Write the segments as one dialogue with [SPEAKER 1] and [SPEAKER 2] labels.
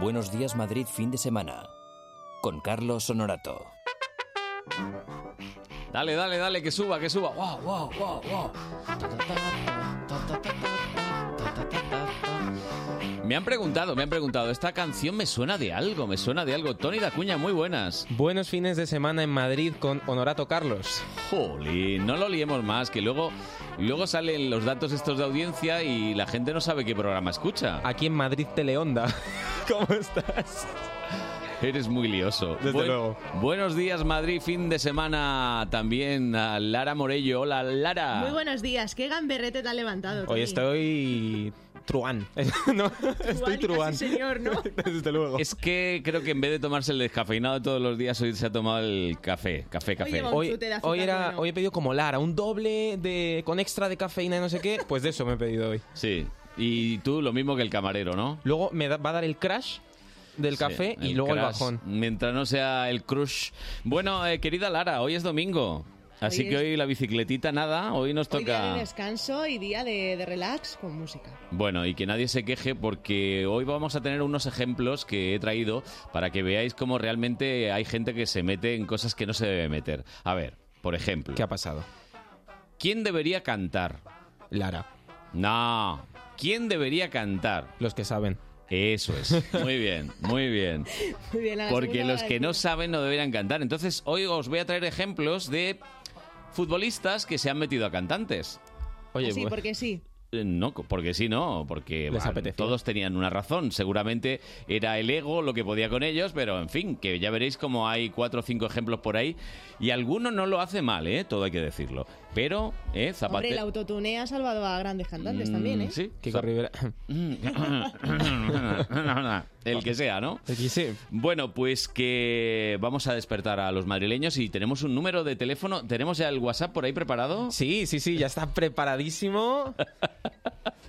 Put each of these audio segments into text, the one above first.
[SPEAKER 1] Buenos días Madrid fin de semana con Carlos Honorato.
[SPEAKER 2] Dale, dale, dale, que suba, que suba. ¡Wow, wow, wow, wow! Me han preguntado, me han preguntado, esta canción me suena de algo, me suena de algo. Tony Dacuña, muy buenas.
[SPEAKER 3] Buenos fines de semana en Madrid con Honorato Carlos.
[SPEAKER 2] Jolín, no lo liemos más, que luego, luego salen los datos estos de audiencia y la gente no sabe qué programa escucha.
[SPEAKER 3] Aquí en Madrid Teleonda. ¿Cómo estás?
[SPEAKER 2] Eres muy lioso.
[SPEAKER 3] Desde luego.
[SPEAKER 2] Buenos días, Madrid, fin de semana también a Lara Morello. Hola, Lara.
[SPEAKER 4] Muy buenos días, qué gamberrete te ha levantado.
[SPEAKER 3] Hoy
[SPEAKER 4] Tony.
[SPEAKER 3] estoy truán. No, estoy truán.
[SPEAKER 4] Truán, casi señor, ¿no?
[SPEAKER 3] Desde luego.
[SPEAKER 2] Es que creo que en vez de tomarse el descafeinado de todos los días, hoy se ha tomado el café, café, café.
[SPEAKER 4] lleva un
[SPEAKER 3] Hoy,
[SPEAKER 4] chute de azúcar
[SPEAKER 3] hoy, era,
[SPEAKER 4] bueno.
[SPEAKER 3] hoy he pedido como Lara, un doble de con extra de cafeína y no sé qué. Pues de eso me he pedido hoy.
[SPEAKER 2] Sí. Y tú lo mismo que el camarero, ¿no?
[SPEAKER 3] Luego me da- va a dar el crash del café
[SPEAKER 2] Sí,
[SPEAKER 3] y luego el
[SPEAKER 2] crash,
[SPEAKER 3] bajón.
[SPEAKER 2] Mientras no sea el crush. Bueno, eh, querida Lara, hoy es domingo. Así
[SPEAKER 4] Hoy
[SPEAKER 2] que
[SPEAKER 4] es-
[SPEAKER 2] hoy la bicicletita nada, hoy nos
[SPEAKER 4] Hoy día
[SPEAKER 2] toca...
[SPEAKER 4] de descanso y día de, de relax con música.
[SPEAKER 2] Bueno, y que nadie se queje porque hoy vamos a tener unos ejemplos que he traído para que veáis cómo realmente hay gente que se mete en cosas que no se debe meter. A ver, por ejemplo,
[SPEAKER 3] ¿Qué ha pasado?
[SPEAKER 2] ¿quién debería cantar?
[SPEAKER 3] Lara,
[SPEAKER 2] No, ¿quién debería cantar?
[SPEAKER 3] los que saben.
[SPEAKER 2] Eso es. Muy bien, muy bien.
[SPEAKER 4] Muy bien, a la
[SPEAKER 2] Porque
[SPEAKER 4] segunda
[SPEAKER 2] los que no saben no deberían cantar. Entonces, hoy os voy a traer ejemplos de futbolistas que se han metido a cantantes.
[SPEAKER 3] Oye,
[SPEAKER 4] Pues Sí,
[SPEAKER 3] bu-
[SPEAKER 4] porque sí.
[SPEAKER 2] Eh, No, porque sí, no, porque
[SPEAKER 3] Les
[SPEAKER 2] bah,
[SPEAKER 3] apetecía.
[SPEAKER 2] todos tenían una razón. Seguramente era el ego lo que podía con ellos, pero en fin, que ya veréis como hay cuatro o cinco ejemplos por ahí. Y alguno no lo hace mal, ¿eh? todo hay que decirlo. Pero, ¿eh?
[SPEAKER 4] Hombre, el
[SPEAKER 2] Zapatero.
[SPEAKER 4] autotune ha salvado a grandes cantantes
[SPEAKER 2] Mm,
[SPEAKER 4] también, ¿eh?
[SPEAKER 2] Sí,
[SPEAKER 3] Kiko Rivera.
[SPEAKER 2] Mm. Zap- el que sea, ¿no?
[SPEAKER 3] Aquí sí.
[SPEAKER 2] Bueno, pues que vamos a despertar a los madrileños y tenemos un número de teléfono. ¿Tenemos ya el WhatsApp por ahí preparado?
[SPEAKER 3] Sí, sí, sí, ya está preparadísimo.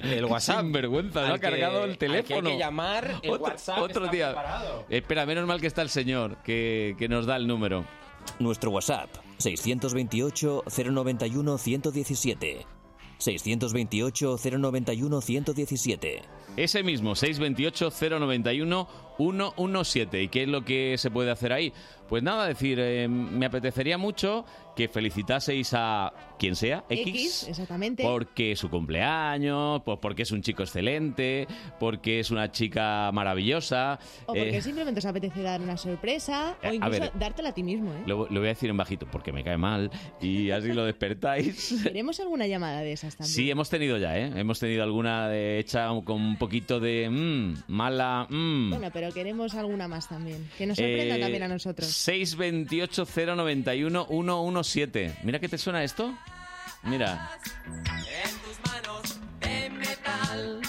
[SPEAKER 3] El WhatsApp.
[SPEAKER 2] Sinvergüenza, no
[SPEAKER 3] Al
[SPEAKER 2] ha cargado el
[SPEAKER 3] al que
[SPEAKER 2] teléfono.
[SPEAKER 3] hay que llamar, el
[SPEAKER 2] Otro-
[SPEAKER 3] WhatsApp
[SPEAKER 2] otro
[SPEAKER 3] está
[SPEAKER 2] día.
[SPEAKER 3] preparado.
[SPEAKER 2] Espera, menos mal que está el señor que, que nos da el número.
[SPEAKER 1] Nuestro WhatsApp 628 091 117. 628 091 117.
[SPEAKER 2] Ese mismo, 628-091-117. ¿Y qué es lo que se puede hacer ahí? Pues nada, decir, eh, me apetecería mucho que felicitaseis a quien sea, X.
[SPEAKER 4] exactamente.
[SPEAKER 2] Porque es su cumpleaños, pues porque es un chico excelente, porque es una chica maravillosa.
[SPEAKER 4] O
[SPEAKER 2] eh,
[SPEAKER 4] porque simplemente os apetece dar una sorpresa
[SPEAKER 2] Eh, a
[SPEAKER 4] o incluso
[SPEAKER 2] ver.
[SPEAKER 4] dártela a ti mismo, ¿eh?
[SPEAKER 2] Lo, lo voy a decir en bajito porque me cae mal y así lo despertáis.
[SPEAKER 4] Queremos alguna llamada de esas también.
[SPEAKER 2] Sí, hemos tenido ya, ¿eh? Hemos tenido alguna de- hecha con un poquito de mm, mala... mm.
[SPEAKER 4] Bueno, pero queremos alguna más también. Que nos sorprenda
[SPEAKER 2] Eh,
[SPEAKER 4] también a nosotros.
[SPEAKER 2] 628-091-117. Mira que te suena esto. Mira,
[SPEAKER 5] En tus manos de metal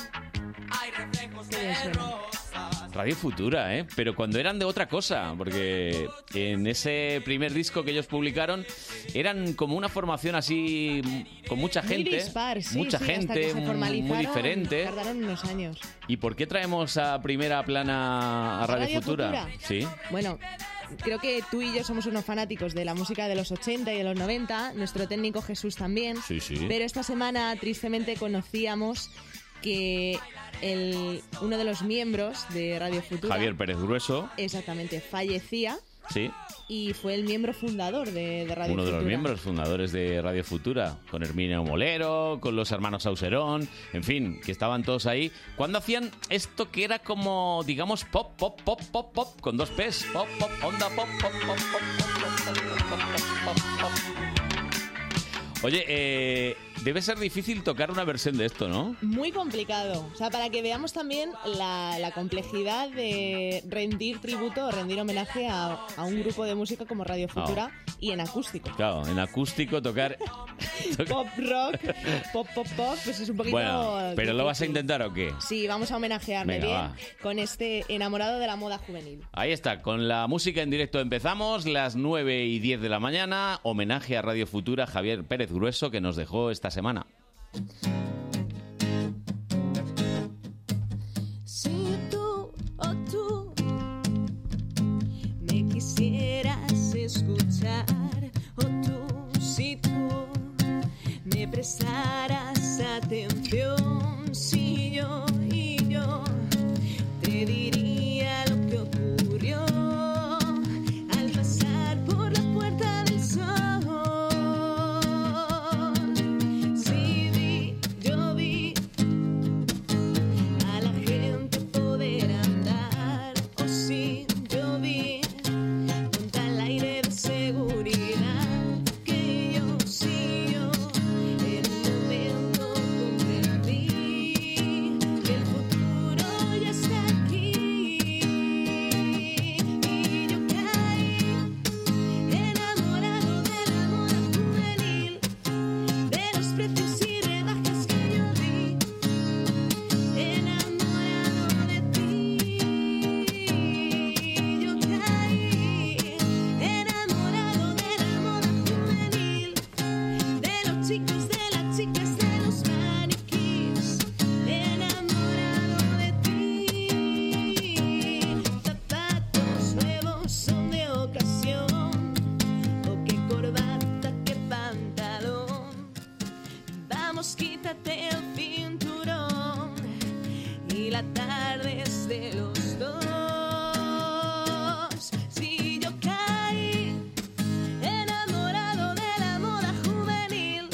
[SPEAKER 5] hay reflejos
[SPEAKER 4] Qué bien
[SPEAKER 5] de
[SPEAKER 4] suena.
[SPEAKER 5] rosas.
[SPEAKER 2] Radio Futura, ¿eh? Pero cuando eran de otra cosa, porque en ese primer disco que ellos publicaron eran como una formación así mm, con mucha
[SPEAKER 4] Muy
[SPEAKER 2] gente,
[SPEAKER 4] dispar, sí,
[SPEAKER 2] mucha
[SPEAKER 4] sí, hasta
[SPEAKER 2] gente
[SPEAKER 4] que se
[SPEAKER 2] mm, muy
[SPEAKER 4] formalizaron,
[SPEAKER 2] diferente.
[SPEAKER 4] Tardaron unos años.
[SPEAKER 2] ¿Y por qué traemos a primera plana a Radio,
[SPEAKER 4] Radio
[SPEAKER 2] Futura?
[SPEAKER 4] Futura.
[SPEAKER 2] Sí.
[SPEAKER 4] Bueno, creo que tú y yo somos unos fanáticos de la música de los 80 y de los 90, nuestro técnico Jesús también,
[SPEAKER 2] Sí, sí.
[SPEAKER 4] pero esta semana tristemente conocíamos que el, uno de los miembros de Radio Futura,
[SPEAKER 2] Javier Pérez Grueso,
[SPEAKER 4] exactamente, fallecía
[SPEAKER 2] sí.
[SPEAKER 4] y fue el miembro fundador de, de Radio
[SPEAKER 2] Uno de
[SPEAKER 4] Futura.
[SPEAKER 2] los miembros fundadores de Radio Futura, con Herminio Molero, con los hermanos Auserón, en fin, que estaban todos ahí. Cuando hacían esto que era como, digamos, pop, pop, pop, pop, pop, con dos P's, pop, pop, onda, pop, pop, pop, pop, pop, pop, pop, pop, pop, pop. Oye, eh, debe ser difícil tocar una versión de esto, ¿no?
[SPEAKER 4] Muy complicado. O sea, para que veamos también la, la complejidad de rendir tributo o rendir homenaje a, a un grupo de música como Radio
[SPEAKER 2] Ah.
[SPEAKER 4] Futura y en acústico.
[SPEAKER 2] Claro, en acústico tocar
[SPEAKER 4] pop rock, pop pop pop, pues es un poquito.
[SPEAKER 2] Bueno, ¿pero lo vas a
[SPEAKER 4] difícil.
[SPEAKER 2] intentar o qué?
[SPEAKER 4] Sí, vamos a homenajearme
[SPEAKER 2] Venga,
[SPEAKER 4] bien
[SPEAKER 2] va.
[SPEAKER 4] con este enamorado de la moda juvenil.
[SPEAKER 2] Ahí está, con la música en directo empezamos, las 9 y 10 de la mañana, homenaje a Radio Futura Javier Pérez Grueso que nos dejó esta semana.
[SPEAKER 4] Si tú o tú me quisieras escuchar, o tú, si tú me prestaras atención, si yo y yo te diría
[SPEAKER 6] chicas de los maniquís, enamorado de ti. Zapatos nuevos son de ocasión, o qué corbata, qué pantalón. Vamos, quítate el cinturón y la tarde es de los dos. Si yo caí enamorado de la moda juvenil,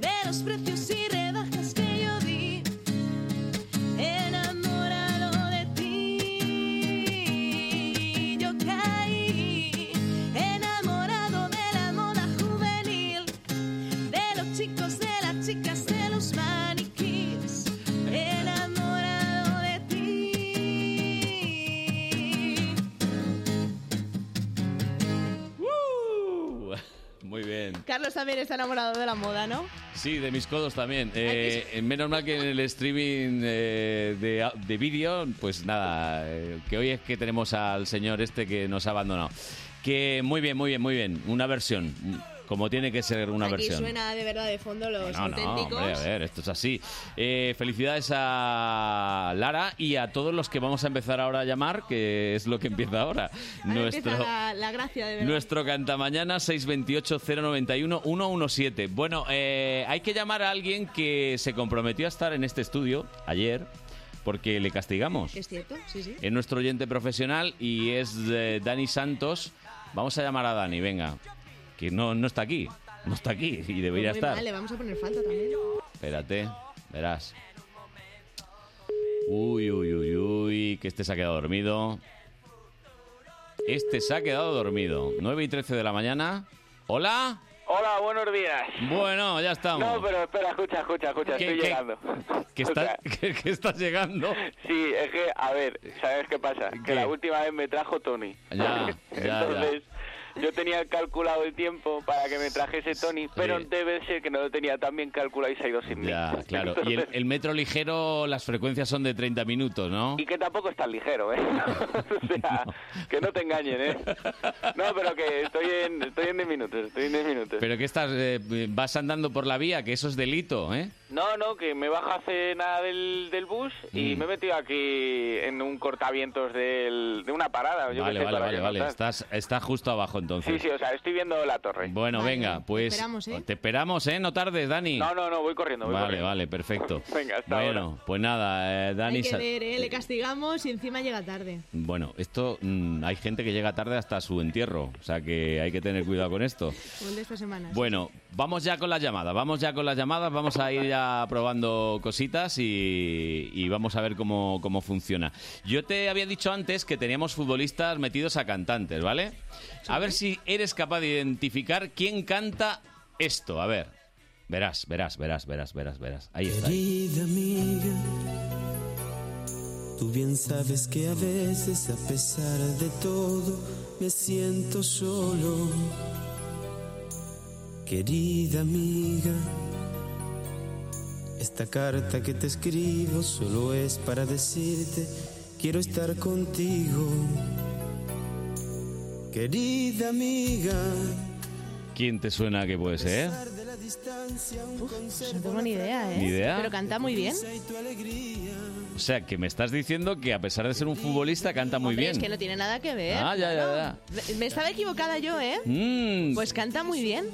[SPEAKER 6] de los precios y rebajas que yo di, enamorado de ti. Yo caí enamorado de la moda juvenil, de los chicos, de las chicas, de los maniquís, enamorado de ti.
[SPEAKER 2] ¡Uh! Muy bien.
[SPEAKER 4] Carlos también está enamorado de la moda, ¿no?
[SPEAKER 2] Sí, de mis codos también. Eh, menos mal que en el streaming eh, de, de vídeo, pues nada, eh, que hoy es que tenemos al señor este que nos ha abandonado. Que muy bien, muy bien, muy bien. Una versión, como tiene que ser una
[SPEAKER 4] Aquí
[SPEAKER 2] versión.
[SPEAKER 4] suena de verdad de fondo los
[SPEAKER 2] No, no,
[SPEAKER 4] auténticos.
[SPEAKER 2] hombre, a ver, esto es así. Eh, felicidades a Lara y a todos los que vamos a empezar ahora a llamar, que es lo que empieza ahora.
[SPEAKER 4] Ahora empieza la, la gracia de verdad.
[SPEAKER 2] Nuestro cantamañana 628-091-117. Bueno, eh, hay que llamar a alguien que se comprometió a estar en este estudio ayer porque le castigamos.
[SPEAKER 4] Es cierto, sí, sí.
[SPEAKER 2] Es nuestro oyente profesional y es eh, Dani Santos. Vamos a llamar a Dani, venga. Que no, no está aquí. No está aquí y debería
[SPEAKER 4] Pues Muy
[SPEAKER 2] estar.
[SPEAKER 4] mal, le vamos a poner falta también.
[SPEAKER 2] Espérate, verás. Uy, uy, uy, uy, que este se ha quedado dormido. Este se ha quedado dormido. 9 y 13 de la mañana. ¿Hola?
[SPEAKER 7] Hola, buenos días.
[SPEAKER 2] Bueno, ya estamos.
[SPEAKER 7] No, pero espera, escucha, escucha, escucha,
[SPEAKER 2] ¿Qué,
[SPEAKER 7] estoy
[SPEAKER 2] qué?
[SPEAKER 7] llegando.
[SPEAKER 2] que,
[SPEAKER 7] o
[SPEAKER 2] está,
[SPEAKER 7] sea-
[SPEAKER 2] que, que estás llegando.
[SPEAKER 7] Sí, es que, a ver, ¿sabes qué pasa? Que la última vez me trajo Tony.
[SPEAKER 2] Ya, ya, ya.
[SPEAKER 7] Entonces, yo tenía calculado el tiempo para que me trajese Tony, pero
[SPEAKER 2] Sí.
[SPEAKER 7] debe ser que no lo tenía tan bien calculado y se ha ido sin mí.
[SPEAKER 2] Ya, claro. Y el, el metro ligero, las frecuencias son de 30 minutos, ¿no?
[SPEAKER 7] Y que tampoco es tan ligero, ¿eh? o sea, que no te engañen, ¿eh? No, pero que estoy en, estoy en 10 minutos, estoy en 10 minutos.
[SPEAKER 2] Pero que estás, eh, vas andando por la vía, que eso es delito, ¿eh?
[SPEAKER 7] No, no, que me baja hace nada del, del bus y
[SPEAKER 2] Mm.
[SPEAKER 7] me he metido aquí en un cortavientos del, de una parada. Yo qué
[SPEAKER 2] Vale,
[SPEAKER 7] sé,
[SPEAKER 2] vale,
[SPEAKER 7] para
[SPEAKER 2] vale,
[SPEAKER 7] que
[SPEAKER 2] vale.
[SPEAKER 7] no tal.
[SPEAKER 2] Estás, estás justo abajo entonces.
[SPEAKER 7] Sí, sí, o sea, estoy viendo la torre.
[SPEAKER 2] Bueno,
[SPEAKER 4] Vale,
[SPEAKER 2] venga,
[SPEAKER 4] te
[SPEAKER 2] pues
[SPEAKER 4] esperamos, ¿eh?
[SPEAKER 2] te esperamos, ¿eh? No tardes, Dani.
[SPEAKER 7] No, no, no, voy corriendo. Voy
[SPEAKER 2] vale,
[SPEAKER 7] corriendo.
[SPEAKER 2] vale, perfecto.
[SPEAKER 7] Venga, hasta
[SPEAKER 2] bueno,
[SPEAKER 7] ahora.
[SPEAKER 2] pues nada, eh, Dani.
[SPEAKER 4] Hay que
[SPEAKER 2] sa-
[SPEAKER 4] ver, ¿eh? Le castigamos y encima llega tarde.
[SPEAKER 2] Bueno, esto mm, hay gente que llega tarde hasta su entierro, o sea que hay que tener cuidado con esto.
[SPEAKER 4] Como el de esta semana.
[SPEAKER 2] Bueno, vamos ya con las llamadas, vamos ya con las llamadas, vamos a ir ya probando cositas y, y vamos a ver cómo, cómo funciona. Yo te había dicho antes que teníamos futbolistas metidos a cantantes, ¿vale? A ver si eres capaz de identificar quién canta esto, a ver. Verás, verás, verás, verás, verás, verás. Ahí está.
[SPEAKER 8] Querida amiga, tú bien sabes que a veces, a pesar de todo, me siento solo. Querida amiga, esta carta que te escribo solo es para decirte, quiero estar contigo. Querida amiga,
[SPEAKER 2] ¿Quién te suena que puede ser?
[SPEAKER 4] Uf, no tengo ni idea, ¿eh?
[SPEAKER 2] Ni idea.
[SPEAKER 4] Pero canta muy bien.
[SPEAKER 2] O sea, que me estás diciendo que a pesar de ser un futbolista canta muy
[SPEAKER 4] Hombre,
[SPEAKER 2] bien.
[SPEAKER 4] Es que no tiene nada que ver.
[SPEAKER 2] Ah, ya, ya,
[SPEAKER 4] No,
[SPEAKER 2] ya.
[SPEAKER 4] me- Me estaba equivocada yo, ¿eh?
[SPEAKER 2] Mm, pues,
[SPEAKER 4] Pues canta muy bien.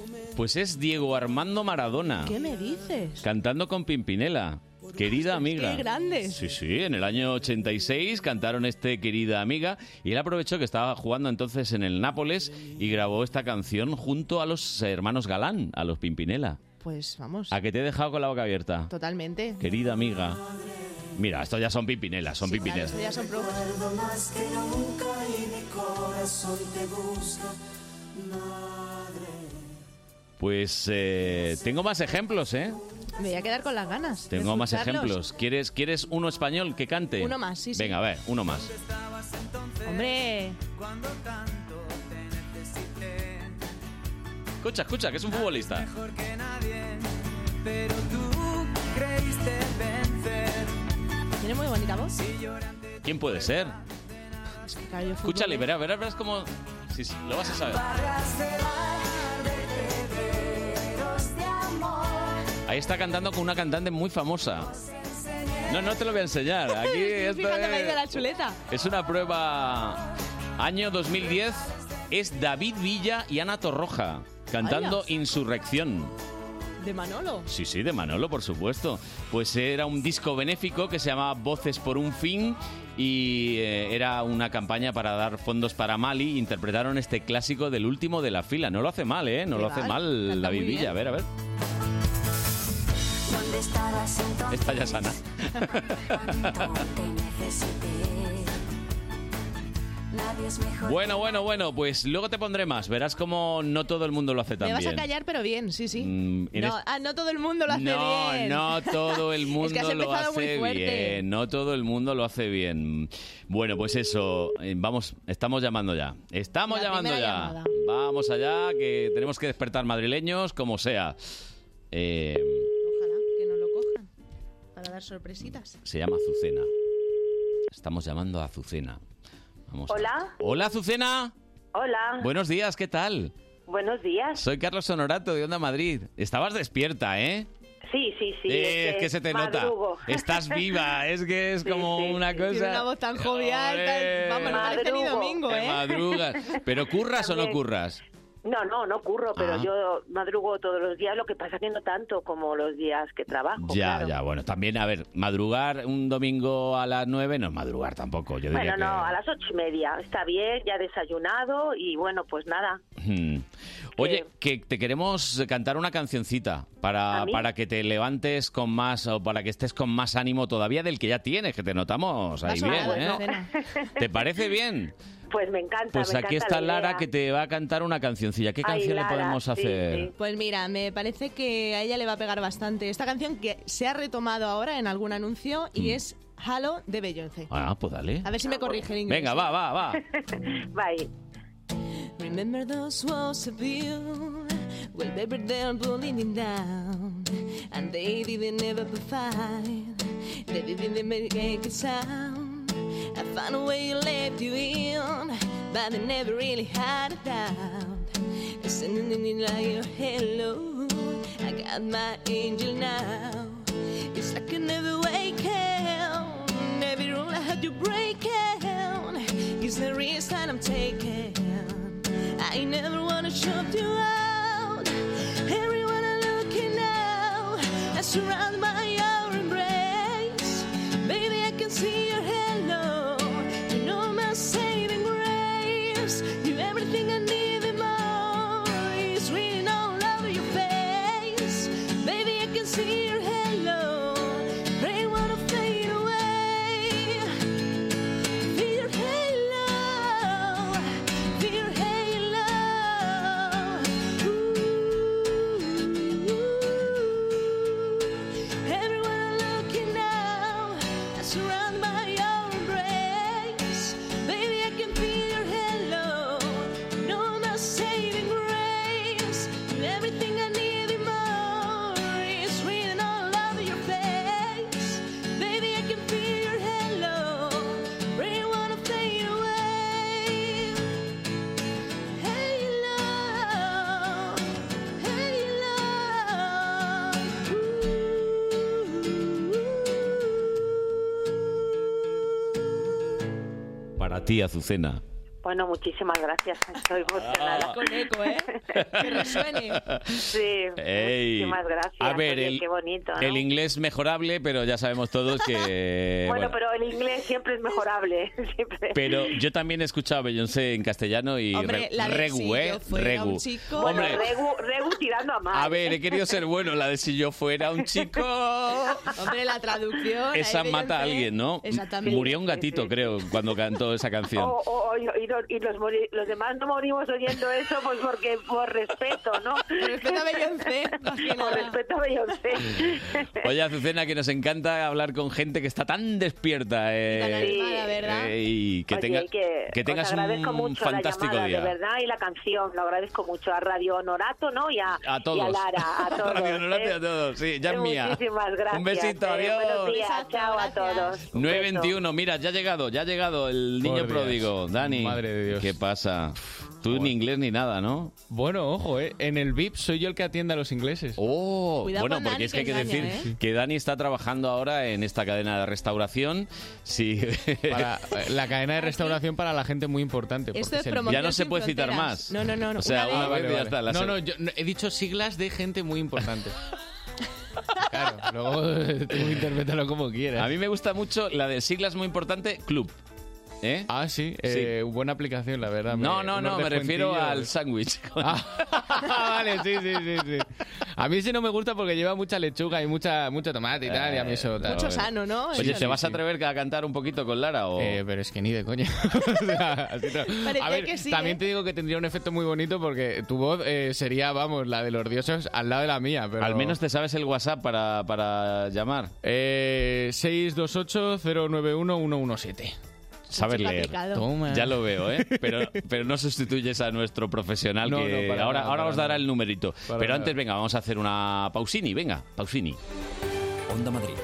[SPEAKER 2] es Diego Armando Maradona,
[SPEAKER 4] ¿Qué me dices?
[SPEAKER 2] cantando con Pimpinela. Querida amiga.
[SPEAKER 4] Qué grandes.
[SPEAKER 2] Sí, sí, en el año 86 cantaron este Querida Amiga y él aprovechó que estaba jugando entonces en el Nápoles y grabó esta canción junto a los hermanos Galán, a los Pimpinela.
[SPEAKER 4] Pues vamos,
[SPEAKER 2] ¿A que te he dejado con la boca abierta?
[SPEAKER 4] totalmente.
[SPEAKER 2] Querida amiga. Mira, estos ya son Pimpinela, son
[SPEAKER 4] Sí, claro,
[SPEAKER 2] Pimpinela.
[SPEAKER 4] esto ya son pro-
[SPEAKER 8] recuerdo más que nunca y mi corazón te busca, madre.
[SPEAKER 2] Pues eh, tengo más ejemplos, ¿eh?
[SPEAKER 4] Me voy a quedar con las ganas. de
[SPEAKER 2] Tengo más
[SPEAKER 4] escucharlos.
[SPEAKER 2] ejemplos. ¿Quieres, ¿Quieres uno español que cante?
[SPEAKER 4] Uno más, sí, sí.
[SPEAKER 2] Venga, a ver, uno más.
[SPEAKER 4] Hombre,
[SPEAKER 9] Cuando tanto te necesité,
[SPEAKER 2] Escucha, escucha, que es un futbolista.
[SPEAKER 9] mejor que nadie, pero tú creíste vencer.
[SPEAKER 4] tiene muy bonita voz.
[SPEAKER 2] ¿Quién puede ser?
[SPEAKER 4] Es que, claro, yo fútbol,
[SPEAKER 2] Escúchale,
[SPEAKER 4] ¿eh?
[SPEAKER 2] verás, verás, verás cómo... Sí, sí, lo vas a saber.
[SPEAKER 6] Barras de bar, vertederos de amor,
[SPEAKER 2] Ahí está cantando con una cantante muy famosa. No, no te lo voy a enseñar. Aquí esto
[SPEAKER 6] Fíjate, ahí de
[SPEAKER 2] es,
[SPEAKER 6] la chuleta.
[SPEAKER 2] es una prueba. Año 2010 es David Villa y Ana Torroja cantando
[SPEAKER 6] Vaya.
[SPEAKER 2] Insurrección.
[SPEAKER 6] De Manolo.
[SPEAKER 2] Sí, sí, de Manolo, por supuesto. Pues era un disco benéfico que se llamaba Voces por un Fin y eh, era una campaña para dar fondos para Mali. Interpretaron este clásico del último de la fila. No lo hace mal, ¿eh? No lo hace
[SPEAKER 6] Legal,
[SPEAKER 2] mal
[SPEAKER 6] canta
[SPEAKER 2] David
[SPEAKER 6] muy bien.
[SPEAKER 2] Villa. A ver, a ver.
[SPEAKER 10] ¿Dónde estabas entonces?
[SPEAKER 2] Esta ya sana.
[SPEAKER 10] Te necesité. Nadie es mejor.
[SPEAKER 2] Bueno, bueno, bueno, pues luego te pondré más. Verás como no todo el mundo lo hace tan
[SPEAKER 4] Me vas a
[SPEAKER 2] bien.
[SPEAKER 4] callar, pero bien, sí, sí.
[SPEAKER 2] Mm, en
[SPEAKER 4] no,
[SPEAKER 2] es-
[SPEAKER 4] ah, no todo el mundo lo hace
[SPEAKER 2] no,
[SPEAKER 4] bien.
[SPEAKER 2] no todo el mundo
[SPEAKER 4] Es que has
[SPEAKER 2] lo
[SPEAKER 4] empezado muy
[SPEAKER 2] hace
[SPEAKER 4] fuerte.
[SPEAKER 2] bien. No todo el mundo lo hace bien. Bueno, pues eso. eh, Vamos, estamos llamando ya. Estamos
[SPEAKER 4] La
[SPEAKER 2] llamando ya.
[SPEAKER 4] primera llamada.
[SPEAKER 2] Vamos allá, que tenemos que despertar madrileños, como sea. Eh,
[SPEAKER 4] Ojalá que no lo cojan para dar sorpresitas.
[SPEAKER 2] se llama Azucena. Estamos llamando a Azucena. Vamos a-
[SPEAKER 11] Hola.
[SPEAKER 2] Hola, Azucena.
[SPEAKER 11] Hola,
[SPEAKER 2] Buenos días, ¿qué tal?
[SPEAKER 11] buenos días.
[SPEAKER 2] Soy Carlos Honorato de Onda Madrid. Estabas despierta, ¿eh?
[SPEAKER 11] Sí, sí, sí.
[SPEAKER 2] Eh, es que se te
[SPEAKER 11] madrugo.
[SPEAKER 2] nota. Estás viva, es que es
[SPEAKER 11] Sí,
[SPEAKER 2] como
[SPEAKER 11] sí,
[SPEAKER 2] una
[SPEAKER 11] sí.
[SPEAKER 2] cosa.
[SPEAKER 4] Tiene una voz tan jovial, tan- vamos, no parece ni
[SPEAKER 11] Madrugo.
[SPEAKER 4] domingo,
[SPEAKER 2] Te
[SPEAKER 4] ¿eh?
[SPEAKER 2] madrugas. ¿Pero curras o no
[SPEAKER 11] También.
[SPEAKER 2] curras?
[SPEAKER 11] No, no, no curro, pero
[SPEAKER 2] Ah.
[SPEAKER 11] yo madrugo todos los días, lo que pasa que no tanto como los días que
[SPEAKER 2] Ya,
[SPEAKER 11] trabajo. Oh, claro.
[SPEAKER 2] ya, bueno, también, a ver, madrugar un domingo a las nueve no es madrugar tampoco, yo diría
[SPEAKER 11] Bueno,
[SPEAKER 2] que...
[SPEAKER 11] no, a las ocho y media. Está bien, ya he desayunado y bueno, pues nada.
[SPEAKER 2] Hmm. Oye, que te queremos cantar una cancioncita para,
[SPEAKER 11] ¿A mí?
[SPEAKER 2] para que te levantes con más, o para que estés con más ánimo todavía del que ya tienes, que te notamos ahí
[SPEAKER 4] Vas a
[SPEAKER 2] bien,
[SPEAKER 4] orar,
[SPEAKER 2] ¿eh?
[SPEAKER 4] Azucena.
[SPEAKER 2] ¿Te parece bien?
[SPEAKER 11] Pues me encanta.
[SPEAKER 2] Pues
[SPEAKER 11] me
[SPEAKER 2] aquí
[SPEAKER 11] encanta
[SPEAKER 2] está
[SPEAKER 11] la
[SPEAKER 2] Lara
[SPEAKER 11] idea.
[SPEAKER 2] que te va a cantar una cancioncilla. ¿Qué
[SPEAKER 11] Ay,
[SPEAKER 2] canción
[SPEAKER 11] Lara,
[SPEAKER 2] le podemos
[SPEAKER 11] sí,
[SPEAKER 2] hacer?
[SPEAKER 11] sí.
[SPEAKER 4] Pues mira, me parece que a ella le va a pegar bastante esta canción que se ha retomado ahora en algún anuncio y es Halo de Beyoncé.
[SPEAKER 2] Mm. Ah, pues dale.
[SPEAKER 4] A ver si me corrige el inglés.
[SPEAKER 2] Venga, va, va, va.
[SPEAKER 11] Bye.
[SPEAKER 6] Remember those walls of you. Well, baby, they're burning down. And they didn't ever be fine. They didn't make a sound. I found a way to let you in. But they never really had a doubt. Sending in like a hello. I got my angel now. It's like I never wake up. Every rule I had to break down. It's the risk that I'm taking. I never wanna shut you out. Everyone I look in now, I surround by your embrace. Baby, I can see your halo. You know my saving grace. You everything I need and more. It's written all over your face. Baby, I can see your halo. Rain wanna fade away. Feel your halo. Feel your halo. Everyone looking now, I'm surrounded by your embrace. Baby, I can feel your halo. You know my saving grace. You're everything I need and more. It's written all over your face. Baby, I can feel your halo. Really wanna fade away. Halo, halo.
[SPEAKER 2] Para ti, Azucena.
[SPEAKER 11] Bueno, muchísimas gracias. Estoy
[SPEAKER 2] Ah.
[SPEAKER 11] emocionada.
[SPEAKER 4] Con eco, ¿eh? Que resuene.
[SPEAKER 11] Sí,
[SPEAKER 2] Ey.
[SPEAKER 11] muchísimas gracias.
[SPEAKER 2] A ver,
[SPEAKER 11] Oye,
[SPEAKER 2] el,
[SPEAKER 11] qué bonito. ¿no?
[SPEAKER 2] el inglés mejorable, pero ya sabemos todos que...
[SPEAKER 11] bueno,
[SPEAKER 2] Eh, bueno,
[SPEAKER 11] pero el inglés siempre es mejorable. siempre.
[SPEAKER 2] pero yo también he escuchado a Beyoncé en castellano y re-
[SPEAKER 4] Hombre, la de
[SPEAKER 2] regu,
[SPEAKER 4] si yo
[SPEAKER 2] ¿eh?
[SPEAKER 4] fuera
[SPEAKER 2] Regu.
[SPEAKER 4] un chico.
[SPEAKER 11] Bueno,
[SPEAKER 2] Hombre,
[SPEAKER 11] Regu, Regu tirando a más.
[SPEAKER 2] a ver, he querido ser bueno, la de si yo fuera un chico.
[SPEAKER 4] Hombre, la traducción.
[SPEAKER 2] Esa
[SPEAKER 4] ahí
[SPEAKER 2] mata a
[SPEAKER 4] Beyoncé.
[SPEAKER 2] alguien, ¿no?
[SPEAKER 4] Exactamente.
[SPEAKER 2] Murió un gatito, creo, cuando cantó esa canción.
[SPEAKER 11] O- o- o- y los, y los mori- los demás no morimos oyendo eso pues porque por respeto, ¿no?
[SPEAKER 4] Por respeto a Beyoncé, más que
[SPEAKER 11] Por
[SPEAKER 4] nada.
[SPEAKER 11] respeto a Beyoncé.
[SPEAKER 2] Oye, Azucena, que nos encanta hablar con gente que está tan despierta. Eh,
[SPEAKER 4] tan
[SPEAKER 11] animada,
[SPEAKER 4] ¿verdad?
[SPEAKER 2] eh, y que,
[SPEAKER 11] Oye,
[SPEAKER 2] tenga-
[SPEAKER 11] y que,
[SPEAKER 2] que
[SPEAKER 11] os
[SPEAKER 2] tengas
[SPEAKER 11] agradezco
[SPEAKER 2] un
[SPEAKER 11] mucho
[SPEAKER 2] fantástico
[SPEAKER 11] la llamada,
[SPEAKER 2] día.
[SPEAKER 11] De verdad, y la canción, lo agradezco mucho a Radio Honorato, ¿no? Y a,
[SPEAKER 2] A
[SPEAKER 11] Y
[SPEAKER 2] todos.
[SPEAKER 11] a Lara, a todos.
[SPEAKER 2] Radio Honorato y a
[SPEAKER 11] ¿eh?
[SPEAKER 2] todos. Sí, ya es mía.
[SPEAKER 11] Muchísimas gracias.
[SPEAKER 2] Un besito,
[SPEAKER 11] eh,
[SPEAKER 2] adiós.
[SPEAKER 11] Buenos días, chao a todos. Un beso.
[SPEAKER 2] 921, mira, ya ha llegado, ya ha llegado el niño
[SPEAKER 3] Por Dios.
[SPEAKER 2] pródigo. Dani,
[SPEAKER 3] Madre de Dios.
[SPEAKER 2] ¿qué pasa? Tú ni inglés ni nada, ¿no?
[SPEAKER 7] Bueno, ojo, eh, en el VIP soy yo el que atiende a los ingleses.
[SPEAKER 2] Oh,
[SPEAKER 7] Cuidado
[SPEAKER 2] bueno,
[SPEAKER 7] con
[SPEAKER 2] porque
[SPEAKER 7] Dani,
[SPEAKER 2] es que hay que
[SPEAKER 7] que
[SPEAKER 2] decir
[SPEAKER 7] engaña, ¿eh?
[SPEAKER 2] que Dani está trabajando ahora en esta cadena de restauración. Sí.
[SPEAKER 7] Para- la cadena de restauración para la gente muy importante. porque
[SPEAKER 2] Esto es
[SPEAKER 7] el-
[SPEAKER 2] promoción Ya no se sin puede citar fronteras. más. No, no, no, no. O sea, Una una vez vez y ya está, la
[SPEAKER 7] ah, No,
[SPEAKER 2] seg-
[SPEAKER 7] no, yo no, he dicho siglas de gente muy importante. claro, luego eh, tú interprétalo como quieras.
[SPEAKER 2] A mí me gusta mucho la de siglas muy importante, club. ¿Eh?
[SPEAKER 7] Ah, sí, eh, buena aplicación, la verdad. me-
[SPEAKER 2] No, no,
[SPEAKER 7] unos
[SPEAKER 2] no, me refiero
[SPEAKER 7] descuentillos.
[SPEAKER 2] al sándwich.
[SPEAKER 7] Ah, vale, sí, sí, sí, sí. A mí ese no me gusta porque lleva mucha lechuga y mucha, mucho tomate y tal, y a mí eso... tal.
[SPEAKER 4] Mucho sano, ¿no?
[SPEAKER 2] Oye,
[SPEAKER 4] Eso
[SPEAKER 2] ¿te
[SPEAKER 4] no.
[SPEAKER 2] vas a atrever a cantar un poquito con Lara o...?
[SPEAKER 7] Eh, pero es que ni de coña. O sea, así no.
[SPEAKER 4] Parecía
[SPEAKER 7] A ver,
[SPEAKER 4] que sí,
[SPEAKER 7] también
[SPEAKER 4] ¿eh?
[SPEAKER 7] te digo que tendría un efecto muy bonito porque tu voz eh, sería, vamos, la de los dioses al lado de la mía. Pero...
[SPEAKER 2] Al menos te sabes el WhatsApp para, para llamar.
[SPEAKER 7] Eh, 628-091-117.
[SPEAKER 2] Sabes leer.
[SPEAKER 7] Toma.
[SPEAKER 2] Ya lo veo, ¿eh? Pero, pero no sustituyes a nuestro profesional
[SPEAKER 7] No,
[SPEAKER 2] que
[SPEAKER 7] no, para
[SPEAKER 2] ahora,
[SPEAKER 7] nada,
[SPEAKER 2] ahora
[SPEAKER 7] para
[SPEAKER 2] os dará
[SPEAKER 7] nada.
[SPEAKER 2] el numerito.
[SPEAKER 7] Para
[SPEAKER 2] pero
[SPEAKER 7] nada.
[SPEAKER 2] antes, venga, vamos a hacer una pausini. Venga, pausini.
[SPEAKER 1] Onda Madrid,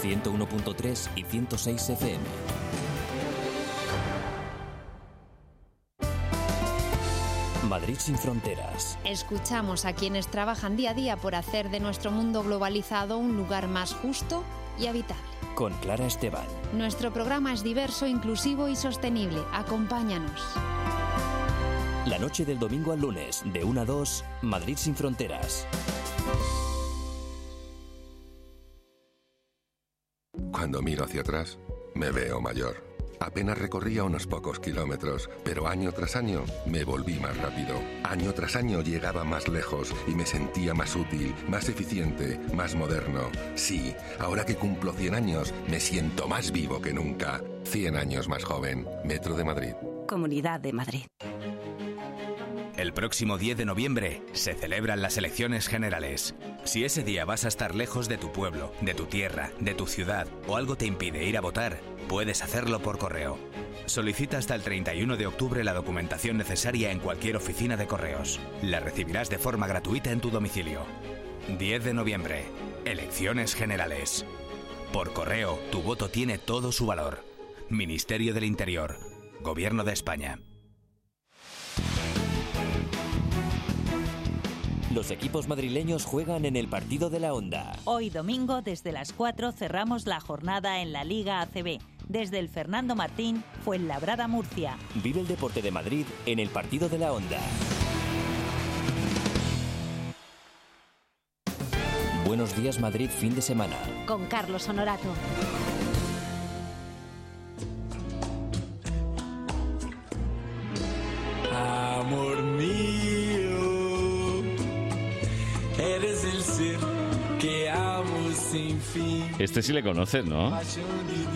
[SPEAKER 1] 101.3 y 106 FM. Madrid sin fronteras.
[SPEAKER 12] Escuchamos a quienes trabajan día a día por hacer de nuestro mundo globalizado un lugar más justo y habitable.
[SPEAKER 1] Con Clara Esteban.
[SPEAKER 12] Nuestro programa es diverso, inclusivo y sostenible. Acompáñanos.
[SPEAKER 1] La noche del domingo al lunes, de 1 a 2, Madrid sin fronteras.
[SPEAKER 13] Cuando miro hacia atrás, me veo mayor. Apenas recorría unos pocos kilómetros, pero año tras año me volví más rápido. Año tras año llegaba más lejos y me sentía más útil, más eficiente, más moderno. Sí, ahora que cumplo 100 años, me siento más vivo que nunca. 100 años más joven. Metro de Madrid.
[SPEAKER 14] Comunidad de Madrid.
[SPEAKER 15] El próximo 10 de noviembre se celebran las elecciones generales. Si ese día vas a estar lejos de tu pueblo, de tu tierra, de tu ciudad o algo te impide ir a votar, puedes hacerlo por correo. Solicita hasta el 31 de octubre la documentación necesaria en cualquier oficina de correos. La recibirás de forma gratuita en tu domicilio. 10 de noviembre. Elecciones generales. Por correo, tu voto tiene todo su valor. Ministerio del Interior. Gobierno de España.
[SPEAKER 1] Los equipos madrileños juegan en el partido de la Onda.
[SPEAKER 16] Hoy domingo desde las 4 cerramos la jornada en la Liga ACB. Desde el Fernando Martín, Fuenlabrada Murcia.
[SPEAKER 1] Vive el deporte de Madrid en el partido de la Onda. Buenos días Madrid fin de semana.
[SPEAKER 12] Con Carlos Honorato.
[SPEAKER 10] Amor mío, eres el ser que amo sin fin.
[SPEAKER 2] Este sí le conoces, ¿no?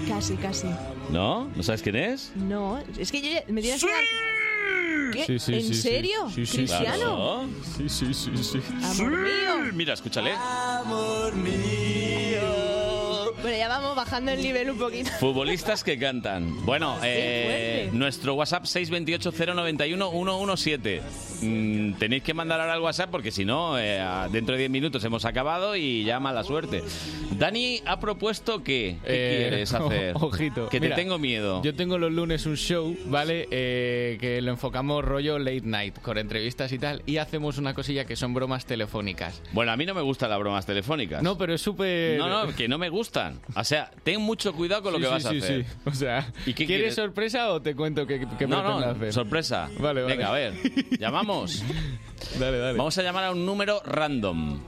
[SPEAKER 4] Casi, casi.
[SPEAKER 2] ¿No? ¿No sabes quién es?
[SPEAKER 4] No, es que yo ya- me tienes que dar- ¿Qué?
[SPEAKER 2] Sí, sí,
[SPEAKER 4] ¿En
[SPEAKER 2] sí, sí.
[SPEAKER 4] serio?
[SPEAKER 2] Sí, sí,
[SPEAKER 4] ¿Cristiano?
[SPEAKER 2] claro. Sí, sí, sí, sí. Mira, escúchale.
[SPEAKER 10] Amor mío.
[SPEAKER 4] Bueno, ya vamos bajando el nivel un poquito.
[SPEAKER 2] Futbolistas que cantan. Bueno, eh,
[SPEAKER 4] fuerte.
[SPEAKER 2] nuestro WhatsApp 628-091-117. Mm, tenéis que mandar ahora al WhatsApp porque si no, eh, a- dentro de 10 minutos hemos acabado y ya mala suerte. Dani ha propuesto que... ¿Qué
[SPEAKER 7] Eh,
[SPEAKER 2] quieres hacer?
[SPEAKER 7] Ojito.
[SPEAKER 2] Que
[SPEAKER 7] Mira,
[SPEAKER 2] te tengo miedo.
[SPEAKER 7] Yo tengo los lunes un show, ¿vale? Eh, que lo enfocamos rollo late night, con entrevistas y tal. Y hacemos una cosilla que son bromas telefónicas.
[SPEAKER 2] Bueno, a mí no me gustan las bromas telefónicas.
[SPEAKER 7] No, pero es súper...
[SPEAKER 2] No, no, que no me gustan. O sea, ten mucho cuidado con lo
[SPEAKER 7] Sí,
[SPEAKER 2] que
[SPEAKER 7] sí,
[SPEAKER 2] vas a
[SPEAKER 7] sí,
[SPEAKER 2] hacer.
[SPEAKER 7] sí. O sea,
[SPEAKER 2] ¿Y qué
[SPEAKER 7] ¿quieres,
[SPEAKER 2] quieres?
[SPEAKER 7] sorpresa o te cuento qué, qué
[SPEAKER 2] no, no,
[SPEAKER 7] pretendo hacer?
[SPEAKER 2] sorpresa.
[SPEAKER 7] Vale, vale.
[SPEAKER 2] Venga, a ver. Llamamos.
[SPEAKER 7] dale, dale.
[SPEAKER 2] Vamos a llamar a un número random.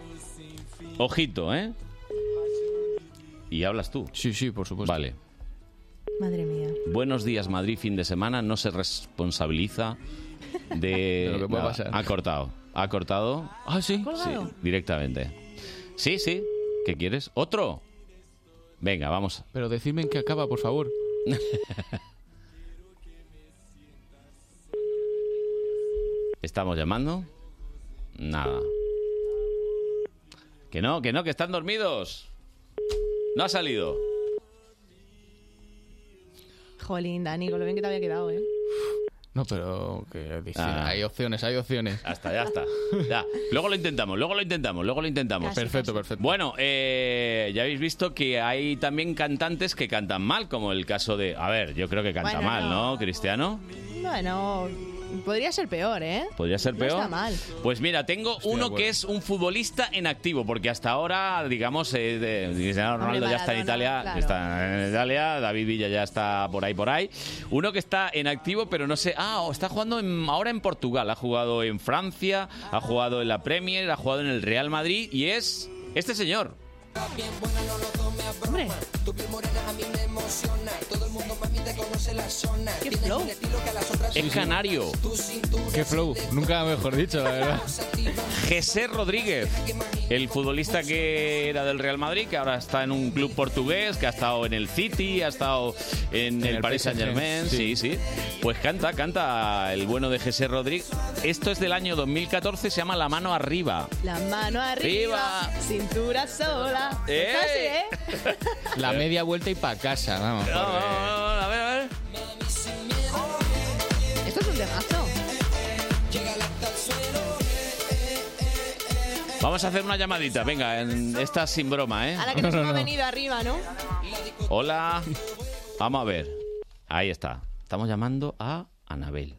[SPEAKER 2] Ojito, ¿eh? Y hablas tú.
[SPEAKER 7] Sí, sí, por supuesto.
[SPEAKER 2] Vale.
[SPEAKER 4] Madre mía.
[SPEAKER 2] Buenos días, Madrid, fin de semana. No se responsabiliza de.
[SPEAKER 7] De lo que pueda
[SPEAKER 2] Nada,
[SPEAKER 7] pasar.
[SPEAKER 2] Ha cortado. Ha cortado.
[SPEAKER 7] Ah, sí.
[SPEAKER 2] Sí, directamente. Sí, sí. ¿Qué quieres? ¿Otro? Venga, vamos.
[SPEAKER 7] Pero decidme en qué acaba, por favor.
[SPEAKER 2] Estamos llamando. Nada. Que no, que no, que están dormidos. No ha salido.
[SPEAKER 4] Jolín, Dani, con lo bien que te había quedado, ¿eh?
[SPEAKER 7] No, pero que dice,
[SPEAKER 2] Ah.
[SPEAKER 7] hay opciones, hay opciones.
[SPEAKER 2] Hasta, ya está. Ya. Luego lo intentamos, luego lo intentamos, luego lo intentamos.
[SPEAKER 7] Casi, Perfecto, casi. perfecto.
[SPEAKER 2] Bueno, eh, ya habéis visto que hay también cantantes que cantan mal, como el caso de. A ver, yo creo que canta
[SPEAKER 4] Bueno,
[SPEAKER 2] mal,
[SPEAKER 4] no.
[SPEAKER 2] ¿no, Cristiano?
[SPEAKER 4] Bueno, Podría ser peor, ¿eh?
[SPEAKER 2] Podría ser
[SPEAKER 4] No
[SPEAKER 2] peor.
[SPEAKER 4] está mal.
[SPEAKER 2] Pues mira, tengo uno
[SPEAKER 4] acuerdo.
[SPEAKER 2] que es un futbolista en activo, porque hasta ahora, digamos, eh, de- Cristiano
[SPEAKER 4] Hombre,
[SPEAKER 2] Ronaldo ya está en
[SPEAKER 4] Maradona,
[SPEAKER 2] Italia,
[SPEAKER 4] claro.
[SPEAKER 2] está en Italia, David Villa ya está por ahí, por ahí. Uno que está en activo, pero no sé, ah, o está jugando en- ahora en Portugal, ha jugado en Francia, ha jugado en la Premier, ha jugado en el Real Madrid y es este señor.
[SPEAKER 4] Hombre.
[SPEAKER 14] Tu piel morena a mí me emociona. Todo el mundo mami te conoce la zona. Tienes un estilo que a las otras
[SPEAKER 2] Es canario.
[SPEAKER 7] Qué flow. Nunca mejor dicho, la verdad.
[SPEAKER 2] José Rodríguez, el futbolista que era del Real Madrid, que ahora está en un club portugués, que ha estado en el City, ha estado en, el,
[SPEAKER 7] el
[SPEAKER 2] Paris Saint Germain, sí. sí, Pues canta, canta el bueno de José Rodríguez. Esto es del año 2014, se llama La mano arriba.
[SPEAKER 4] La mano arriba, cintura sola.
[SPEAKER 2] ¡Eh!
[SPEAKER 4] Está así, ¿eh?
[SPEAKER 7] La media vuelta y para casa, vamos.
[SPEAKER 2] a ver, a ver.
[SPEAKER 4] Esto es un temazo. ¿eh?
[SPEAKER 2] Vamos a hacer una llamadita, venga, en, esta sin broma, ¿eh?
[SPEAKER 4] A la que nos hemos venido arriba, ¿no?
[SPEAKER 2] Hola. Vamos a ver. Ahí está. Estamos llamando a Anabel.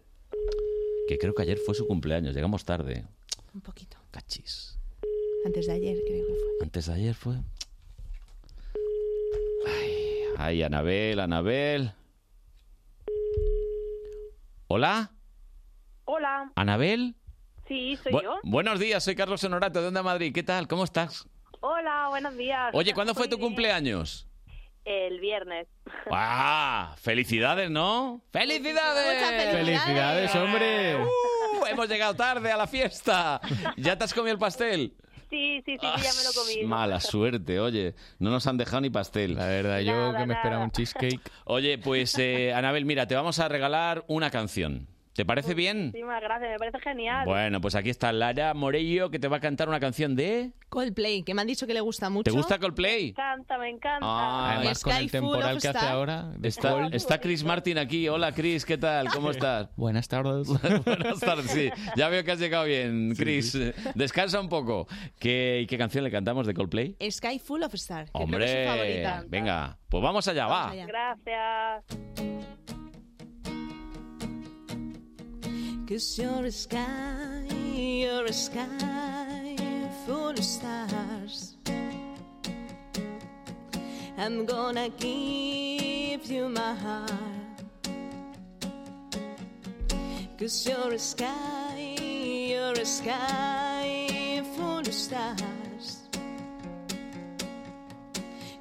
[SPEAKER 2] Que creo que ayer fue su cumpleaños. Llegamos tarde.
[SPEAKER 4] Un poquito.
[SPEAKER 2] Cachis.
[SPEAKER 4] Antes de ayer, creo que fue.
[SPEAKER 2] Antes de ayer fue. Ay, ay, Anabel, Anabel. Hola,
[SPEAKER 17] Hola,
[SPEAKER 2] Anabel.
[SPEAKER 17] sí, soy
[SPEAKER 2] Bu-
[SPEAKER 17] yo.
[SPEAKER 2] Buenos días, soy Carlos Honorato de Onda Madrid. ¿Qué tal? ¿Cómo estás?
[SPEAKER 17] Hola, buenos días.
[SPEAKER 2] Oye, ¿cuándo fue
[SPEAKER 17] Muy
[SPEAKER 2] tu
[SPEAKER 17] bien.
[SPEAKER 2] cumpleaños?
[SPEAKER 17] El viernes.
[SPEAKER 2] ¡Ah! ¡Felicidades, ¿no? ¡Felicidades!
[SPEAKER 7] ¡Felicidades, hombre!
[SPEAKER 2] Uh, hemos llegado tarde a la fiesta. ¿Ya te has comido el pastel?
[SPEAKER 17] Sí, sí, sí, sí, ya me lo comí.
[SPEAKER 2] Mala suerte, oye. No nos han dejado ni pastel. La verdad, yo
[SPEAKER 17] Nada,
[SPEAKER 2] que me esperaba
[SPEAKER 17] un
[SPEAKER 2] cheesecake. Oye, pues eh, Anabel, mira, te vamos a regalar una canción. ¿Te parece bien?
[SPEAKER 17] Muchísimas gracias, me parece genial.
[SPEAKER 2] Bueno, pues aquí está Lara Morello que te va a cantar una canción de...
[SPEAKER 4] Coldplay, que me han dicho que le gusta mucho.
[SPEAKER 2] ¿Te gusta Coldplay?
[SPEAKER 17] encanta, me encanta.
[SPEAKER 2] Ah,
[SPEAKER 4] Además, con el Sky Full temporal of que hace Star.
[SPEAKER 7] ahora,
[SPEAKER 2] Está, está Chris Martin aquí. Hola, Chris, ¿qué tal? ¿Cómo estás?
[SPEAKER 7] Buenas tardes.
[SPEAKER 2] Buenas tardes, sí. Ya veo que has llegado bien, Chris. Descansa un poco. ¿Qué, ¿Qué canción le cantamos de Coldplay?
[SPEAKER 4] Sky Full of Star. que creo que es su
[SPEAKER 2] Hombre,
[SPEAKER 4] favorita.
[SPEAKER 2] venga, pues vamos allá, va.
[SPEAKER 17] Gracias.
[SPEAKER 6] Cause you're a sky, you're a sky full of stars.
[SPEAKER 4] I'm gonna give you my heart.
[SPEAKER 6] Cause you're a sky, you're a sky full of stars.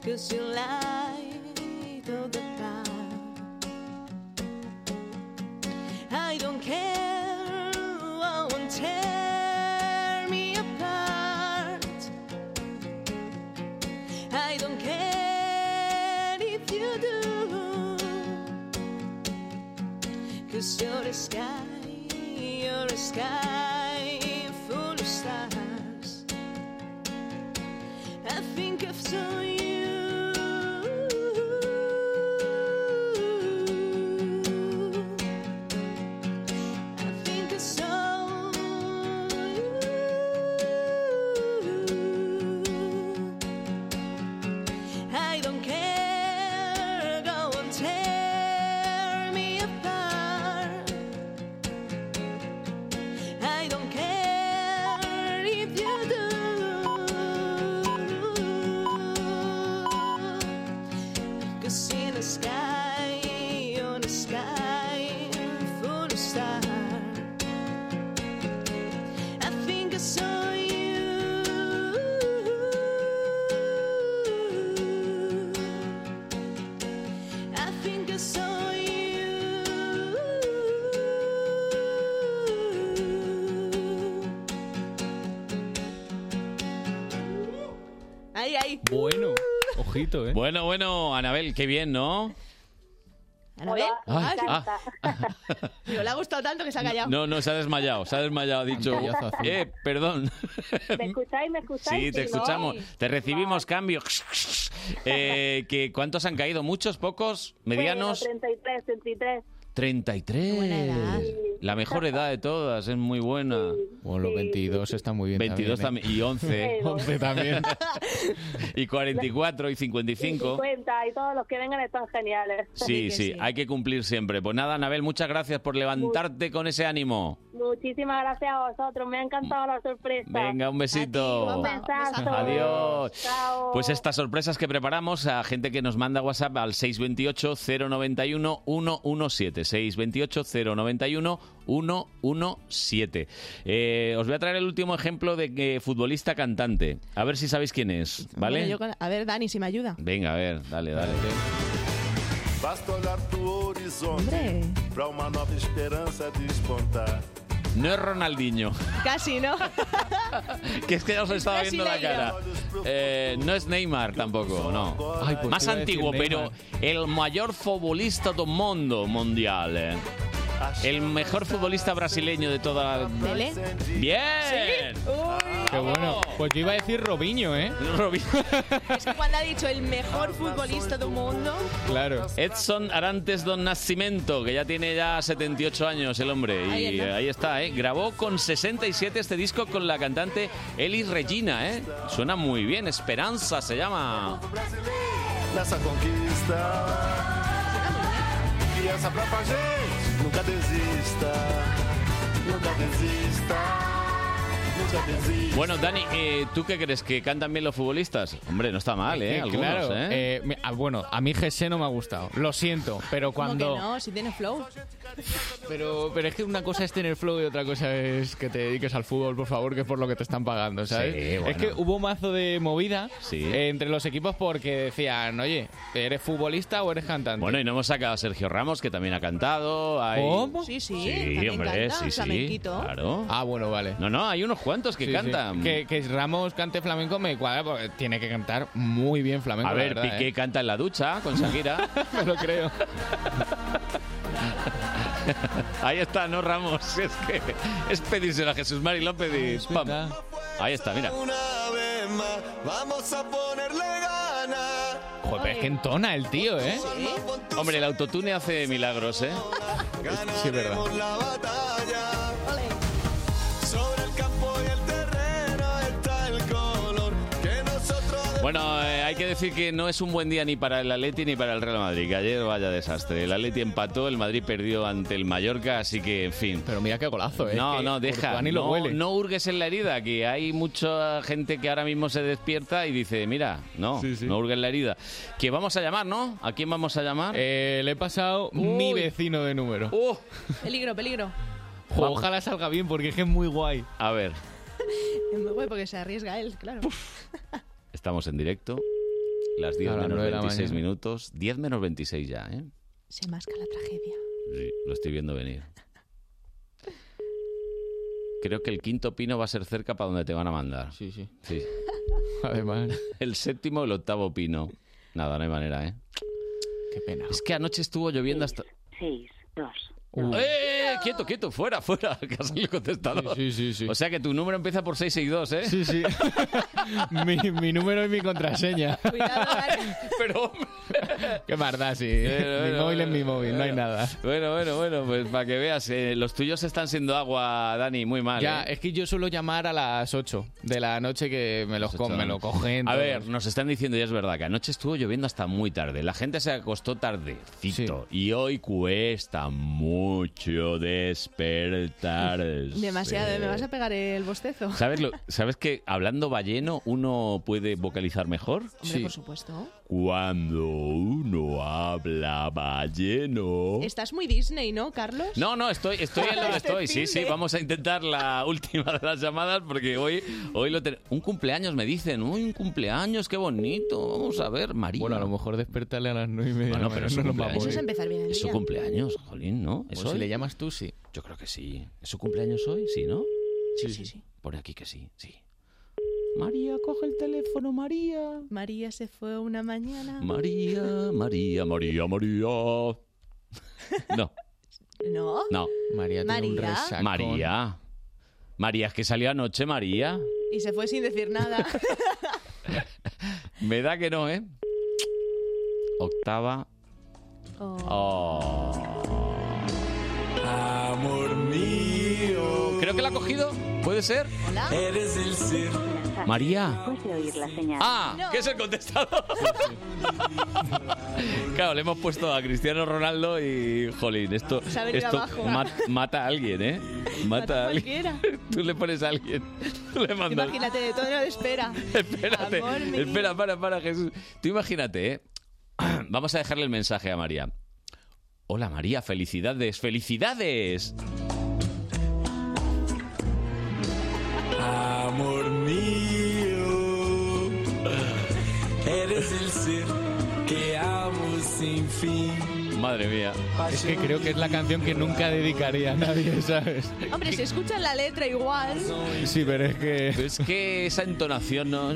[SPEAKER 6] Cause you light all the path. I don't care, won't tear me apart. I don't care if you do. Cause you're a sky, you're a sky full of stars. I think of so you. I think of so I don't care, go and tear me apart. I don't care if you do. Cause in the sky, on the sky, full of stars, I think I saw you. I think I saw you.
[SPEAKER 4] Ay, ay.
[SPEAKER 7] Bueno, ojito, ¿eh?
[SPEAKER 2] Bueno, bueno, Anabel, qué bien, ¿no?
[SPEAKER 4] Anabel.
[SPEAKER 2] Hola,
[SPEAKER 4] Ay,
[SPEAKER 2] me encanta.
[SPEAKER 4] Ah, Digo, le ha gustado tanto que se ha callado.
[SPEAKER 2] ah. No, no, se ha desmayado, se ha desmayado, ha dicho.
[SPEAKER 7] Pantallazo azul.
[SPEAKER 2] Eh, perdón.
[SPEAKER 17] ¿Me escucháis? ¿Me escucháis?
[SPEAKER 2] Sí, te
[SPEAKER 17] ¿no?
[SPEAKER 2] escuchamos. Te recibimos, cambio. Eh, que ¿Cuántos han caído? ¿Muchos? ¿Pocos?
[SPEAKER 17] Bueno,
[SPEAKER 2] ¿Medianos?
[SPEAKER 17] 33, 33.
[SPEAKER 2] 33. La mejor edad de todas, es muy buena.
[SPEAKER 7] Ah. Bueno, los 22 están muy bien.
[SPEAKER 2] 22
[SPEAKER 7] también, ¿eh?
[SPEAKER 2] también, y 11.
[SPEAKER 7] 11 también.
[SPEAKER 2] Y 44 y 55.
[SPEAKER 17] 50 y todos los que vengan están geniales.
[SPEAKER 2] Sí, sí, hay que cumplir siempre. Pues nada, Anabel, muchas gracias por levantarte con ese ánimo.
[SPEAKER 17] Muchísimas gracias a vosotros, me ha encantado la sorpresa.
[SPEAKER 2] Venga, un besito.
[SPEAKER 17] Un besazo.
[SPEAKER 2] Adiós. Pues estas sorpresas que preparamos a gente que nos manda WhatsApp al 628-091-117. 628-091-117. Eh, os voy a traer el último ejemplo de que futbolista cantante. A ver si sabéis quién es, ¿vale?
[SPEAKER 4] Bueno, yo con- a ver, Dani, si me ayuda.
[SPEAKER 2] Venga, a ver, dale, dale.
[SPEAKER 18] Basta olhar pro horizonte pra uma nova esperança despontar.
[SPEAKER 2] No es Ronaldinho,
[SPEAKER 4] Casi, ¿no?
[SPEAKER 2] que es que ya os estaba
[SPEAKER 4] Es
[SPEAKER 2] viendo la cara.
[SPEAKER 4] brasileiro.
[SPEAKER 2] Eh, no es Neymar tampoco, no.
[SPEAKER 7] Ay, pues
[SPEAKER 2] Más
[SPEAKER 7] iba a decir
[SPEAKER 2] antiguo, pero
[SPEAKER 7] Neymar.
[SPEAKER 2] el mayor futbolista del mundo mundial. eh. El mejor futbolista brasileño de toda.
[SPEAKER 12] Pelé.
[SPEAKER 2] Bien.
[SPEAKER 7] Qué bueno. Pues yo iba a decir Robinho, ¿eh?
[SPEAKER 2] Robinho.
[SPEAKER 4] Es que cuando ha dicho el mejor futbolista del mundo.
[SPEAKER 2] Claro. Edson Arantes Don Nascimento, que ya tiene ya 78 años el hombre.
[SPEAKER 4] Ahí
[SPEAKER 2] Y
[SPEAKER 4] está.
[SPEAKER 2] ahí está, ¿eh? Grabó con 67 este disco con la cantante Elis Regina, ¿eh? Suena muy bien, Esperanza se llama.
[SPEAKER 18] Nessa conquista. Criança pra pra gente, nunca desista. Nunca desista. Nunca desista.
[SPEAKER 2] Bueno, Dani, eh, ¿tú qué crees? ¿Que cantan bien los futbolistas? Hombre, no está mal, ¿eh?
[SPEAKER 7] Eh,
[SPEAKER 2] Algunos,
[SPEAKER 7] claro.
[SPEAKER 2] ¿eh?
[SPEAKER 7] eh, me- ah, bueno, a mí Jesse no me ha gustado. Lo siento, pero
[SPEAKER 4] ¿Cómo
[SPEAKER 7] cuando.
[SPEAKER 4] que no? Si tiene flow.
[SPEAKER 7] Pero, pero es que una cosa es tener flow y otra cosa es que te dediques al fútbol, por favor, que es por lo que te están pagando, ¿sabes?
[SPEAKER 2] Sí, bueno.
[SPEAKER 7] Es que hubo un mazo de movida
[SPEAKER 2] Sí.
[SPEAKER 7] eh, entre los equipos porque decían, oye, ¿eres futbolista o eres cantante?
[SPEAKER 2] Bueno, y no hemos sacado a Sergio Ramos, que también ha cantado. hay-
[SPEAKER 7] ¿Cómo?
[SPEAKER 4] Sí, sí.
[SPEAKER 2] Sí,
[SPEAKER 4] también
[SPEAKER 2] hombre,
[SPEAKER 4] canta,
[SPEAKER 2] sí, sí.
[SPEAKER 4] flamenquito.
[SPEAKER 2] Claro.
[SPEAKER 7] Ah, bueno, vale.
[SPEAKER 2] No, no, hay unos cuantos que
[SPEAKER 7] Sí, sí.
[SPEAKER 2] cantan.
[SPEAKER 7] Que, que Ramos cante flamenco me cuadra porque tiene que cantar muy bien flamenco.
[SPEAKER 2] A
[SPEAKER 7] la
[SPEAKER 2] ver,
[SPEAKER 7] verdad,
[SPEAKER 2] Piqué
[SPEAKER 7] ¿eh?
[SPEAKER 2] canta en la ducha con Shakira.
[SPEAKER 7] Me lo creo.
[SPEAKER 2] Ahí está, ¿no, Ramos? Es que es pedírselo a Jesús María López y pam. Ahí está, mira.
[SPEAKER 10] Una vez más, vamos a ponerle ganas.
[SPEAKER 7] Joder, pero es que entona el tío, ¿eh?
[SPEAKER 2] Hombre, el autotune hace milagros, ¿eh?
[SPEAKER 7] Sí, es verdad.
[SPEAKER 10] la batalla. Sobre el campo y el terreno está el color que nosotros
[SPEAKER 2] Bueno, eh, hay que decir que no es un buen día ni para el Atleti ni para el Real Madrid, que ayer vaya desastre. El Atleti empató, el Madrid perdió ante el Mallorca, así que, en fin.
[SPEAKER 7] Pero mira qué golazo, ¿eh?
[SPEAKER 2] No,
[SPEAKER 7] Que
[SPEAKER 2] no, deja.
[SPEAKER 7] Courtois ni lo
[SPEAKER 2] no,
[SPEAKER 7] huele.
[SPEAKER 2] no hurgues en la herida, que hay mucha gente que ahora mismo se despierta y dice, mira, no, no hurgues en la herida. Que vamos a llamar, ¿no? ¿A quién vamos a llamar?
[SPEAKER 7] Eh, le he pasado mi vecino de número.
[SPEAKER 2] Uh.
[SPEAKER 4] Peligro, peligro.
[SPEAKER 7] Ojalá salga bien porque es que es muy guay.
[SPEAKER 2] A ver,
[SPEAKER 4] Es muy guay porque se arriesga él, claro.
[SPEAKER 2] estamos en directo. Las 10
[SPEAKER 7] A las
[SPEAKER 2] menos
[SPEAKER 7] nueve de la
[SPEAKER 2] 26
[SPEAKER 7] mañana.
[SPEAKER 2] minutos. 10 menos 26 ya, ¿eh?
[SPEAKER 4] Se masca la tragedia.
[SPEAKER 2] Sí, lo estoy viendo venir. Creo que el quinto pino va a ser cerca para donde te van a mandar.
[SPEAKER 7] Sí, sí.
[SPEAKER 2] Sí.
[SPEAKER 7] Además.
[SPEAKER 2] El séptimo, el octavo pino. Nada, no hay manera, ¿eh?
[SPEAKER 7] Qué pena.
[SPEAKER 2] Es que anoche estuvo lloviendo hasta...
[SPEAKER 19] Seis, dos.
[SPEAKER 2] ¡Eh, eh, eh! Quieto, quieto, fuera, fuera. Que has salido el contestador.
[SPEAKER 7] Sí, sí,
[SPEAKER 2] O sea que tu número empieza por 662, ¿eh?
[SPEAKER 7] Sí, sí. mi, mi número y mi contraseña.
[SPEAKER 2] Pero.
[SPEAKER 7] Qué maldad, sí.
[SPEAKER 2] Eh,
[SPEAKER 7] mi
[SPEAKER 2] bueno,
[SPEAKER 7] móvil es mi móvil, no hay nada.
[SPEAKER 2] Bueno, bueno, bueno, pues para que veas, eh, los tuyos están siendo agua, Dani, muy mal.
[SPEAKER 7] ya,
[SPEAKER 2] ¿eh?
[SPEAKER 7] es que yo suelo llamar a las 8 de la noche que me, los co- me lo cogen.
[SPEAKER 2] A
[SPEAKER 7] todo.
[SPEAKER 2] ver, nos están diciendo, y es verdad, que anoche estuvo lloviendo hasta muy tarde. La gente se acostó tardecito. Y hoy cuesta mucho despertar.
[SPEAKER 4] Demasiado, ¿eh? me vas a pegar el bostezo.
[SPEAKER 2] ¿Sabes, lo, ¿Sabes que hablando balleno uno puede vocalizar mejor?
[SPEAKER 4] Hombre, por supuesto.
[SPEAKER 2] Cuando uno habla balleno.
[SPEAKER 4] Estás muy Disney, ¿no, Carlos?
[SPEAKER 2] No, no, estoy, estoy en lo que
[SPEAKER 4] Este
[SPEAKER 2] estoy. Sí,
[SPEAKER 4] fin
[SPEAKER 2] sí,
[SPEAKER 4] de-
[SPEAKER 2] vamos a intentar la última de las llamadas porque hoy, hoy lo tenemos. Un cumpleaños, me dicen. Uy, un cumpleaños, qué bonito. Vamos a ver, María.
[SPEAKER 7] Bueno, a lo mejor despertarle a las 9 y media.
[SPEAKER 2] Bueno, pero es su
[SPEAKER 7] no nos va a
[SPEAKER 2] cumpleaños.
[SPEAKER 7] poder.
[SPEAKER 4] Eso es empezar bien el
[SPEAKER 2] Es su
[SPEAKER 4] día.
[SPEAKER 2] cumpleaños, Jolín, ¿no?
[SPEAKER 7] Pues si le
[SPEAKER 2] llamas
[SPEAKER 7] tú, sí.
[SPEAKER 2] Yo creo que sí. ¿Es su cumpleaños hoy? Sí, ¿no?
[SPEAKER 4] Sí, sí, sí.
[SPEAKER 2] Pone aquí que sí, sí.
[SPEAKER 4] María, coge el teléfono, María. María se fue una mañana.
[SPEAKER 2] María, María, María, María. No,
[SPEAKER 4] ¿No?
[SPEAKER 2] no.
[SPEAKER 7] María
[SPEAKER 4] tiene un María. resacón.
[SPEAKER 2] María. María, es que salió anoche, María.
[SPEAKER 4] Y se fue sin decir nada.
[SPEAKER 2] Me da que no, ¿eh? Octava.
[SPEAKER 4] Oh.
[SPEAKER 2] Oh. amor mío. Creo que la ha cogido. ¿Puede ser? Eres el ser. María.
[SPEAKER 19] de oír la señal.
[SPEAKER 2] Ah, que es el contestador. claro, le hemos puesto a Cristiano Ronaldo y, jolín, esto,
[SPEAKER 4] Se ha venido
[SPEAKER 2] esto
[SPEAKER 4] abajo.
[SPEAKER 2] ma- mata a alguien, ¿eh? Mata a alguien.
[SPEAKER 4] cualquiera.
[SPEAKER 2] Tú le pones a alguien, tú le mandas.
[SPEAKER 4] Imagínate, de tono de espera.
[SPEAKER 2] Espérate,
[SPEAKER 4] Amor mío.
[SPEAKER 2] espera, para, para, Jesús. Tú imagínate, ¿eh? Vamos a dejarle el mensaje a María. Hola María, felicidades, felicidades.
[SPEAKER 10] Amor mío, eres el ser que amo sin fin.
[SPEAKER 2] Madre mía.
[SPEAKER 7] Es que creo que es la canción que nunca dedicaría a nadie, ¿sabes?
[SPEAKER 4] Hombre, se escucha la letra igual.
[SPEAKER 7] Sí, pero es que...
[SPEAKER 2] Es que esa entonación no...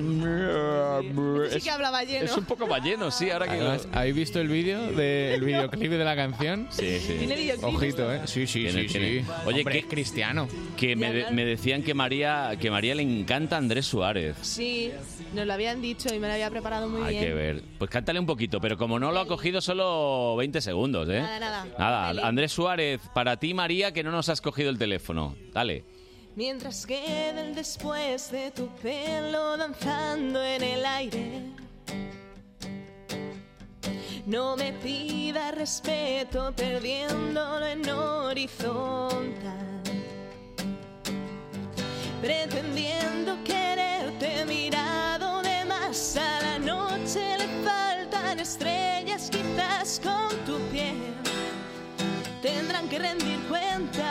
[SPEAKER 4] Sí que hablaba lleno.
[SPEAKER 2] Es un poco balleno, sí, ahora que... lo-
[SPEAKER 7] Además, ¿habéis visto el vídeo del videoclip de la canción?
[SPEAKER 2] Sí, sí.
[SPEAKER 4] Tiene videoclip.
[SPEAKER 7] Ojito, ¿eh? Sí, sí,
[SPEAKER 2] Tiene-
[SPEAKER 7] sí,
[SPEAKER 2] tiene.
[SPEAKER 7] sí.
[SPEAKER 2] Oye,
[SPEAKER 7] Hombre,
[SPEAKER 2] que-
[SPEAKER 7] es cristiano.
[SPEAKER 2] Que me, de- me decían que María, que María le encanta Andrés Suárez.
[SPEAKER 4] Sí, nos lo habían dicho y me lo había preparado muy
[SPEAKER 2] Hay
[SPEAKER 4] bien.
[SPEAKER 2] que ver. Pues cántale un poquito, pero como no lo ha cogido solo 20 segundos, ¿eh?
[SPEAKER 4] Nada, nada.
[SPEAKER 2] Nada, Andrés Suárez, para ti María, que no nos has cogido el teléfono. Dale.
[SPEAKER 4] Mientras queda el después de tu pelo danzando en el aire. No me pida respeto perdiéndolo en horizontal. Pretendiendo quererte mirado de más a la noche le faltan estrellas quizás con tu piel. Tendrán que rendir cuentas.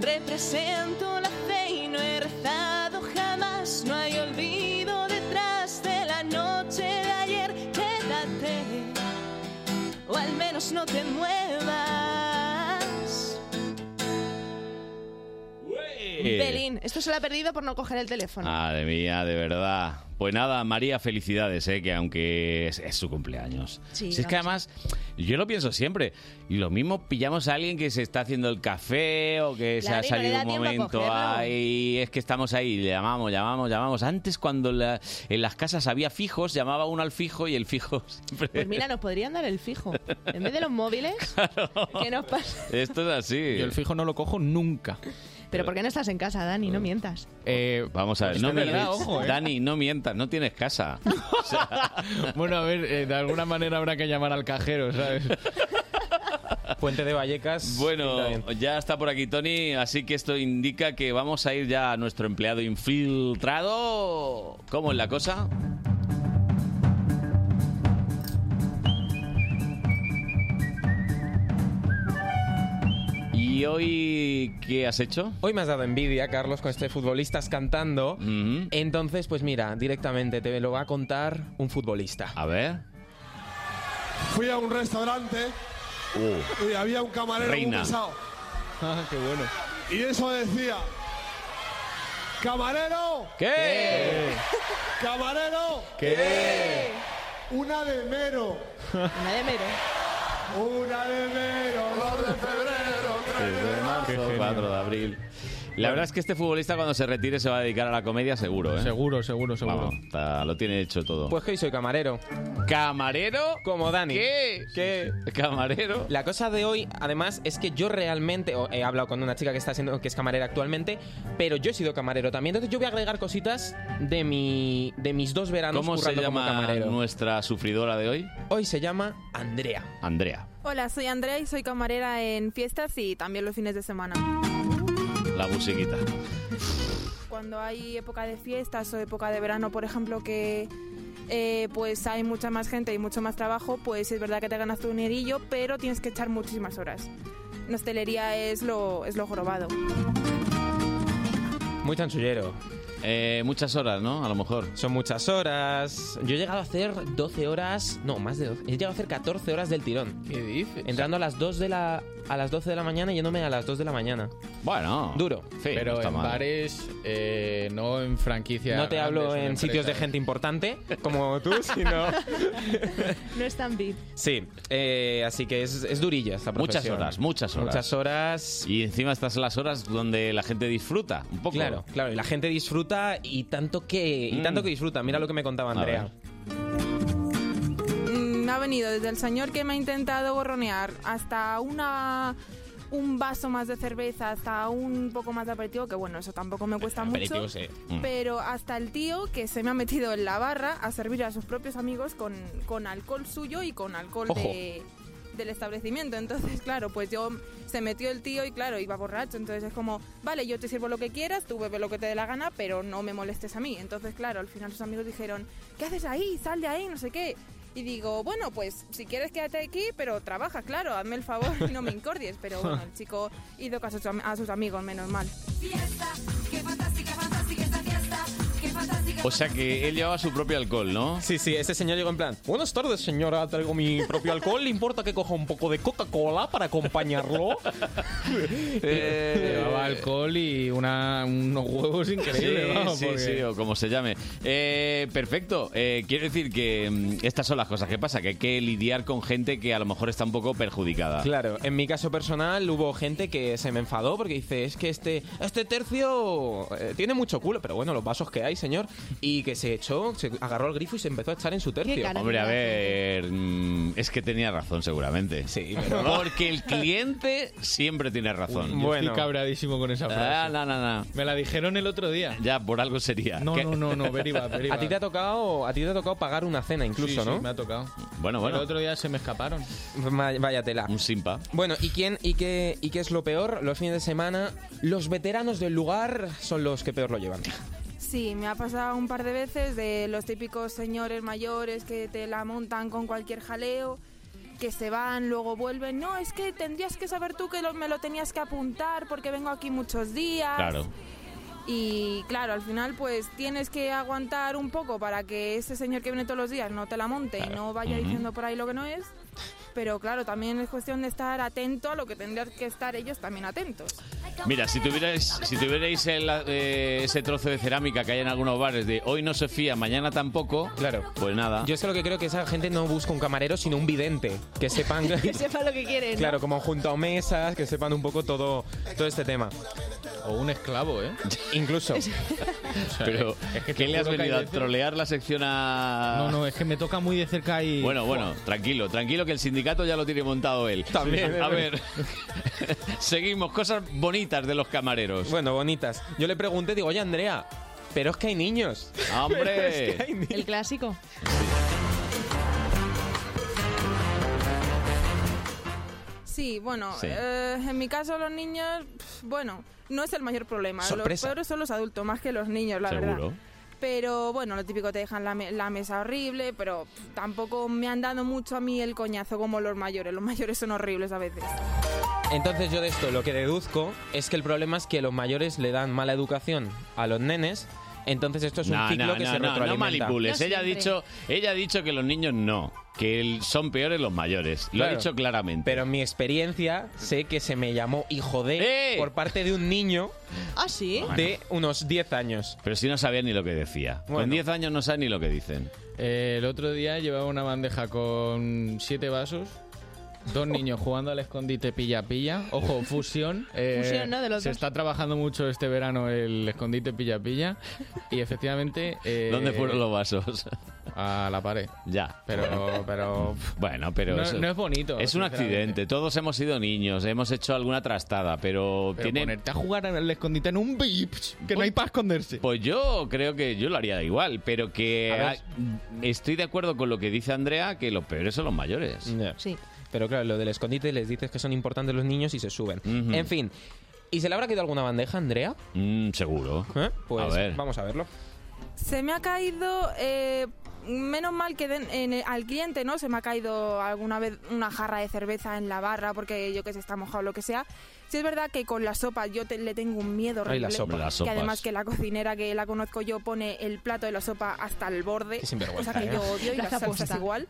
[SPEAKER 4] Represento la fe y no he rezado jamás. No hay olvido detrás de la noche de ayer. Quédate, o al menos no te muevas. Belín, esto se lo ha perdido por no coger el teléfono.
[SPEAKER 2] Madre mía, de verdad. Pues nada, María, felicidades, ¿eh? que aunque es, es su cumpleaños.
[SPEAKER 4] Sí,
[SPEAKER 2] Si es que además, yo lo pienso siempre, lo mismo pillamos a alguien que se está haciendo el café o que
[SPEAKER 4] Claro,
[SPEAKER 2] se
[SPEAKER 4] y
[SPEAKER 2] ha
[SPEAKER 4] no le
[SPEAKER 2] salido
[SPEAKER 4] da
[SPEAKER 2] un
[SPEAKER 4] tiempo a
[SPEAKER 2] momento
[SPEAKER 4] cogerlo.
[SPEAKER 2] ahí, es que estamos ahí, le llamamos, llamamos, llamamos. Antes cuando la- en las casas había fijos, llamaba uno al fijo y el fijo siempre...
[SPEAKER 4] Pues mira, nos podrían dar el fijo. En vez de los móviles, que nos pas-
[SPEAKER 2] Esto es así. Oh,
[SPEAKER 7] Yo el fijo no lo cojo nunca. Eh,
[SPEAKER 4] Pero ¿por qué no estás en casa, Dani? No mientas.
[SPEAKER 2] Vamos a ver,
[SPEAKER 7] es
[SPEAKER 2] no
[SPEAKER 7] de verdad,
[SPEAKER 2] mientas.
[SPEAKER 7] ojo, ¿eh?
[SPEAKER 2] Dani, no mientas, no tienes casa.
[SPEAKER 7] Bueno, a ver, eh, de alguna manera habrá que llamar al cajero, ¿sabes?
[SPEAKER 3] Puente de Vallecas.
[SPEAKER 2] Bueno, ya está por aquí Tony, así que esto indica que vamos a ir ya a nuestro empleado infiltrado. ¿Cómo es la cosa? ¿Y hoy qué has hecho?
[SPEAKER 3] Hoy me has dado envidia, Carlos, con este futbolistas cantando. Entonces, pues mira, directamente te lo va a contar un futbolista.
[SPEAKER 2] A ver.
[SPEAKER 20] Fui a un restaurante y había un camarero muy
[SPEAKER 3] Reina.
[SPEAKER 20] pesado.
[SPEAKER 7] Ah, qué bueno.
[SPEAKER 20] Y eso decía: ¡Camarero!
[SPEAKER 2] ¿Qué?
[SPEAKER 20] ¡Camarero!
[SPEAKER 7] ¿Qué?
[SPEAKER 20] ¡Una de mero!
[SPEAKER 4] Una de mero.
[SPEAKER 20] Una de mero, dos de febrero, tres de marzo.
[SPEAKER 2] 4 de abril. La verdad es que este futbolista cuando se retire se va a dedicar a la comedia seguro, ¿eh?
[SPEAKER 7] Seguro, seguro, seguro.
[SPEAKER 2] Vamos, está- lo tiene hecho todo.
[SPEAKER 3] Pues que hoy soy camarero.
[SPEAKER 2] ¿Camarero?
[SPEAKER 3] Como Dani.
[SPEAKER 2] ¿Qué?
[SPEAKER 3] ¿Qué?
[SPEAKER 2] ¿Camarero?
[SPEAKER 3] La cosa de hoy, además, es que yo realmente o- he hablado con una chica que está siendo, que es camarera actualmente, pero yo he sido camarero también. Entonces yo voy a agregar cositas de mi. de mis dos veranos
[SPEAKER 2] ¿Cómo se
[SPEAKER 3] currando como
[SPEAKER 2] llama
[SPEAKER 3] camarero.
[SPEAKER 2] nuestra sufridora de hoy?
[SPEAKER 3] Hoy se llama Andrea.
[SPEAKER 2] Andrea.
[SPEAKER 21] Hola, soy Andrea y soy camarera en fiestas y también los fines de semana.
[SPEAKER 2] La musiquita.
[SPEAKER 21] Cuando hay época de fiestas o época de verano, por ejemplo, que eh, pues hay mucha más gente y mucho más trabajo, pues es verdad que te ganas tu dinerillo, pero tienes que echar muchísimas horas. En hostelería es lo, es lo jorobado.
[SPEAKER 3] Muy chanchullero.
[SPEAKER 2] Eh, muchas horas, ¿no? A lo mejor.
[SPEAKER 3] Son muchas horas. Yo he llegado a hacer 12 horas. No, más de 12. He llegado a hacer 14 horas del tirón.
[SPEAKER 7] ¿Qué dices?
[SPEAKER 3] Entrando a las 2 de la. a las 12 de la mañana y yéndome a las 2 de la mañana.
[SPEAKER 2] Bueno.
[SPEAKER 3] Duro.
[SPEAKER 7] pero en bares, eh, no en franquicias.
[SPEAKER 3] No te hablo
[SPEAKER 7] grandes,
[SPEAKER 3] en sitios de
[SPEAKER 7] empresas.
[SPEAKER 3] gente importante como tú, sino.
[SPEAKER 4] No es tan VIP.
[SPEAKER 3] Sí, eh, así que es, es durilla esta
[SPEAKER 2] Muchas
[SPEAKER 3] profesión.
[SPEAKER 2] horas, muchas horas.
[SPEAKER 3] Muchas horas.
[SPEAKER 2] Y encima estas son las horas donde la gente disfruta un poco. Mm.
[SPEAKER 3] Claro, claro, y la gente disfruta y tanto que y tanto que disfruta. Mira lo que me contaba Andrea.
[SPEAKER 21] Mm, ha venido desde el señor que me ha intentado borronear hasta una un vaso más de cerveza hasta un poco más de aperitivo, que bueno, eso tampoco me cuesta
[SPEAKER 3] Aperitivo,
[SPEAKER 21] mucho.
[SPEAKER 3] sí. Mm.
[SPEAKER 21] Pero hasta el tío que se me ha metido en la barra a servir a sus propios amigos con, con alcohol suyo y con alcohol
[SPEAKER 19] Ojo.
[SPEAKER 21] de- del establecimiento. Entonces, claro, pues yo se metió el tío y claro, iba borracho. Entonces es como, vale, yo te sirvo lo que quieras, tú bebe lo que te dé la gana, pero no me molestes a mí. Entonces, claro, al final sus amigos dijeron, ¿qué haces ahí? Sal de ahí, no sé qué. Y digo, bueno, pues si quieres quédate aquí, pero trabaja, claro, hazme el favor y no me incordies. Pero bueno, el chico hizo caso a su- a sus amigos, menos mal.
[SPEAKER 2] O sea que él llevaba su propio alcohol, ¿no?
[SPEAKER 3] Sí, sí, este señor llegó en plan, buenas tardes señora, traigo mi propio alcohol, ¿le importa que coja un poco de Coca-Cola para acompañarlo? eh,
[SPEAKER 7] Llevaba alcohol y una- unos huevos increíbles.
[SPEAKER 2] Sí,
[SPEAKER 7] vamos,
[SPEAKER 2] sí,
[SPEAKER 7] porque-
[SPEAKER 2] sí, o como se llame. Eh, perfecto. Eh, quiero decir que mm, estas son las cosas que pasa, que hay que lidiar con gente que a lo mejor está un poco perjudicada.
[SPEAKER 3] Claro, en mi caso personal hubo gente que se me enfadó porque dice, es que este, este tercio eh, tiene mucho culo, pero bueno, los vasos que hay, señor, y que se echó, se agarró el grifo y se empezó a echar en su tercio.
[SPEAKER 2] Hombre, a ver, mm, es que tenía razón seguramente.
[SPEAKER 3] Sí,
[SPEAKER 7] pero no.
[SPEAKER 2] Porque el cliente siempre tiene razón.
[SPEAKER 7] Yo estoy cabradísimo con esa frase.
[SPEAKER 2] Ah, no, no, no.
[SPEAKER 7] Me la dijeron el otro día.
[SPEAKER 2] Ya, por algo sería.
[SPEAKER 7] No,
[SPEAKER 2] ¿Qué?
[SPEAKER 7] no, no, no, very bad, very
[SPEAKER 3] A ti
[SPEAKER 7] bad.
[SPEAKER 3] te ha tocado, a ti te ha tocado pagar una cena incluso,
[SPEAKER 7] Sí, sí,
[SPEAKER 3] ¿no?
[SPEAKER 7] me ha tocado.
[SPEAKER 2] Bueno,
[SPEAKER 7] El otro día se me escaparon.
[SPEAKER 3] Vaya vaya tela.
[SPEAKER 2] Un simpa.
[SPEAKER 3] Bueno, ¿y quién y qué, y qué es lo peor? Los fines de semana, los veteranos del lugar son los que peor lo llevan.
[SPEAKER 21] Sí, me ha pasado un par de veces de los típicos señores mayores que te la montan con cualquier jaleo, que se van, luego vuelven. No, es que tendrías que saber tú que lo- me lo tenías que apuntar porque vengo aquí muchos días.
[SPEAKER 2] Claro.
[SPEAKER 21] Y claro, al final pues tienes que aguantar un poco para que ese señor que viene todos los días no te la monte y no vaya
[SPEAKER 2] Ujú.
[SPEAKER 21] diciendo por ahí lo que no es. Pero claro, también es cuestión de estar atento a lo que tendrían que estar ellos también atentos.
[SPEAKER 2] Mira, si tuvierais, si tuvierais el, eh, ese trozo de cerámica que hay en algunos bares de hoy no se fía, mañana tampoco, claro. pues nada.
[SPEAKER 3] Yo es que lo que creo que esa gente no busca un camarero, sino un vidente. Que sepan.
[SPEAKER 6] Que sepa lo que quiere. ¿no?
[SPEAKER 3] Claro, como junto a mesas, que sepan un poco todo, todo este tema.
[SPEAKER 7] O un esclavo, ¿eh?
[SPEAKER 3] Incluso.
[SPEAKER 2] Pero, ¿qué
[SPEAKER 7] te
[SPEAKER 2] le has
[SPEAKER 7] juro que hay
[SPEAKER 2] venido a
[SPEAKER 7] veces-
[SPEAKER 2] trolear la sección a...?
[SPEAKER 7] No, no, es que me toca muy de cerca y...
[SPEAKER 2] Bueno, bueno, tranquilo, tranquilo que el sindicato ya lo tiene montado él.
[SPEAKER 3] También,
[SPEAKER 2] A
[SPEAKER 3] es verdad.
[SPEAKER 2] ver, seguimos. Cosas bonitas de los camareros.
[SPEAKER 3] Bueno, bonitas. Yo le pregunté, digo, oye, Andrea, pero es que hay niños. Pero es que hay
[SPEAKER 2] Ah, ¡Hombre!
[SPEAKER 6] El clásico.
[SPEAKER 21] Sí, bueno,
[SPEAKER 2] Sí.
[SPEAKER 21] eh, en mi caso los niños, pf, bueno, no es el mayor problema.
[SPEAKER 2] Sorpresa.
[SPEAKER 21] Los peores son los adultos, más que los niños, la verdad.
[SPEAKER 2] Seguro.
[SPEAKER 21] Pero bueno, lo típico te dejan la, me- la mesa horrible, pero pf, tampoco me han dado mucho a mí el coñazo como los mayores. Los mayores son horribles a veces.
[SPEAKER 3] Entonces yo de esto lo que deduzco es que el problema es que los mayores le dan mala educación a los nenes. Entonces esto es un
[SPEAKER 2] No,
[SPEAKER 3] ciclo
[SPEAKER 2] no,
[SPEAKER 3] que
[SPEAKER 2] no,
[SPEAKER 3] se
[SPEAKER 2] no, no
[SPEAKER 3] retroalimenta.
[SPEAKER 2] manipules. ella, ha dicho, ella ha dicho que los niños no, que el- son peores los mayores. Lo ha
[SPEAKER 3] Claro.
[SPEAKER 2] dicho claramente.
[SPEAKER 3] Pero en mi experiencia sé que se me llamó hijo de
[SPEAKER 2] ¡Eh!
[SPEAKER 3] por parte de un niño
[SPEAKER 6] Ah, sí.
[SPEAKER 3] de unos 10 años.
[SPEAKER 2] Pero si no sabía ni lo que decía. Con 10 años no sabe ni lo que dicen.
[SPEAKER 7] Eh, el otro día llevaba una bandeja con siete vasos, dos niños jugando al escondite pilla-pilla. Ojo, fusión. eh,
[SPEAKER 6] Fusión, ¿no? De los
[SPEAKER 7] se
[SPEAKER 6] dos.
[SPEAKER 7] está trabajando mucho este verano el escondite pilla-pilla. Y efectivamente... eh, Ah,
[SPEAKER 2] ¿Dónde fueron los vasos?
[SPEAKER 7] A la pared.
[SPEAKER 2] Ya.
[SPEAKER 7] Pero- pero...
[SPEAKER 2] Bueno, pero...
[SPEAKER 7] No-
[SPEAKER 2] eso-
[SPEAKER 7] no es bonito,
[SPEAKER 2] Es un
[SPEAKER 7] sinceramente.
[SPEAKER 2] accidente. Todos hemos sido niños, hemos hecho alguna trastada, pero,
[SPEAKER 7] Pero
[SPEAKER 2] tiene...
[SPEAKER 7] ponerte a jugar al escondite en un bips, que no hay para esconderse.
[SPEAKER 2] Pues yo creo que yo lo haría igual, pero que
[SPEAKER 7] A ver.
[SPEAKER 2] ah, estoy de acuerdo con lo que dice Andrea, que los peores son los mayores.
[SPEAKER 6] Sí.
[SPEAKER 3] Pero claro, lo del escondite les dices que son importantes los niños y se suben. En fin. ¿Y se le habrá quedado alguna bandeja, Andrea?
[SPEAKER 2] Mm, seguro.
[SPEAKER 3] ¿Eh? Pues
[SPEAKER 2] A ver.
[SPEAKER 3] vamos a verlo.
[SPEAKER 21] Se me ha caído, eh, menos mal que den- en el- al cliente, ¿no? Se me ha caído alguna vez una jarra de cerveza en la barra porque yo que sé, está mojado o lo que sea. Sí es verdad que con la sopa yo te- le tengo un miedo
[SPEAKER 3] Ay, la
[SPEAKER 21] horrible.
[SPEAKER 3] sopa. Las
[SPEAKER 21] Que
[SPEAKER 3] sopas.
[SPEAKER 21] además que la cocinera que la conozco yo pone el plato de la sopa hasta el borde.
[SPEAKER 3] Qué sinvergüenza,
[SPEAKER 21] cosa que
[SPEAKER 3] ¿eh?
[SPEAKER 21] yo odio y
[SPEAKER 6] La
[SPEAKER 21] las salsas
[SPEAKER 6] zapuesta.
[SPEAKER 21] igual.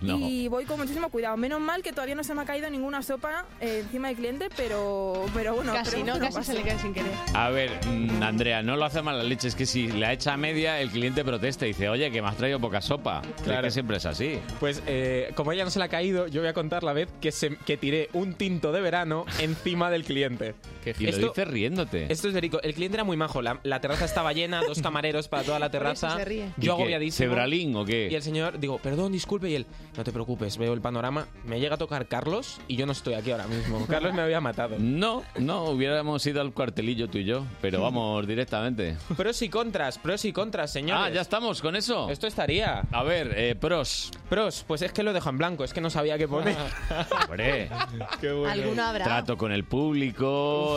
[SPEAKER 6] No.
[SPEAKER 21] Y voy con muchísimo cuidado. Menos mal que todavía no se me ha caído ninguna sopa eh, encima del cliente, pero, pero bueno.
[SPEAKER 6] Casi,
[SPEAKER 21] esperemos
[SPEAKER 6] ¿no?
[SPEAKER 21] que
[SPEAKER 6] Casi se
[SPEAKER 21] pase.
[SPEAKER 6] le cae sin querer.
[SPEAKER 2] A ver, mm, Andrea, no lo hace mal la leche, es que si la echa a media, el cliente protesta y dice, oye, que me has traído poca sopa. Claro. que siempre es así.
[SPEAKER 3] Pues eh, como ella no se le ha caído, yo voy a contar la vez que, se, que tiré un tinto de verano encima de del cliente.
[SPEAKER 2] Y lo
[SPEAKER 3] Esto-
[SPEAKER 2] dices riéndote.
[SPEAKER 3] Esto es verídico. El cliente era muy majo. La, la terraza estaba llena, dos camareros para toda la
[SPEAKER 2] Por eso
[SPEAKER 3] terraza.
[SPEAKER 2] se ríe. ¿Y qué?
[SPEAKER 3] Yo agobiadísimo.
[SPEAKER 2] ¿Cebralín o qué?
[SPEAKER 3] Y el señor, digo, perdón, disculpe. Y él, no te preocupes, veo el panorama. Me llega a tocar Carlos y yo no estoy aquí ahora mismo. Carlos me había matado.
[SPEAKER 2] No, no, hubiéramos ido al cuartelillo tú y yo, pero vamos directamente.
[SPEAKER 3] Pros y contras, pros y contras, señores.
[SPEAKER 2] Ah, ya estamos con eso.
[SPEAKER 3] Esto estaría.
[SPEAKER 2] A ver, eh, pros.
[SPEAKER 3] Pros, pues es que lo dejo en blanco, es que no sabía qué poner.
[SPEAKER 2] Hombre.
[SPEAKER 3] Qué
[SPEAKER 12] bueno. Alguno habrá.
[SPEAKER 2] Trato con el público.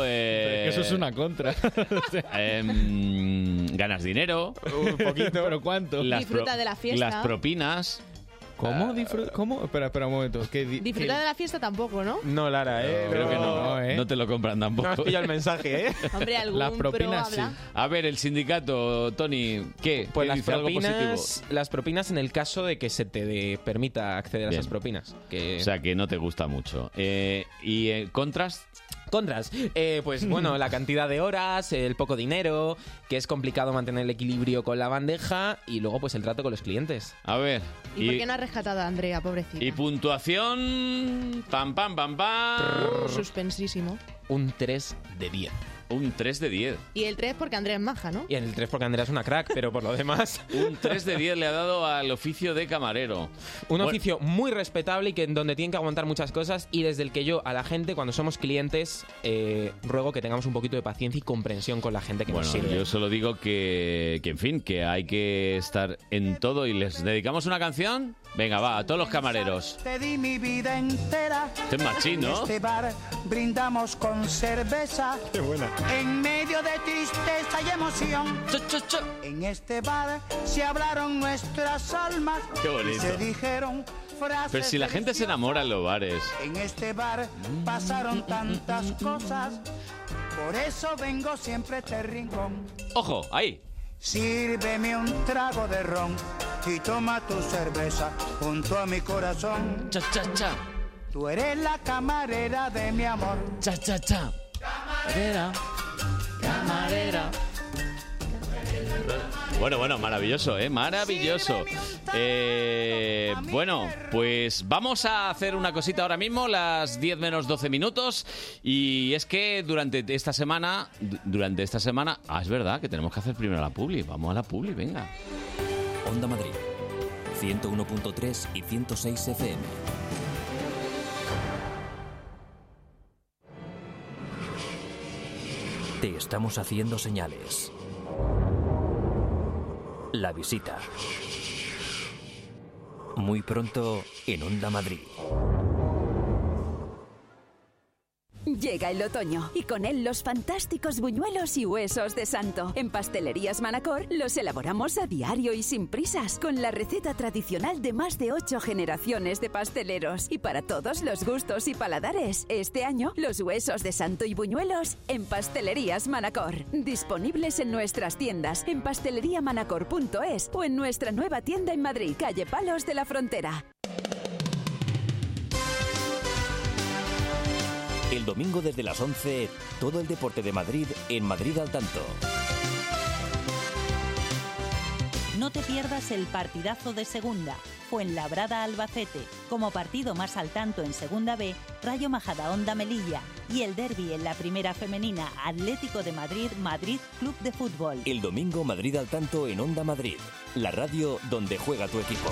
[SPEAKER 2] eh,
[SPEAKER 7] que eso es una contra.
[SPEAKER 2] em, ganas dinero.
[SPEAKER 7] Un poquito. ¿Pero cuánto?
[SPEAKER 2] pro-
[SPEAKER 6] Disfruta de la fiesta.
[SPEAKER 2] Las propinas. Ah.
[SPEAKER 7] ¿Cómo? disfruta? ¿Cómo? Espera, espera un momento. ¿Qué di-
[SPEAKER 6] Disfruta de la fiesta tampoco, ¿no?
[SPEAKER 3] No, Lara, eh.
[SPEAKER 2] Creo que no. No, te lo compran tampoco.
[SPEAKER 3] No has pillado el mensaje, ¿eh?
[SPEAKER 6] Hombre, algún
[SPEAKER 2] Las propinas,
[SPEAKER 6] pro
[SPEAKER 2] sí.
[SPEAKER 6] habla.
[SPEAKER 2] A ver, el sindicato, Tony, ¿qué?
[SPEAKER 3] Pues
[SPEAKER 2] ¿Qué
[SPEAKER 3] las
[SPEAKER 2] dice? Algo
[SPEAKER 3] propinas,
[SPEAKER 2] positivo.
[SPEAKER 3] las propinas en el caso de que se te de- permita acceder a
[SPEAKER 2] Bien.
[SPEAKER 3] esas propinas.
[SPEAKER 2] O sea, que no te gusta mucho. Eh, ¿Y eh, contras?
[SPEAKER 3] Contras. Eh, pues bueno, la cantidad de horas, el poco dinero, que es complicado mantener el equilibrio con la bandeja y luego pues el trato con los clientes.
[SPEAKER 2] A ver.
[SPEAKER 6] ¿Y, por qué no has rescatado a Andrea, pobrecita?
[SPEAKER 2] y puntuación. Pam, pam, pam, pam.
[SPEAKER 6] Suspensísimo.
[SPEAKER 3] Un 3 de 10.
[SPEAKER 2] Un 3 de 10.
[SPEAKER 6] Y el 3 porque Andrea es maja, ¿no?
[SPEAKER 3] Y en el 3 porque Andrea es una crack, pero por lo demás...
[SPEAKER 2] Un 3 de 10 le ha dado al oficio de camarero.
[SPEAKER 3] Un oficio muy respetable y que en donde tienen que aguantar muchas cosas y desde el que yo a la gente cuando somos clientes eh, ruego que tengamos un poquito de paciencia y comprensión con la gente
[SPEAKER 7] Pues
[SPEAKER 3] que
[SPEAKER 2] Bueno,
[SPEAKER 3] nos sirve.
[SPEAKER 7] eh.
[SPEAKER 2] yo solo digo que, que, en fin, que hay que estar en todo y les dedicamos una canción. Venga, va, a todos los camareros.
[SPEAKER 19] Te di mi vida entera.
[SPEAKER 2] Este es machín, ¿no?
[SPEAKER 19] En este bar brindamos con cerveza. Qué buena. En medio de tristeza y emoción. En este bar se hablaron nuestras almas.
[SPEAKER 2] Qué bonito.
[SPEAKER 19] Y se dijeron frases.
[SPEAKER 2] Pero si la gente se enamora en los bares.
[SPEAKER 19] En este bar pasaron tantas cosas. Por eso vengo siempre a este rincón.
[SPEAKER 2] Ojo, ahí.
[SPEAKER 19] Sírveme un trago de ron y toma tu cerveza junto a mi corazón.
[SPEAKER 2] Cha, cha, cha.
[SPEAKER 19] Tú eres la camarera de mi amor.
[SPEAKER 2] Cha, cha, cha.
[SPEAKER 19] Camarera. Camarera.
[SPEAKER 2] Bueno, bueno, maravilloso, ¿eh? Maravilloso. Eh, bueno, pues vamos a hacer una cosita ahora mismo, las 10 menos 12 minutos. Y es que durante esta semana, du- durante esta semana, ah, es verdad que tenemos que hacer primero la publi. Vamos a la publi, venga.
[SPEAKER 1] Onda Madrid, 101.3 y 106 FM. Te estamos haciendo señales. La visita. Muy pronto en Onda Madrid.
[SPEAKER 22] Llega el otoño y con él los fantásticos buñuelos y huesos de santo. En Pastelerías Manacor los elaboramos a diario y sin prisas, con la receta tradicional de más de ocho generaciones de pasteleros y para todos los gustos y paladares. Este año, los huesos de santo y buñuelos en Pastelerías Manacor. Disponibles en nuestras tiendas en pasteleriamanacor.es o en nuestra nueva tienda en Madrid, calle Palos de la Frontera.
[SPEAKER 1] El domingo desde las 11, todo el deporte de Madrid en Madrid al tanto.
[SPEAKER 16] No te pierdas el partidazo de segunda. Fuenlabrada Albacete. Como partido más al tanto en segunda B, Rayo Majadahonda Melilla. Y el derby en la primera femenina, Atlético de Madrid, Madrid Club de Fútbol.
[SPEAKER 1] El domingo Madrid al tanto en Onda Madrid, la radio donde juega tu equipo.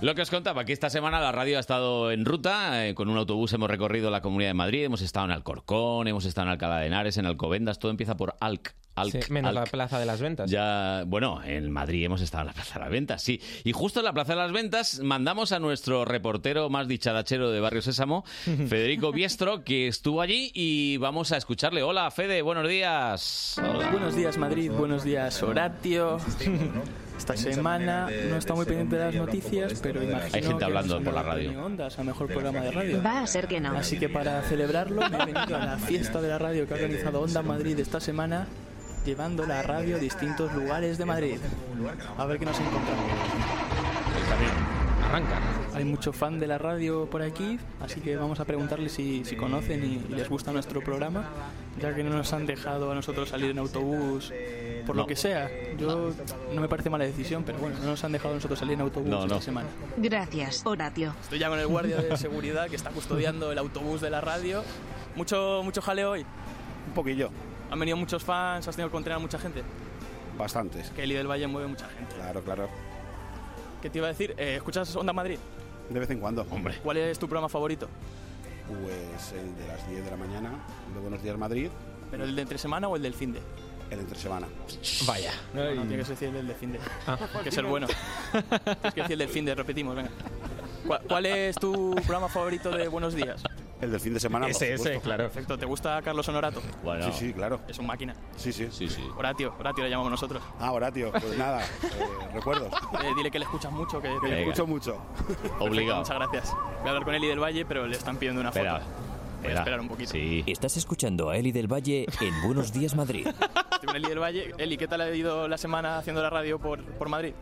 [SPEAKER 2] Lo que os contaba, que esta semana la radio ha estado en ruta, eh, con un autobús hemos recorrido la Comunidad de Madrid, hemos estado en Alcorcón, hemos estado en Alcalá de Henares, en Alcobendas, todo empieza por Alc. Alc,
[SPEAKER 3] Sí, menos la
[SPEAKER 2] Alc.
[SPEAKER 3] plaza de las ventas.
[SPEAKER 2] Ya, bueno, en Madrid hemos estado en la Plaza de las Ventas, sí. Y justo en la Plaza de las Ventas mandamos a nuestro reportero más dicharachero de Barrio Sésamo, Federico Biestro, que estuvo allí y vamos a escucharle. Hola, Fede, buenos días.
[SPEAKER 23] Buenos días Madrid, buenos días Horatio. Esta semana no está muy pendiente de las noticias, pero imagino
[SPEAKER 2] Hay gente
[SPEAKER 23] que
[SPEAKER 2] hablando
[SPEAKER 23] nos
[SPEAKER 2] por la
[SPEAKER 23] sonará
[SPEAKER 2] radio.
[SPEAKER 23] Tony Ondas, a mejor programa de radio.
[SPEAKER 24] Va a ser que no.
[SPEAKER 23] Así que para celebrarlo me he venido a la fiesta de la radio que ha organizado Onda Madrid esta semana, llevando la radio a distintos lugares de Madrid. A ver qué nos encontramos.
[SPEAKER 3] Arranca.
[SPEAKER 23] hay mucho fan de la radio por aquí, así que vamos a preguntarle si, si conocen y, y les gusta nuestro programa, ya que no nos han dejado a nosotros salir en autobús, por lo
[SPEAKER 2] No.
[SPEAKER 23] que sea. Yo no me parece mala decisión, pero bueno, no nos han dejado a nosotros salir en autobús
[SPEAKER 2] No,
[SPEAKER 23] esta
[SPEAKER 2] no.
[SPEAKER 23] semana.
[SPEAKER 5] Gracias, Horatio.
[SPEAKER 23] Estoy ya con el guardia de seguridad que está custodiando el autobús de la radio. Mucho, mucho jaleo hoy.
[SPEAKER 9] Un poquillo,
[SPEAKER 23] Han venido muchos fans, has tenido que contener a mucha gente.
[SPEAKER 9] bastantes.
[SPEAKER 23] Que Eli del Valle mueve mucha gente.
[SPEAKER 9] Claro, claro.
[SPEAKER 23] ¿Qué te iba a decir? Eh, ¿Escuchas Onda Madrid?
[SPEAKER 9] De vez en cuando. Hombre.
[SPEAKER 23] ¿Cuál es tu programa favorito?
[SPEAKER 9] Pues el de las 10 de la mañana, de Buenos Días Madrid.
[SPEAKER 23] ¿Pero el de entre semana o el del fin de?
[SPEAKER 9] El entre semana.
[SPEAKER 23] Vaya. No, no, tiene que ser el del fin de. que es el bueno. Tienes que decir el del fin de, repetimos, venga. ¿Cuál, cuál es tu programa favorito de Buenos Días?
[SPEAKER 9] El del fin de semana. por supuesto.
[SPEAKER 23] Perfecto. ¿Te gusta Carlos Honorato?
[SPEAKER 9] Bueno. Sí, sí, claro.
[SPEAKER 23] Es un máquina.
[SPEAKER 9] Sí, sí.
[SPEAKER 2] Sí, sí.
[SPEAKER 23] Horatio, Horatio le llamamos nosotros.
[SPEAKER 9] Ah, Horatio, pues
[SPEAKER 23] Sí.
[SPEAKER 9] nada, eh, recuerdos.
[SPEAKER 23] Eh, dile que le escuchas mucho, que
[SPEAKER 9] Que le escucho mucho.
[SPEAKER 23] Perfecto, Muchas gracias. Voy a hablar con Eli del Valle, pero le están pidiendo una
[SPEAKER 1] Espera,
[SPEAKER 23] foto. Voy a
[SPEAKER 1] Espera.
[SPEAKER 23] esperar un poquito.
[SPEAKER 1] Estás escuchando a Eli del Valle en Buenos Días Madrid.
[SPEAKER 23] Estoy con Eli del Valle. Eli, ¿qué tal ha ido la semana haciendo la radio por, por Madrid?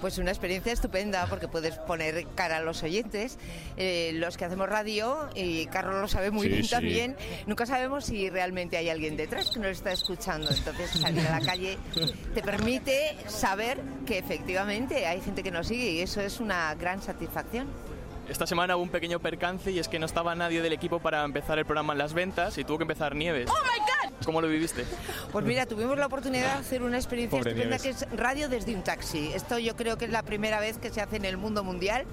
[SPEAKER 24] Pues una experiencia estupenda porque puedes poner cara a los oyentes, eh, los que hacemos radio, y Carlos lo sabe muy
[SPEAKER 25] Sí,
[SPEAKER 24] bien
[SPEAKER 25] sí.
[SPEAKER 24] también, nunca sabemos si realmente hay alguien detrás que nos está escuchando. Entonces salir a la calle te permite saber que efectivamente hay gente que nos sigue y eso es una gran satisfacción.
[SPEAKER 23] Esta semana hubo un pequeño percance y es que no estaba nadie del equipo para empezar el programa en las ventas y tuvo que empezar Nieves. ¿Cómo lo viviste?
[SPEAKER 24] Pues mira, tuvimos la oportunidad de hacer una experiencia
[SPEAKER 23] Pobre
[SPEAKER 24] estupenda
[SPEAKER 23] Nieves.
[SPEAKER 24] que es radio desde un taxi. Esto yo creo que es la primera vez que se hace en el mundo mundial.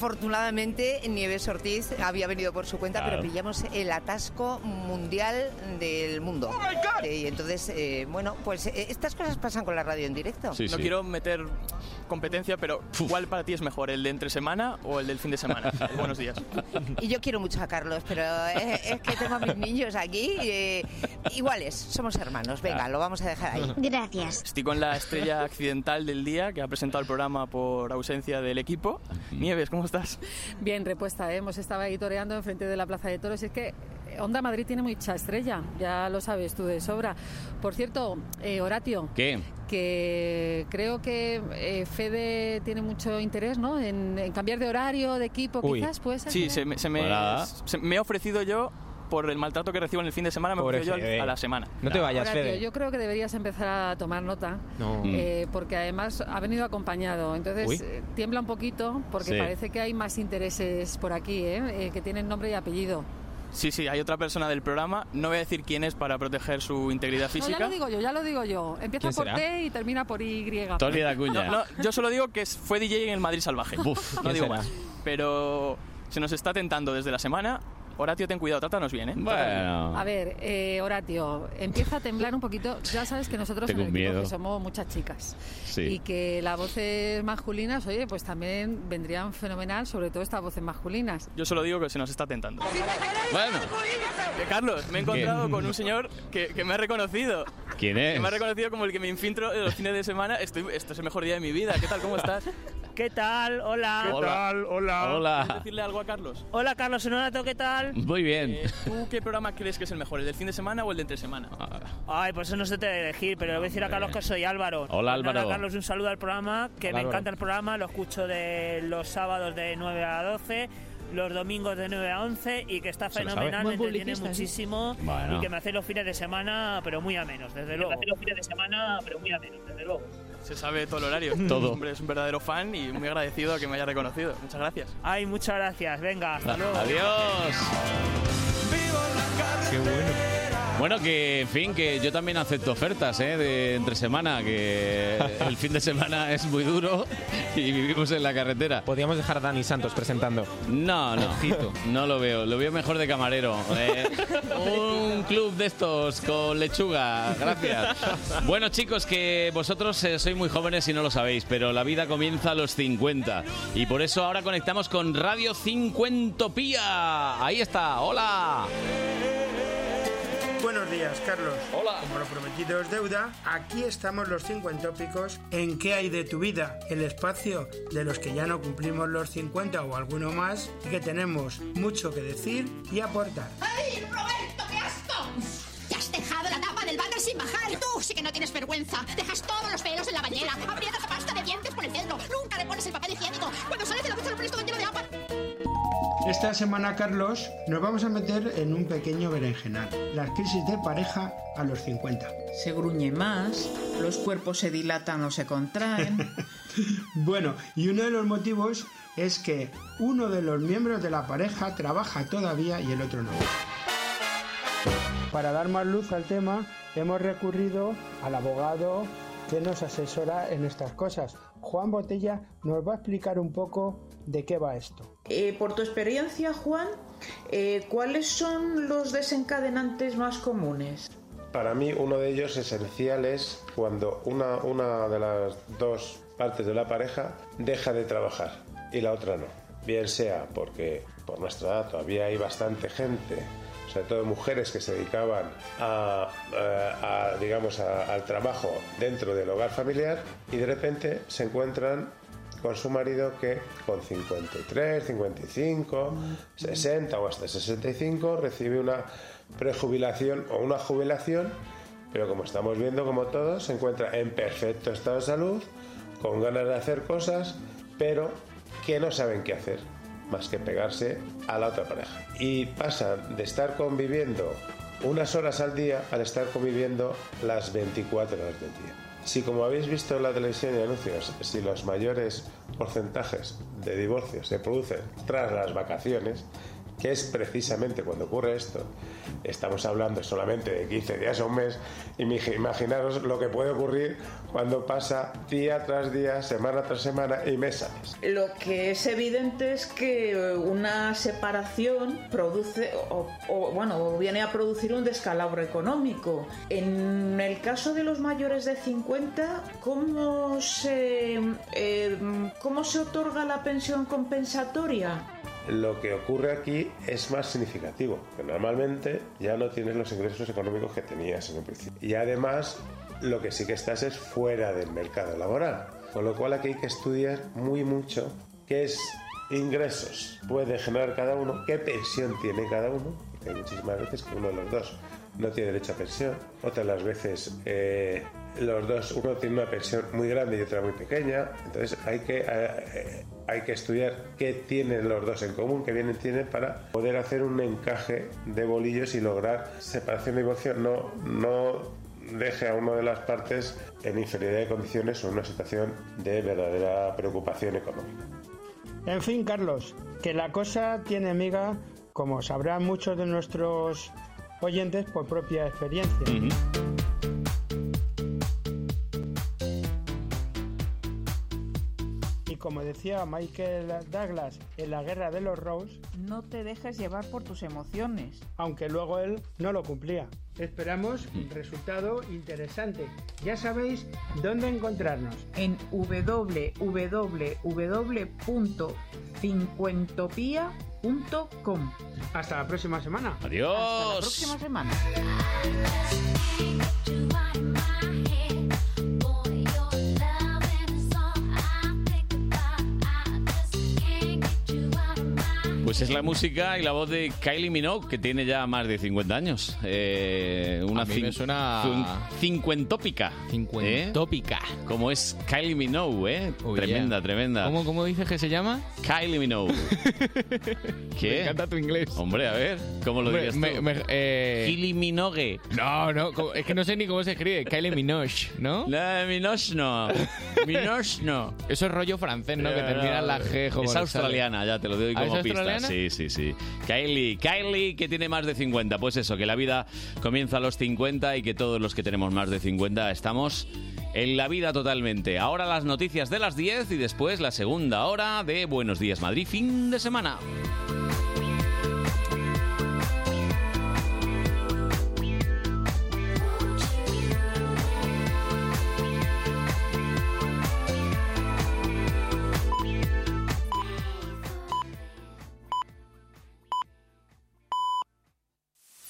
[SPEAKER 24] Afortunadamente, Nieves Ortiz había venido por su cuenta,
[SPEAKER 26] Claro.
[SPEAKER 24] pero pillamos el atasco mundial del
[SPEAKER 23] Oh
[SPEAKER 24] mundo. Eh, y entonces, eh, bueno, pues eh, estas cosas pasan con la radio en directo.
[SPEAKER 23] no quiero meter competencia, pero ¿cuál para ti es mejor, el de entre semana o el del fin de semana? El Buenos días.
[SPEAKER 24] Y yo quiero mucho a Carlos, pero eh, es que tengo a mis niños aquí eh, iguales, somos hermanos. Venga, lo vamos a dejar ahí. Gracias.
[SPEAKER 23] Estoy con la estrella accidental del día que ha presentado el programa por ausencia del equipo. Nieves, ¿cómo estás?
[SPEAKER 27] Bien repuesta, ¿eh? hemos estado ahí toreando enfrente de la Plaza de Toros. Y es que eh, Onda Madrid tiene mucha estrella, ya lo sabes tú de sobra. Por cierto, eh, Horatio,
[SPEAKER 2] ¿Qué?
[SPEAKER 27] que creo que eh, Fede tiene mucho interés ¿no? en, en cambiar de horario, de equipo,
[SPEAKER 23] Uy.
[SPEAKER 27] quizás, ¿puede ser?
[SPEAKER 23] Sí, se me, se me,
[SPEAKER 2] Hola.
[SPEAKER 23] se- me he ofrecido yo, por el maltrato que recibo en el fin de semana, me he
[SPEAKER 3] Pobre
[SPEAKER 23] ofrecido yo
[SPEAKER 3] Fede.
[SPEAKER 23] al- a la semana.
[SPEAKER 3] No te vayas,
[SPEAKER 27] Horatio,
[SPEAKER 3] Fede.
[SPEAKER 27] yo creo que deberías empezar a tomar nota,
[SPEAKER 3] No.
[SPEAKER 23] Mm.
[SPEAKER 27] eh, porque además ha venido acompañado. Entonces
[SPEAKER 3] Uy.
[SPEAKER 27] eh, tiembla un poquito, porque
[SPEAKER 23] Sí.
[SPEAKER 27] parece que hay más intereses por aquí, ¿eh? Eh, que tienen nombre y apellido.
[SPEAKER 23] Sí, sí, hay otra persona del programa. No voy a decir quién es para proteger su integridad
[SPEAKER 27] No,
[SPEAKER 23] física.
[SPEAKER 27] ya lo digo yo, ya lo digo yo. Empieza
[SPEAKER 23] ¿Quién
[SPEAKER 27] por
[SPEAKER 23] será?
[SPEAKER 27] T y termina por Y.
[SPEAKER 23] No, no, yo solo digo que fue DJ en el Madrid Salvaje. no
[SPEAKER 2] ¿quién
[SPEAKER 23] digo
[SPEAKER 2] será?
[SPEAKER 23] más. Pero se nos está tentando desde la semana. Horatio, ten cuidado, trátanos bien, ¿eh?
[SPEAKER 2] Bueno.
[SPEAKER 27] A ver, eh, Horatio, empieza a temblar un poquito. Ya sabes que nosotros
[SPEAKER 2] Tengo
[SPEAKER 27] en el equipo
[SPEAKER 2] miedo.
[SPEAKER 27] que somos muchas chicas.
[SPEAKER 2] Sí.
[SPEAKER 27] Y que las voces masculinas, oye, pues también vendrían fenomenal, sobre todo estas voces masculinas.
[SPEAKER 23] Yo solo digo que se nos está tentando. Eh,
[SPEAKER 2] Bueno.
[SPEAKER 23] Carlos, me he encontrado con un señor que, que me ha reconocido.
[SPEAKER 2] ¿Quién
[SPEAKER 23] Que
[SPEAKER 2] es?
[SPEAKER 23] me ha reconocido como el que me infiltro en los fines de semana. Estoy, esto es el mejor día de mi vida. ¿Qué tal? ¿Cómo estás?
[SPEAKER 28] ¿Qué tal? Hola.
[SPEAKER 2] ¿Qué Hola. tal? Hola. Hola. Mm.
[SPEAKER 23] ¿Puedes decirle algo a Carlos?
[SPEAKER 28] Hola, Carlos Honorato, ¿qué tal?
[SPEAKER 2] Muy bien.
[SPEAKER 23] Eh, ¿Tú qué programa crees que es el mejor? ¿El del fin de semana o el de entre semana?
[SPEAKER 2] Ah.
[SPEAKER 28] Ay, pues eso no se te debe elegir, pero le voy a decir a Carlos que soy Álvaro.
[SPEAKER 23] Hola,
[SPEAKER 28] Pues nada,
[SPEAKER 23] Álvaro.
[SPEAKER 28] Carlos, un saludo al programa, que
[SPEAKER 23] Hola,
[SPEAKER 28] me
[SPEAKER 23] Álvaro.
[SPEAKER 28] encanta el programa, lo escucho de los sábados de 9 a 12, los domingos de 9 a 11 y que está
[SPEAKER 2] Se lo sabe.
[SPEAKER 28] fenomenal, me
[SPEAKER 2] Buen
[SPEAKER 28] entretiene
[SPEAKER 2] publicista, sí.
[SPEAKER 28] muchísimo
[SPEAKER 2] Bueno.
[SPEAKER 28] y que me hace los fines de semana, pero muy a menos, desde luego. Me hace los fines de semana, pero muy a menos, desde luego.
[SPEAKER 23] Se sabe todo el horario.
[SPEAKER 2] Todo.
[SPEAKER 23] Hombre, es un verdadero fan y muy agradecido a que me haya reconocido. Muchas gracias.
[SPEAKER 28] Ay, muchas gracias, venga, hasta luego.
[SPEAKER 2] Ah, Adiós.
[SPEAKER 28] Qué
[SPEAKER 2] bueno. Bueno, que en fin, que yo también acepto ofertas ¿eh? de entre semana, que el fin de semana es muy duro y vivimos en la carretera.
[SPEAKER 3] Podríamos dejar a Dani Santos presentando.
[SPEAKER 2] No, no, no lo veo, lo veo mejor de camarero. eh. un club de estos con lechuga, gracias. Bueno chicos, que vosotros eh, sois muy jóvenes y no lo sabéis, pero la vida comienza a los 50 y por eso ahora conectamos con Radio 50 Pía. Ahí está, hola.
[SPEAKER 29] Buenos días, Carlos. Hola. Como lo prometido es deuda, aquí estamos los 50 tópicos en qué hay de tu vida, el espacio de los que ya no cumplimos los 50 o alguno más y que tenemos mucho que decir y aportar.
[SPEAKER 30] ¡Ay, Roberto, qué asco! Te has dejado la tapa del váter sin bajar. Tú sí que no tienes vergüenza. Dejas todos los pelos en la bañera. Abrías la pasta de dientes por el centro. Nunca le pones botes el papel higiénico. Cuando sales de la ducha lo pones todo lleno de agua.
[SPEAKER 29] Esta semana, Carlos, nos vamos a meter en un pequeño berenjenal. Las crisis de pareja a los 50.
[SPEAKER 5] Se gruñe más, los cuerpos se dilatan o se contraen.
[SPEAKER 29] Bueno, y uno de los motivos es que uno de los miembros de la pareja trabaja todavía y el otro no. Para dar más luz al tema, hemos recurrido al abogado que nos asesora en estas cosas. Juan Botella nos va a explicar un poco de qué va esto.
[SPEAKER 5] Eh, por tu experiencia, Juan, eh, ¿cuáles son los desencadenantes más comunes?
[SPEAKER 11] Para mí uno de ellos esencial es cuando una, una de las dos partes de la pareja deja de trabajar y la otra no. Bien sea porque por nuestra edad todavía hay bastante gente, sobre todo mujeres que se dedicaban a, eh, a- a, digamos, a- al trabajo dentro del hogar familiar y de repente se encuentran con su marido que con 53, 55, 60 o hasta 65 recibe una prejubilación o una jubilación, pero como estamos viendo como todos, se encuentra en perfecto estado de salud, con ganas de hacer cosas, pero que no saben qué hacer más que pegarse a la otra pareja. Y pasan de estar conviviendo unas horas al día al estar conviviendo las 24 horas del día. Si como habéis visto en la televisión y anuncios, si los mayores porcentajes de divorcios se producen tras las vacaciones, que es precisamente cuando ocurre esto, estamos hablando solamente de 15 días o un mes, imagi- imaginaros lo que puede ocurrir cuando pasa día tras día, semana tras semana y mes a mes.
[SPEAKER 5] Lo que es evidente es que eh, una separación produce, o, o, bueno, viene a producir un descalabro económico. En el caso de los mayores de 50, ¿cómo se, eh, ¿cómo se otorga la pensión compensatoria?
[SPEAKER 11] lo que ocurre aquí es más significativo, que normalmente ya no tienes los ingresos económicos que tenías en un principio. Y además, lo que sí que estás es fuera del mercado laboral, con lo cual aquí hay que estudiar muy mucho qué es ingresos puede generar cada uno, qué pensión tiene cada uno, porque hay muchísimas veces que uno de los dos no tiene derecho a pensión, otras las veces eh, los dos, uno tiene una pensión muy grande y otra muy pequeña, entonces hay que, eh, hay que estudiar qué tienen los dos en común, qué vienen tienen para poder hacer un encaje de bolillos y lograr separación y divorcio, no, no deje a una de las partes en inferioridad de condiciones o en una situación de verdadera preocupación económica.
[SPEAKER 29] En fin, Carlos, que la cosa tiene miga, como sabrán muchos de nuestros oyentes por propia experiencia. Y como decía Michael Douglas en La Guerra de los Rose,
[SPEAKER 13] No te dejes llevar por tus emociones.
[SPEAKER 29] aunque luego él no lo cumplía. Esperamos un resultado interesante. Ya sabéis dónde encontrarnos.
[SPEAKER 5] En www.cincuentopia.com.
[SPEAKER 29] Hasta la próxima semana.
[SPEAKER 2] Adiós.
[SPEAKER 5] Hasta la próxima semana.
[SPEAKER 2] Pues es la música y la voz de Kylie Minogue, que tiene ya más de 50 años. Eh, una
[SPEAKER 7] A mí
[SPEAKER 2] cin-
[SPEAKER 7] me suena-
[SPEAKER 2] cin- cincuentópica. Cincuentópica. Como es Kylie Minogue, ¿eh? tremenda, tremenda.
[SPEAKER 7] ¿Cómo, ¿Cómo dices que se llama?
[SPEAKER 2] Kylie Minogue. ¿Qué?
[SPEAKER 7] Me encanta tu inglés.
[SPEAKER 2] Hombre, a ver, ¿cómo lo
[SPEAKER 7] Me-
[SPEAKER 2] dirías
[SPEAKER 7] me-
[SPEAKER 2] tú?
[SPEAKER 7] me- eh,
[SPEAKER 2] Kylie Minogue.
[SPEAKER 7] No, no, co- es que no sé ni cómo se escribe. Kylie Minoche, ¿no?
[SPEAKER 2] La Minoche no. Minoche no.
[SPEAKER 7] Eso es rollo francés, ¿no? Que
[SPEAKER 2] Eh,
[SPEAKER 7] termina
[SPEAKER 2] no,
[SPEAKER 7] la G, como
[SPEAKER 2] Es
[SPEAKER 7] sale.
[SPEAKER 2] australiana, ya te lo doy
[SPEAKER 7] ¿Ah,
[SPEAKER 2] como
[SPEAKER 7] es
[SPEAKER 2] pista.
[SPEAKER 7] australiana?
[SPEAKER 2] Sí, sí, sí. Kylie, Kylie, que tiene más de 50. Pues eso, que la vida comienza a los 50 y que todos los que tenemos más de 50 estamos en la vida totalmente. Ahora las noticias de las 10 y después la segunda hora de Buenos Días Madrid, fin de semana.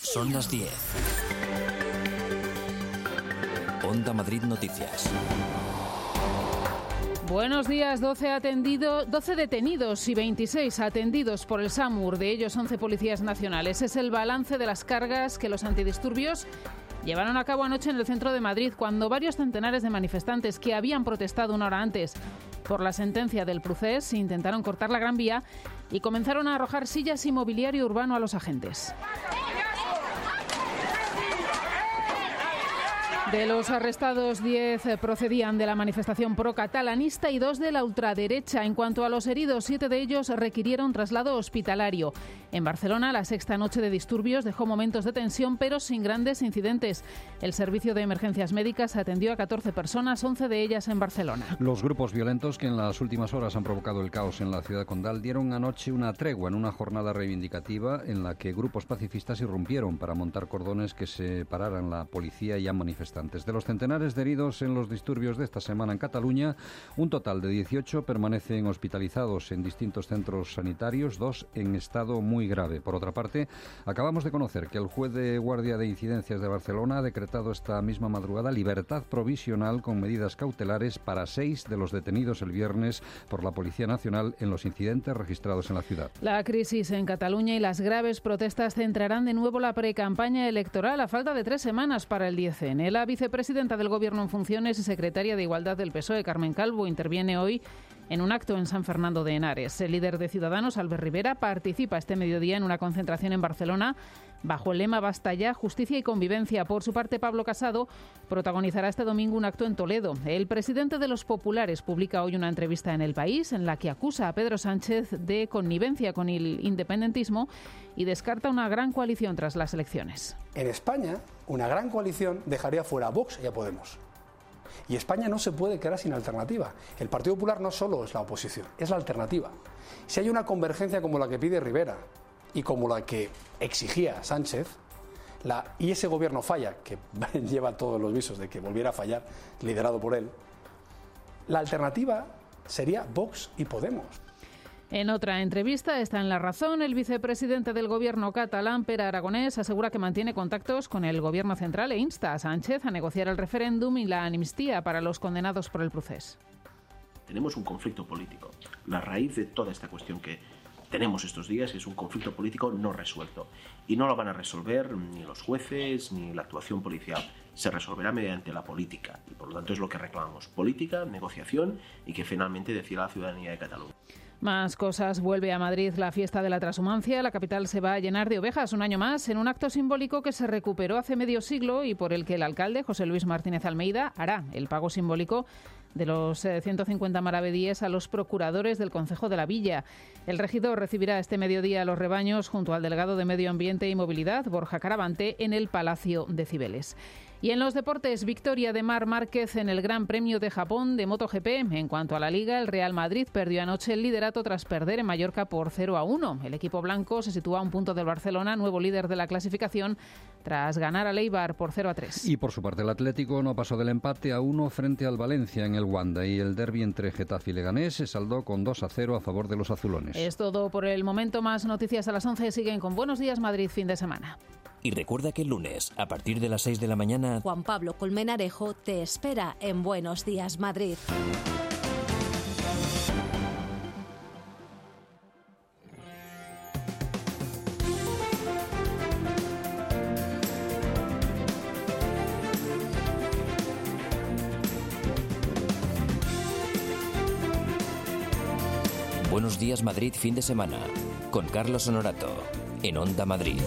[SPEAKER 1] Son las 10. Onda Madrid Noticias.
[SPEAKER 14] Buenos días, 12, atendido, 12 detenidos y 26 atendidos por el SAMUR, de ellos 11 policías nacionales. Es el balance de las cargas que los antidisturbios llevaron a cabo anoche en el centro de Madrid, cuando varios centenares de manifestantes que habían protestado una hora antes Por la sentencia del procés intentaron cortar la Gran Vía y comenzaron a arrojar sillas y mobiliario urbano a los agentes. De los arrestados, 10 procedían de la manifestación pro-catalanista y dos de la ultraderecha. En cuanto a los heridos, siete de ellos requirieron traslado hospitalario. En Barcelona, la sexta noche de disturbios dejó momentos de tensión, pero sin grandes incidentes. El Servicio de Emergencias Médicas atendió a 14 personas, 11 de ellas en Barcelona.
[SPEAKER 31] Los grupos violentos que en las últimas horas han provocado el caos en la ciudad condal dieron anoche una tregua en una jornada reivindicativa en la que grupos pacifistas irrumpieron para montar cordones que separaran la policía y a manifestantes. De los centenares de heridos en los disturbios de esta semana en Cataluña, un total de 18 permanecen hospitalizados en distintos centros sanitarios, dos en estado muy grave. Por otra parte, acabamos de conocer que el juez de guardia de incidencias de Barcelona ha decretado esta misma madrugada libertad provisional con medidas cautelares para seis de los detenidos el viernes por la Policía Nacional en los incidentes registrados en la ciudad.
[SPEAKER 14] La crisis en Cataluña y las graves protestas centrarán de nuevo la precampaña electoral a falta de tres semanas para el 10N. La vicepresidenta del Gobierno en funciones y secretaria de Igualdad del PSOE, E, Carmen Calvo, interviene hoy en un acto en San Fernando de Henares. El líder de Ciudadanos, Albert Rivera, participa este mediodía en una concentración en Barcelona bajo el lema Basta ya, justicia y convivencia. Por su parte, Pablo Casado protagonizará este domingo un acto en Toledo. El presidente de los populares publica hoy una entrevista en El País en la que acusa a Pedro Sánchez de connivencia con el independentismo y descarta una gran coalición tras las elecciones.
[SPEAKER 10] En España, una gran coalición dejaría fuera a Vox y a Podemos. Y España no se puede quedar sin alternativa. El Partido Popular no solo es la oposición, es la alternativa. Si hay una convergencia como la que pide Rivera y como la que exigía Sánchez, la, y ese gobierno falla, que lleva todos los visos de que volviera a fallar, liderado por él, la alternativa sería Vox y Podemos.
[SPEAKER 14] En otra entrevista está en La Razón, el vicepresidente del gobierno catalán, Pere Aragonés, asegura que mantiene contactos con el gobierno central e insta a Sánchez a negociar el referéndum y la amnistía para los condenados por el proceso.
[SPEAKER 12] Tenemos un conflicto político. La raíz de toda esta cuestión que tenemos estos días es un conflicto político no resuelto. Y no lo van a resolver ni los jueces ni la actuación policial. Se resolverá mediante la política. Y por lo tanto es lo que reclamamos. Política, negociación y que finalmente decida la ciudadanía de Cataluña.
[SPEAKER 14] Más cosas. Vuelve a Madrid la fiesta de la transhumancia. La capital se va a llenar de ovejas un año más en un acto simbólico que se recuperó hace medio siglo y por el que el alcalde José Luis Martínez Almeida hará el pago simbólico de los eh, 150 maravedíes a los procuradores del Concejo de la Villa. El regidor recibirá este mediodía a los rebaños junto al delegado de Medio Ambiente y Movilidad, Borja Caravante, en el Palacio de Cibeles. Y en los deportes, victoria de Mar Márquez en el Gran Premio de Japón de MotoGP. En cuanto a la liga, el Real Madrid perdió anoche el liderato tras perder en Mallorca por 0 a 1. El equipo blanco se sitúa a un punto del Barcelona, nuevo líder de la clasificación, tras ganar a Leibar por 0 a 3.
[SPEAKER 31] Y por su parte, el Atlético no pasó del empate a 1 frente al Valencia en el Wanda. Y el derby entre Getafe y Leganés se saldó con 2 a 0 a favor de los azulones.
[SPEAKER 14] Es todo por el momento. Más noticias a las 11. Siguen con Buenos Días Madrid, fin de semana.
[SPEAKER 1] Y recuerda que el lunes, a partir de las 6 de la mañana,
[SPEAKER 32] Juan Pablo Colmenarejo te espera en Buenos Días Madrid.
[SPEAKER 1] Buenos días Madrid fin de semana, con Carlos Honorato, en Onda Madrid.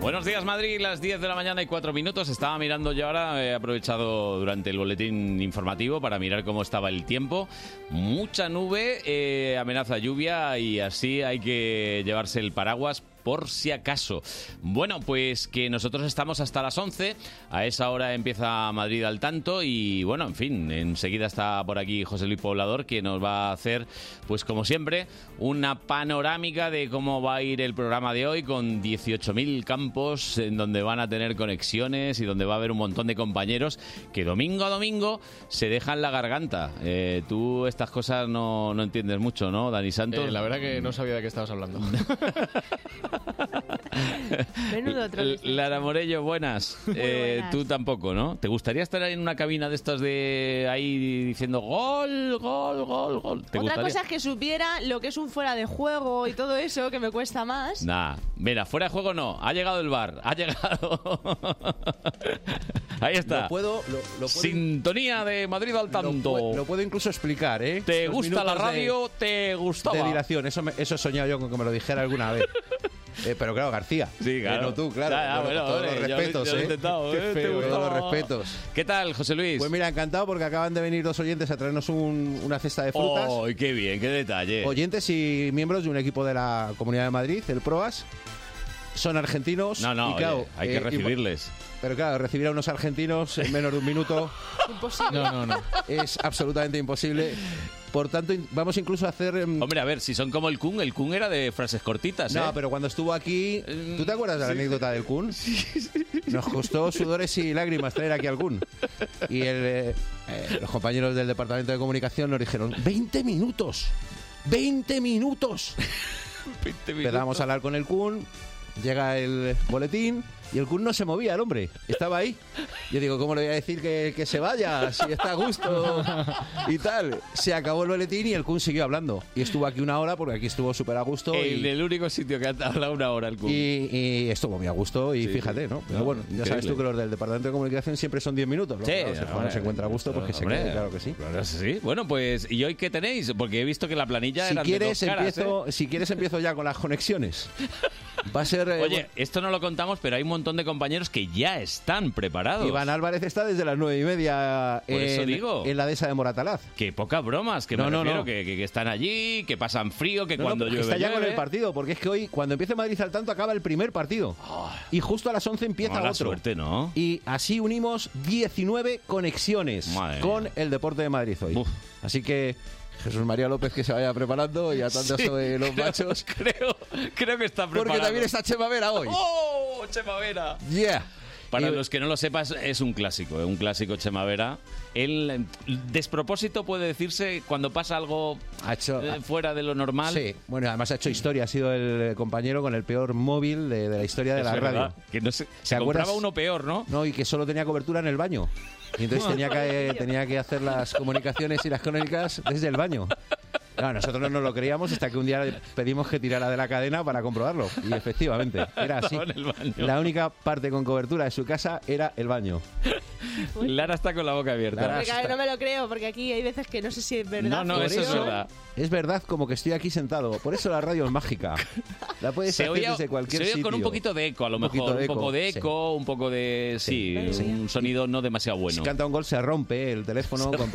[SPEAKER 2] Buenos días Madrid, las 10 de la mañana y 4 minutos. Estaba mirando yo ahora, he aprovechado durante el boletín informativo para mirar cómo estaba el tiempo. Mucha nube, eh, amenaza lluvia y así hay que llevarse el paraguas por si acaso. Bueno, pues que nosotros estamos hasta las 11. A esa hora empieza Madrid al tanto y bueno, en fin, enseguida está por aquí José Luis Poblador que nos va a hacer, pues como siempre, una panorámica de cómo va a ir el programa de hoy con 18.000 campos en donde van a tener conexiones y donde va a haber un montón de compañeros que domingo a domingo se dejan la garganta. Eh, tú estas cosas no, no entiendes mucho, ¿no, Dani Santos?
[SPEAKER 7] Eh, la verdad que no sabía de qué estabas hablando.
[SPEAKER 2] Menudo Lara Morello, buenas. Eh,
[SPEAKER 4] buenas.
[SPEAKER 2] Tú tampoco, ¿no? ¿Te gustaría estar en una cabina de estas de ahí diciendo gol, gol, gol, gol? ¿Te
[SPEAKER 4] Otra
[SPEAKER 2] gustaría?
[SPEAKER 4] cosa es que supiera lo que es un fuera de juego y todo eso, que me cuesta más.
[SPEAKER 2] Nah, mira, fuera de juego no. Ha llegado el bar, ha llegado. Ahí está.
[SPEAKER 12] Lo puedo- lo- lo puedo-
[SPEAKER 2] Sintonía de Madrid al tanto.
[SPEAKER 12] Lo, puedo incluso explicar, ¿eh?
[SPEAKER 2] ¿Te
[SPEAKER 12] Los
[SPEAKER 2] gusta la
[SPEAKER 12] minutos de-
[SPEAKER 2] radio? ¿Te gustaba?
[SPEAKER 12] De dilación, eso, me- eso he soñado yo con que me lo dijera alguna vez. Eh, pero claro, García.
[SPEAKER 2] Sí, claro.
[SPEAKER 12] Eh, no tú, claro.
[SPEAKER 2] Ya, ya,
[SPEAKER 12] Con
[SPEAKER 2] bueno,
[SPEAKER 12] todos los
[SPEAKER 2] hombre, yo-
[SPEAKER 12] respetos,
[SPEAKER 2] yo lo he
[SPEAKER 12] ¿eh?
[SPEAKER 2] intentado,
[SPEAKER 12] Qué
[SPEAKER 2] ¿eh?
[SPEAKER 12] feo,
[SPEAKER 2] Te
[SPEAKER 12] con todos
[SPEAKER 2] gustaba.
[SPEAKER 12] los respetos.
[SPEAKER 2] ¿Qué tal, José Luis?
[SPEAKER 12] Pues mira, encantado porque acaban de venir dos oyentes a traernos un- una cesta de frutas.
[SPEAKER 2] ¡Ay, qué bien! ¡Qué detalle!
[SPEAKER 12] Oyentes y miembros de un equipo de la Comunidad de Madrid, el PROAS. Son argentinos.
[SPEAKER 2] no, no,
[SPEAKER 12] y claro,
[SPEAKER 2] oye, hay que
[SPEAKER 12] eh, y-
[SPEAKER 2] recibirles.
[SPEAKER 12] pero claro, recibir a unos argentinos en menos de un minuto.
[SPEAKER 4] Imposible.
[SPEAKER 12] Es absolutamente imposible. Por tanto, in- vamos incluso a hacer. em,
[SPEAKER 2] Hombre, a ver, si son como el Kun, el Kun era de frases cortitas, ¿eh?
[SPEAKER 12] No, pero cuando estuvo aquí. ¿Tú te acuerdas de la anécdota del Kun? Nos costó sudores y lágrimas traer aquí al Kun. Y el, eh, eh, los compañeros del departamento de comunicación nos dijeron: ¡20 minutos! ¡20 minutos! Empezamos a hablar con el Kun, llega el boletín y el Kun no se movía, el hombre, estaba ahí. Yo digo, ¿cómo le voy a decir que, que se vaya? Si está a gusto y tal. Se acabó el boletín y el Kun siguió hablando. Y estuvo aquí una hora porque aquí estuvo súper a gusto.
[SPEAKER 2] En
[SPEAKER 12] y...
[SPEAKER 2] el único sitio que ha hablado una hora el Kun.
[SPEAKER 12] Y, y estuvo muy a gusto y
[SPEAKER 2] Sí,
[SPEAKER 12] fíjate, ¿no? Pero
[SPEAKER 2] No,
[SPEAKER 12] bueno, ya sabes
[SPEAKER 2] increíble.
[SPEAKER 12] tú que los del Departamento de Comunicación siempre son 10 minutos. Luego, claro, si el jugador
[SPEAKER 2] hombre,
[SPEAKER 12] se encuentra a gusto, pues que se
[SPEAKER 2] hombre,
[SPEAKER 12] quede, claro que sí.
[SPEAKER 2] claro que sí. Bueno, pues, ¿y hoy qué tenéis? Porque he visto que la planilla
[SPEAKER 12] Si
[SPEAKER 2] era
[SPEAKER 12] quieres,
[SPEAKER 2] de dos caras,
[SPEAKER 12] empiezo,
[SPEAKER 2] ¿eh?
[SPEAKER 12] si quieres empiezo ya con las conexiones. Va a ser... eh,
[SPEAKER 2] Oye, esto no lo contamos, pero hay un montón de compañeros que ya están preparados.
[SPEAKER 12] Iván Álvarez está desde las nueve y media
[SPEAKER 2] Por eso
[SPEAKER 12] en,
[SPEAKER 2] digo.
[SPEAKER 12] en la dehesa de Moratalaz.
[SPEAKER 2] Que pocas bromas, que
[SPEAKER 12] No,
[SPEAKER 2] me
[SPEAKER 12] no,
[SPEAKER 2] refiero,
[SPEAKER 12] no.
[SPEAKER 2] Que, que- que están allí, que pasan frío, que
[SPEAKER 12] No, no,
[SPEAKER 2] cuando
[SPEAKER 12] porque
[SPEAKER 2] llueve,
[SPEAKER 12] está ya con
[SPEAKER 2] llueve.
[SPEAKER 12] el partido, porque es que hoy, cuando empiece Madrid al tanto, acaba el primer partido. Y justo a las 11 empieza
[SPEAKER 2] Ah. Mala
[SPEAKER 12] otro.
[SPEAKER 2] suerte, ¿no?
[SPEAKER 12] Y así unimos 19 conexiones
[SPEAKER 2] Madre
[SPEAKER 12] con el deporte de Madrid hoy. Así que Jesús María López que se vaya preparando y a tanto
[SPEAKER 2] Sí,
[SPEAKER 12] de los
[SPEAKER 2] creo-
[SPEAKER 12] machos.
[SPEAKER 2] Creo, creo que está preparado.
[SPEAKER 12] Porque también está Chema Vera hoy.
[SPEAKER 2] ¡Oh, Chema Vera!
[SPEAKER 12] Yeah.
[SPEAKER 2] Para los que no lo sepas, es un clásico, ¿eh? un clásico Chemavera. El eh, despropósito puede decirse cuando pasa algo
[SPEAKER 12] Ha hecho-
[SPEAKER 2] eh, fuera de lo normal.
[SPEAKER 12] Sí, bueno, además ha hecho historia, ha sido el compañero con el peor móvil de, de la historia de
[SPEAKER 2] Es
[SPEAKER 12] la
[SPEAKER 2] verdad,
[SPEAKER 12] radio.
[SPEAKER 2] Que no se, se
[SPEAKER 12] acuerdas?
[SPEAKER 2] compraba uno peor, ¿no?
[SPEAKER 12] No, y que solo tenía cobertura en el baño. Y entonces tenía que, tenía que hacer las comunicaciones y las crónicas desde el baño. No, nosotros no nos lo creíamos hasta que un día le pedimos que tirara de la cadena para comprobarlo. Y efectivamente, era así.
[SPEAKER 2] Estaba en el baño.
[SPEAKER 12] La única parte con cobertura de su casa era el baño.
[SPEAKER 2] Lara está con la boca abierta.
[SPEAKER 12] Lara
[SPEAKER 4] Porque, claro, no me lo creo, porque aquí hay veces que no sé si es verdad.
[SPEAKER 2] No, no,
[SPEAKER 12] Por
[SPEAKER 2] eso es verdad.
[SPEAKER 12] Es verdad, como que estoy aquí sentado. Por eso la radio es mágica. La puedes
[SPEAKER 2] Se
[SPEAKER 12] hacer
[SPEAKER 2] oía,
[SPEAKER 12] desde cualquier
[SPEAKER 2] se oía
[SPEAKER 12] sitio.
[SPEAKER 2] con un poquito de eco, a lo
[SPEAKER 12] Un poquito
[SPEAKER 2] mejor.
[SPEAKER 12] de
[SPEAKER 2] Un poco
[SPEAKER 12] eco,
[SPEAKER 2] de
[SPEAKER 12] sí.
[SPEAKER 2] eco, un poco de. Sí, un sonido no demasiado bueno.
[SPEAKER 12] Si canta un gol, se rompe el teléfono. con-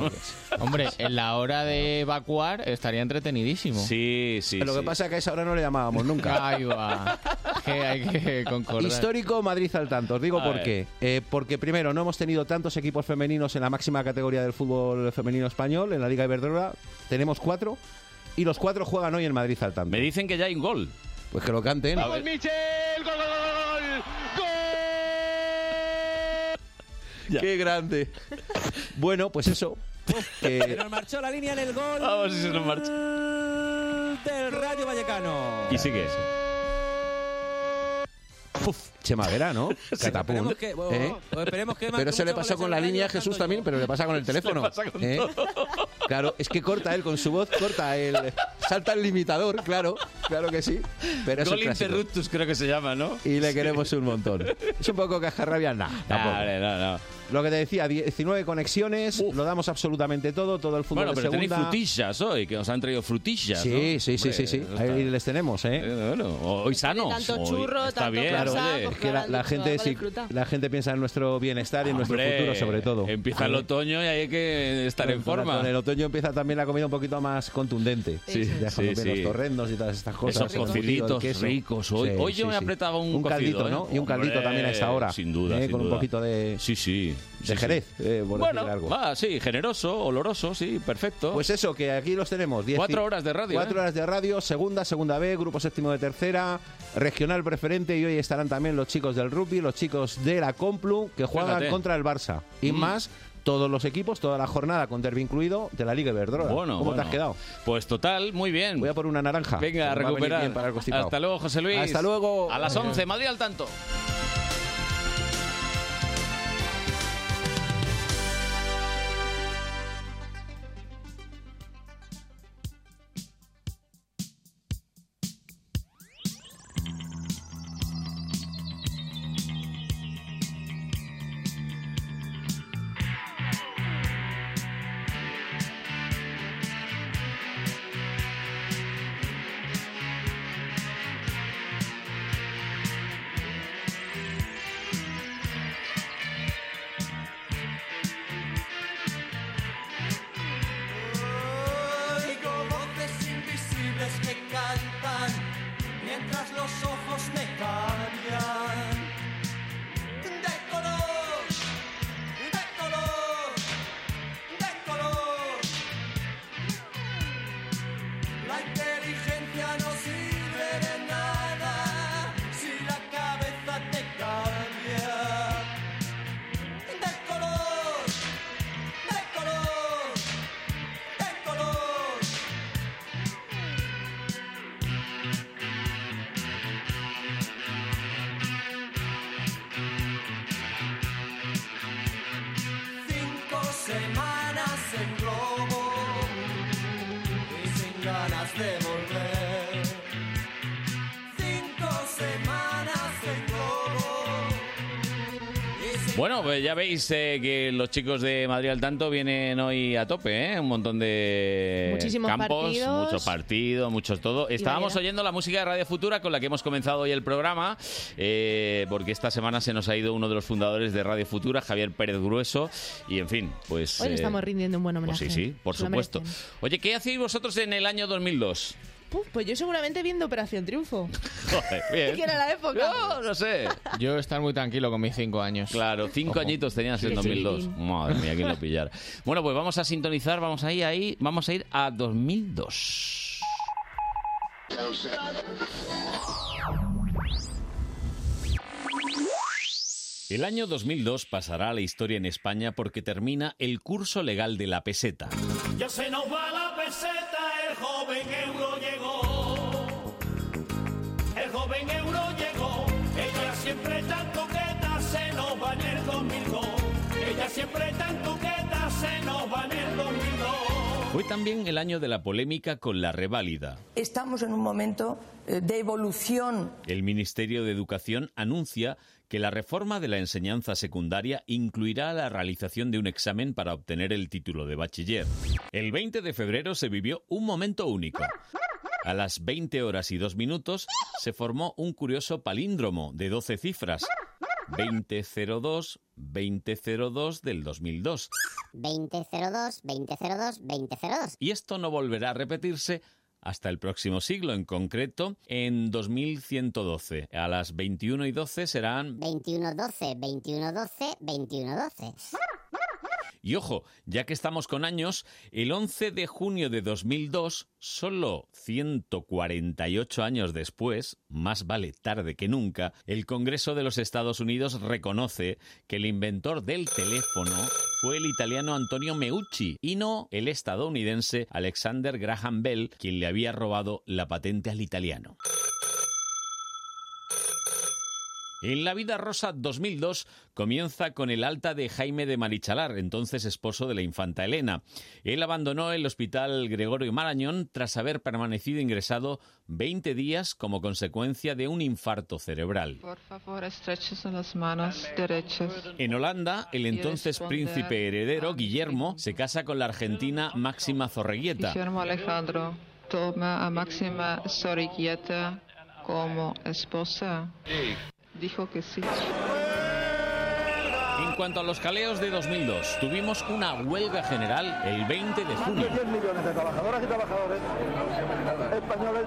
[SPEAKER 7] Hombre, en la hora de evacuar estaría entretenidísimo.
[SPEAKER 2] Sí, sí.
[SPEAKER 12] Lo que pasa es que a esa hora no le llamábamos nunca.
[SPEAKER 7] Ahí va. Que hay que concordar.
[SPEAKER 12] Histórico Madrid al tanto, os digo
[SPEAKER 7] A
[SPEAKER 12] por
[SPEAKER 7] ver.
[SPEAKER 12] qué. Eh, porque primero, no hemos tenido tantos equipos femeninos en la máxima categoría del fútbol femenino español, en la Liga Iberdrola. Tenemos cuatro y los cuatro juegan hoy en Madrid al tanto. Me
[SPEAKER 2] dicen que ya hay un gol.
[SPEAKER 12] Pues que lo canten.
[SPEAKER 9] Michel! ¡Gol, gol, gol, gol!
[SPEAKER 12] ¡Qué grande! bueno, pues eso. que-
[SPEAKER 9] marchó la línea en el gol.
[SPEAKER 2] Vamos, si se nos marcha.
[SPEAKER 9] Del Rayo Vallecano.
[SPEAKER 2] Y sigue.
[SPEAKER 12] Chema Vera, ¿no? Catapult.
[SPEAKER 9] esperemos que- bueno,
[SPEAKER 12] ¿Eh?
[SPEAKER 9] bueno, Pues esperemos que
[SPEAKER 12] pero
[SPEAKER 9] marque
[SPEAKER 12] se le
[SPEAKER 9] muchos
[SPEAKER 12] pasó
[SPEAKER 9] goles
[SPEAKER 12] con
[SPEAKER 9] el
[SPEAKER 12] la
[SPEAKER 9] Rayo
[SPEAKER 12] línea a
[SPEAKER 9] al
[SPEAKER 12] Jesús
[SPEAKER 9] tanto
[SPEAKER 12] también, pero le pasa con el teléfono.
[SPEAKER 9] pasa con
[SPEAKER 12] ¿eh? Claro, es que corta él con su voz, corta el. Salta el limitador, claro, claro que sí. Pero es un
[SPEAKER 2] Gol
[SPEAKER 12] clásico.
[SPEAKER 2] interruptus, creo que se llama, ¿no?
[SPEAKER 12] Y le queremos un montón. Es un poco cajarrabia, nada.
[SPEAKER 2] Ah, vale, no, no.
[SPEAKER 12] Lo que te decía, 19 conexiones, lo damos absolutamente todo, todo el fútbol
[SPEAKER 2] Bueno,
[SPEAKER 12] de
[SPEAKER 2] pero tenéis
[SPEAKER 12] segunda.
[SPEAKER 2] frutillas hoy, que os han traído frutillas.
[SPEAKER 12] Sí, sí,
[SPEAKER 2] ¿no?
[SPEAKER 12] sí,
[SPEAKER 2] Hombre,
[SPEAKER 12] sí, sí.
[SPEAKER 2] eso está-
[SPEAKER 12] Ahí les tenemos, ¿eh?
[SPEAKER 2] Bueno, hoy sanos.
[SPEAKER 4] tanto
[SPEAKER 2] hoy
[SPEAKER 4] churro,
[SPEAKER 2] está
[SPEAKER 4] tanto
[SPEAKER 2] bien.
[SPEAKER 4] Claro,
[SPEAKER 12] Oye,
[SPEAKER 4] Claro,
[SPEAKER 12] es que la,
[SPEAKER 4] claro,
[SPEAKER 12] la
[SPEAKER 4] dicho,
[SPEAKER 12] gente,
[SPEAKER 4] vale,
[SPEAKER 12] sí-
[SPEAKER 4] fruta.
[SPEAKER 12] la gente piensa en nuestro bienestar y en nuestro
[SPEAKER 2] Hombre,
[SPEAKER 12] futuro, sobre todo.
[SPEAKER 2] Empieza el otoño y hay que estar en
[SPEAKER 12] Con la-
[SPEAKER 2] forma.
[SPEAKER 12] Con el otoño empieza también la comida un poquito más contundente.
[SPEAKER 2] Sí, sí,
[SPEAKER 12] Ya
[SPEAKER 2] sí,
[SPEAKER 12] cuando vienen
[SPEAKER 2] sí.
[SPEAKER 12] Los torrendos y todas estas cosas.
[SPEAKER 2] Esos
[SPEAKER 12] el cocido, el
[SPEAKER 2] cociditos
[SPEAKER 12] queso.
[SPEAKER 2] ricos. Hoy,
[SPEAKER 12] Sí,
[SPEAKER 2] hoy
[SPEAKER 12] sí,
[SPEAKER 2] yo me
[SPEAKER 12] sí.
[SPEAKER 2] apretaba un,
[SPEAKER 12] Un caldito,
[SPEAKER 2] cocido, ¿eh?
[SPEAKER 12] ¿no? Y un caldito
[SPEAKER 2] Hombre,
[SPEAKER 12] también a esta hora.
[SPEAKER 2] Sin duda,
[SPEAKER 12] ¿eh?
[SPEAKER 2] sin
[SPEAKER 12] Con un
[SPEAKER 2] duda.
[SPEAKER 12] poquito de...
[SPEAKER 2] Sí, sí.
[SPEAKER 12] De
[SPEAKER 2] Sí, sí.
[SPEAKER 12] Jerez, eh, por
[SPEAKER 2] bueno,
[SPEAKER 12] decir algo.
[SPEAKER 2] va, sí, generoso, oloroso, sí, perfecto.
[SPEAKER 12] Pues eso, que aquí los tenemos. Diez-
[SPEAKER 2] Cuatro horas de radio,
[SPEAKER 12] Cuatro
[SPEAKER 2] ¿eh?
[SPEAKER 12] horas de radio, segunda, segunda B, grupo séptimo de tercera, regional preferente y hoy estarán también los chicos del rugby, los chicos de la Complu que juegan
[SPEAKER 2] Fíjate.
[SPEAKER 12] contra el Barça. Y
[SPEAKER 2] Mm.
[SPEAKER 12] más, todos los equipos, toda la jornada con derbi incluido de la Liga Iberdrola.
[SPEAKER 2] Bueno,
[SPEAKER 12] ¿Cómo
[SPEAKER 2] bueno.
[SPEAKER 12] te has quedado?
[SPEAKER 2] Pues total, muy bien. Voy
[SPEAKER 12] a por una naranja.
[SPEAKER 2] Venga, a
[SPEAKER 12] Me Pues va a venir
[SPEAKER 2] recuperar.
[SPEAKER 12] bien para el constipado.
[SPEAKER 2] Hasta luego, José Luis.
[SPEAKER 12] Hasta luego.
[SPEAKER 2] A las 11, Madrid al tanto.
[SPEAKER 9] en globo y sin ganas de volver. Cinco semanas en globo y sin
[SPEAKER 2] Bueno, pues ya veis eh, que los chicos de Madrid al tanto vienen hoy a tope, ¿eh? Un montón de
[SPEAKER 18] Muchísimos
[SPEAKER 2] campos,
[SPEAKER 18] partidos.
[SPEAKER 2] muchos partidos, muchos todo. Estábamos
[SPEAKER 18] variedad.
[SPEAKER 2] oyendo la música de Radio Futura con la que hemos comenzado hoy el programa, eh, porque esta semana se nos ha ido uno de los fundadores de Radio Futura, Javier Pérez Grueso, y en fin, pues...
[SPEAKER 18] Hoy le
[SPEAKER 2] eh,
[SPEAKER 18] estamos rindiendo un buen
[SPEAKER 2] pues
[SPEAKER 18] homenaje.
[SPEAKER 2] sí, sí, por
[SPEAKER 18] Se lo
[SPEAKER 2] supuesto. Oye, ¿qué hacéis vosotros en el año 2002?
[SPEAKER 18] Puf, pues yo seguramente viendo Operación Triunfo.
[SPEAKER 2] Joder, bien.
[SPEAKER 18] que era la época.
[SPEAKER 2] No, no sé.
[SPEAKER 7] Yo estar muy tranquilo con mis cinco años.
[SPEAKER 2] Claro, cinco añitos tenías en
[SPEAKER 7] Sí,
[SPEAKER 2] 2002.
[SPEAKER 7] sí.
[SPEAKER 2] Madre mía, quién lo pillara. Bueno, pues vamos a sintonizar, vamos a ir ahí, vamos a ir a 2002. El año 2002 pasará a la historia en España porque termina el curso legal de la peseta.
[SPEAKER 9] Ya se nos va la peseta, el joven euro llegó. El joven euro llegó, ella siempre tan coqueta, se nos va en el 2002. Ella siempre tan coqueta, se nos va en el 2002.
[SPEAKER 2] Fue también el año de la polémica con la reválida.
[SPEAKER 16] Estamos en un momento eh, de evolución
[SPEAKER 2] El Ministerio de Educación anuncia que la reforma de la enseñanza secundaria incluirá la realización de un examen para obtener el título de bachiller. El 20 de febrero se vivió un momento único. A las 20 horas y 2 minutos se formó un curioso palíndromo de 12 cifras. 2002, 2002 del 2002.
[SPEAKER 19] 2002, 2002, 2002.
[SPEAKER 2] Y esto no volverá a repetirse hasta el próximo siglo, en concreto en 2112. A las 21 y 12 serán...
[SPEAKER 19] 2112, 2112, 2112.
[SPEAKER 2] Y ojo, ya que estamos con años, el 11 de junio de 2002, solo 148 años después, más vale tarde que nunca, el Congreso de los Estados Unidos reconoce que el inventor del teléfono fue el italiano Antonio Meucci y no el estadounidense Alexander Graham Bell, quien le había robado la patente al italiano. En La Vida Rosa 2002 comienza con el alta de Jaime de Marichalar, entonces esposo de la infanta Elena. Él abandonó el hospital Gregorio Marañón tras haber permanecido ingresado 20 días como consecuencia de un infarto cerebral.
[SPEAKER 20] Por favor, estreches las manos derechas.
[SPEAKER 2] En Holanda, el entonces
[SPEAKER 20] responder
[SPEAKER 2] príncipe heredero Guillermo se casa con la argentina Máxima Zorreguieta.
[SPEAKER 20] Guillermo Alejandro toma a Máxima Soriguieta como esposa. Dijo que sí.
[SPEAKER 2] En cuanto a los caleos de 2002, tuvimos una huelga general el 20 de
[SPEAKER 21] Más de
[SPEAKER 2] junio.
[SPEAKER 21] 10 millones de trabajadoras y trabajadores españoles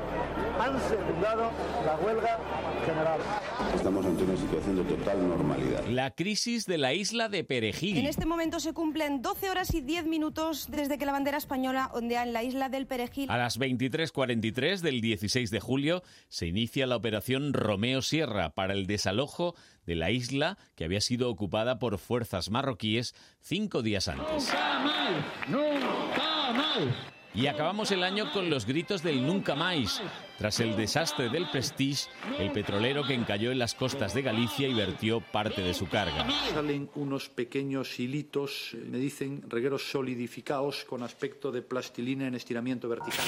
[SPEAKER 21] han secundado la huelga general.
[SPEAKER 22] Estamos ante una situación de total normalidad.
[SPEAKER 2] La crisis de la isla de Perejil.
[SPEAKER 24] En este momento se cumplen 12 horas y 10 minutos desde que la bandera española ondea en la isla del Perejil.
[SPEAKER 2] A las 23.43 del 16 de julio se inicia la operación Romeo Sierra para el desalojo de la isla que había sido ocupada por fuerzas marroquíes cinco días antes. Y acabamos el año con los gritos del Nunca Más. Tras el desastre del Prestige, el petrolero que encalló en las costas de Galicia y vertió parte de su carga.
[SPEAKER 21] Salen unos pequeños hilitos, eh, me dicen regueros solidificados con aspecto de plastilina en estiramiento vertical.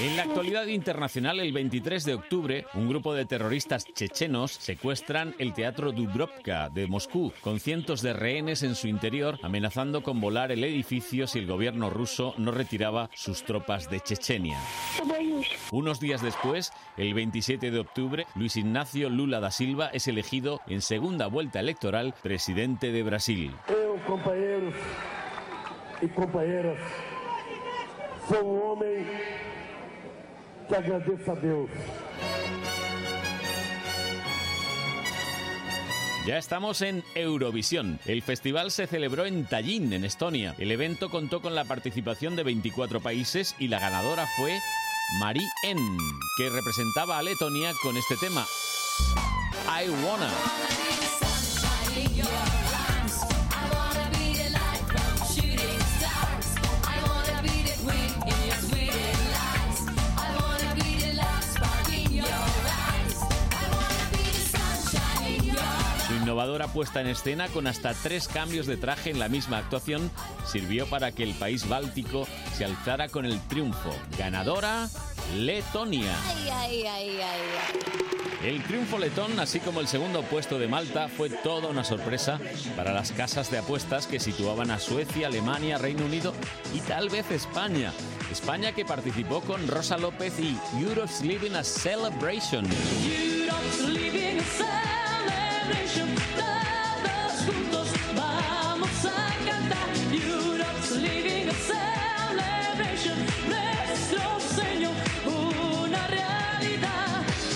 [SPEAKER 2] En la actualidad internacional, el 23 de octubre, un grupo de terroristas chechenos secuestran el Teatro Dubrovka de Moscú, con cientos de rehenes en su interior, amenazando con volar el edificio si el gobierno ruso no retiraba sus tropas de Chechenia. Unos días después, el 27 de octubre, Luis Ignacio Lula da Silva es elegido en segunda vuelta electoral presidente de Brasil.
[SPEAKER 21] Yo, compañeros y compañeras, soy un hombre um que agradezco a Dios.
[SPEAKER 2] Ya estamos en Eurovisión. El festival se celebró en Tallinn, en Estonia. El evento contó con la participación de 24 países y la ganadora fue Marie N, que representaba a Letonia con este tema. I wanna. Su innovadora puesta en escena con hasta tres cambios de traje en la misma actuación sirvió para que el país báltico se alzara con el triunfo. Ganadora, Letonia.
[SPEAKER 17] Ay, ay, ay, ay, ay.
[SPEAKER 2] El triunfo letón, así como el segundo puesto de Malta, fue toda una sorpresa para las casas de apuestas que situaban a Suecia, Alemania, Reino Unido y tal vez España. España que participó con Rosa López y Europe's Living a Celebration.
[SPEAKER 9] Europe's living a celebration. Todos juntos vamos a cantar. Europe's living a celebration. Nuestro sueño, una realidad.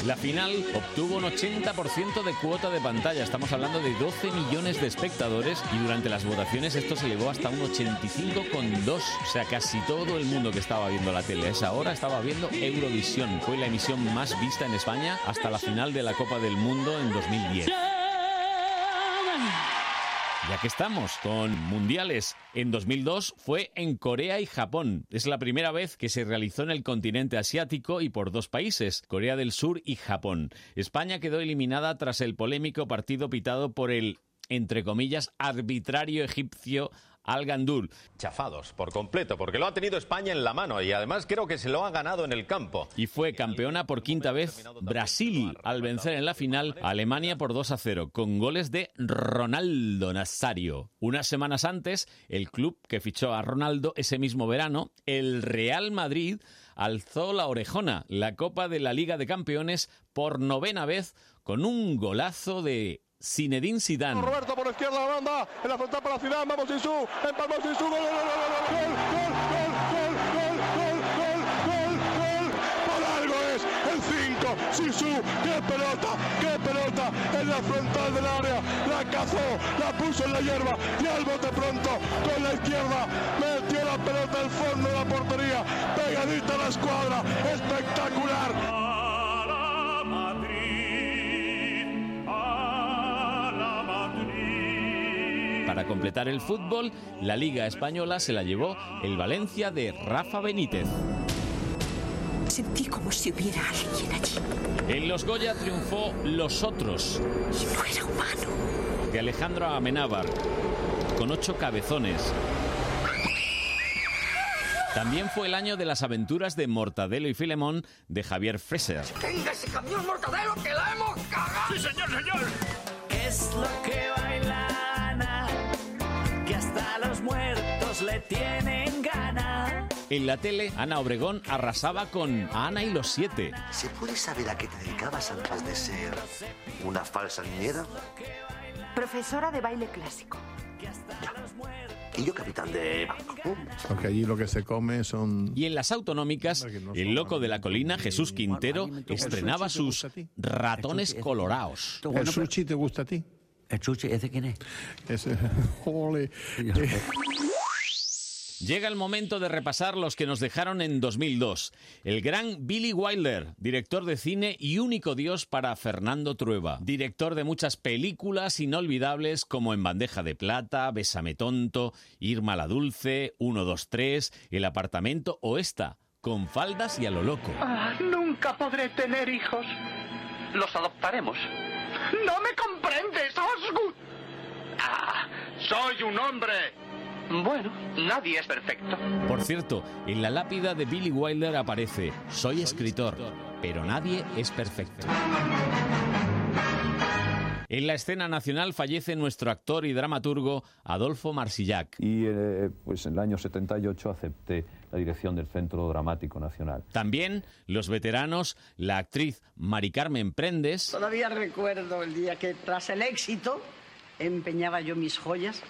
[SPEAKER 2] La final obtuvo un 80% de cuota de pantalla. Estamos hablando de 12 millones de espectadores y durante las votaciones esto se elevó hasta un 85,2. O sea, casi todo el mundo que estaba viendo la tele a esa hora estaba viendo Eurovisión. Fue la emisión más vista en España hasta la final de la Copa del Mundo en 2010. Ya que estamos con mundiales, en 2002 fue en Corea y Japón. Es la primera vez que se realizó en el continente asiático y por dos países, Corea del Sur y Japón. España quedó eliminada tras el polémico partido pitado por el, entre comillas, arbitrario egipcio Al Gandul.
[SPEAKER 3] Chafados por completo, porque lo ha tenido España en la mano y además creo que se lo ha ganado en el campo.
[SPEAKER 2] Y fue campeona por quinta vez Brasil al vencer en la final a Alemania por 2 a 0 con goles de Ronaldo Nazario. Unas semanas antes, el club que fichó a Ronaldo ese mismo verano, el Real Madrid, alzó la orejona, la Copa de la Liga de Campeones por novena vez con un golazo de Zinedine Zidane.
[SPEAKER 11] Roberto por la izquierda la banda, en la frontal para Zidane, vamos Sisu, empalmó Sisu, gol, gol, gol, gol, gol, gol, gol, gol, gol, gol, gol, gol, gol, por algo es el 5, Sisu, qué pelota, qué pelota, en la frontal del área, la cazó, la puso en la hierba, y al bote pronto, con la izquierda, metió la pelota al fondo de la portería, pegadita a la escuadra, espectacular.
[SPEAKER 9] Para Madrid, a la
[SPEAKER 2] Para completar el fútbol, la Liga Española se la llevó el Valencia de Rafa Benítez.
[SPEAKER 13] Sentí como si hubiera alguien allí.
[SPEAKER 2] En los Goya triunfó Los Otros. De Alejandro Amenábar, con ocho cabezones. También fue el año de las aventuras de Mortadelo y Filemón de Javier Freser.
[SPEAKER 9] ¡Venga ese camión mortadelo que la hemos cagado! ¡Sí, señor, señor! Es lo que bailana, que hasta los muertos le tienen gana.
[SPEAKER 2] En la tele, Ana Obregón arrasaba con Ana y los siete.
[SPEAKER 23] ¿Se puede saber a qué te dedicabas antes de ser una falsa niñera?
[SPEAKER 25] Profesora de baile clásico.
[SPEAKER 23] Y yo capitán de...
[SPEAKER 26] Porque allí lo que se come son
[SPEAKER 2] Y en las autonómicas, el loco de la colina, Jesús Quintero, estrenaba sus ratones colorados.
[SPEAKER 26] ¿El
[SPEAKER 23] pues-
[SPEAKER 26] sushi te gusta a ti?
[SPEAKER 23] ¿El sushi? ¿Ese quién es?
[SPEAKER 26] Ese, Eh, jole.
[SPEAKER 2] Llega el momento de repasar los que nos dejaron en 2002. El gran Billy Wilder, director de cine y único dios para Fernando Trueba. Director de muchas películas inolvidables como En bandeja de plata, Bésame tonto, Irma la dulce, 1, 2, 3, El apartamento o esta, con faldas y a lo loco.
[SPEAKER 9] Ah, nunca podré tener hijos.
[SPEAKER 23] Los adoptaremos.
[SPEAKER 9] ¡No me comprendes, Osgood! ¡Ah! ¡Soy un hombre! Bueno, nadie es perfecto.
[SPEAKER 2] Por cierto, en la lápida de Billy Wilder aparece, soy escritor, pero nadie es perfecto. En la escena nacional fallece nuestro actor y dramaturgo Adolfo Marsillac.
[SPEAKER 27] Y eh, pues en el año 78 acepté la dirección del Centro Dramático Nacional.
[SPEAKER 2] También los veteranos, la actriz Mari Carmen Prendes,
[SPEAKER 28] Todavía recuerdo el día que tras el éxito empeñaba yo mis joyas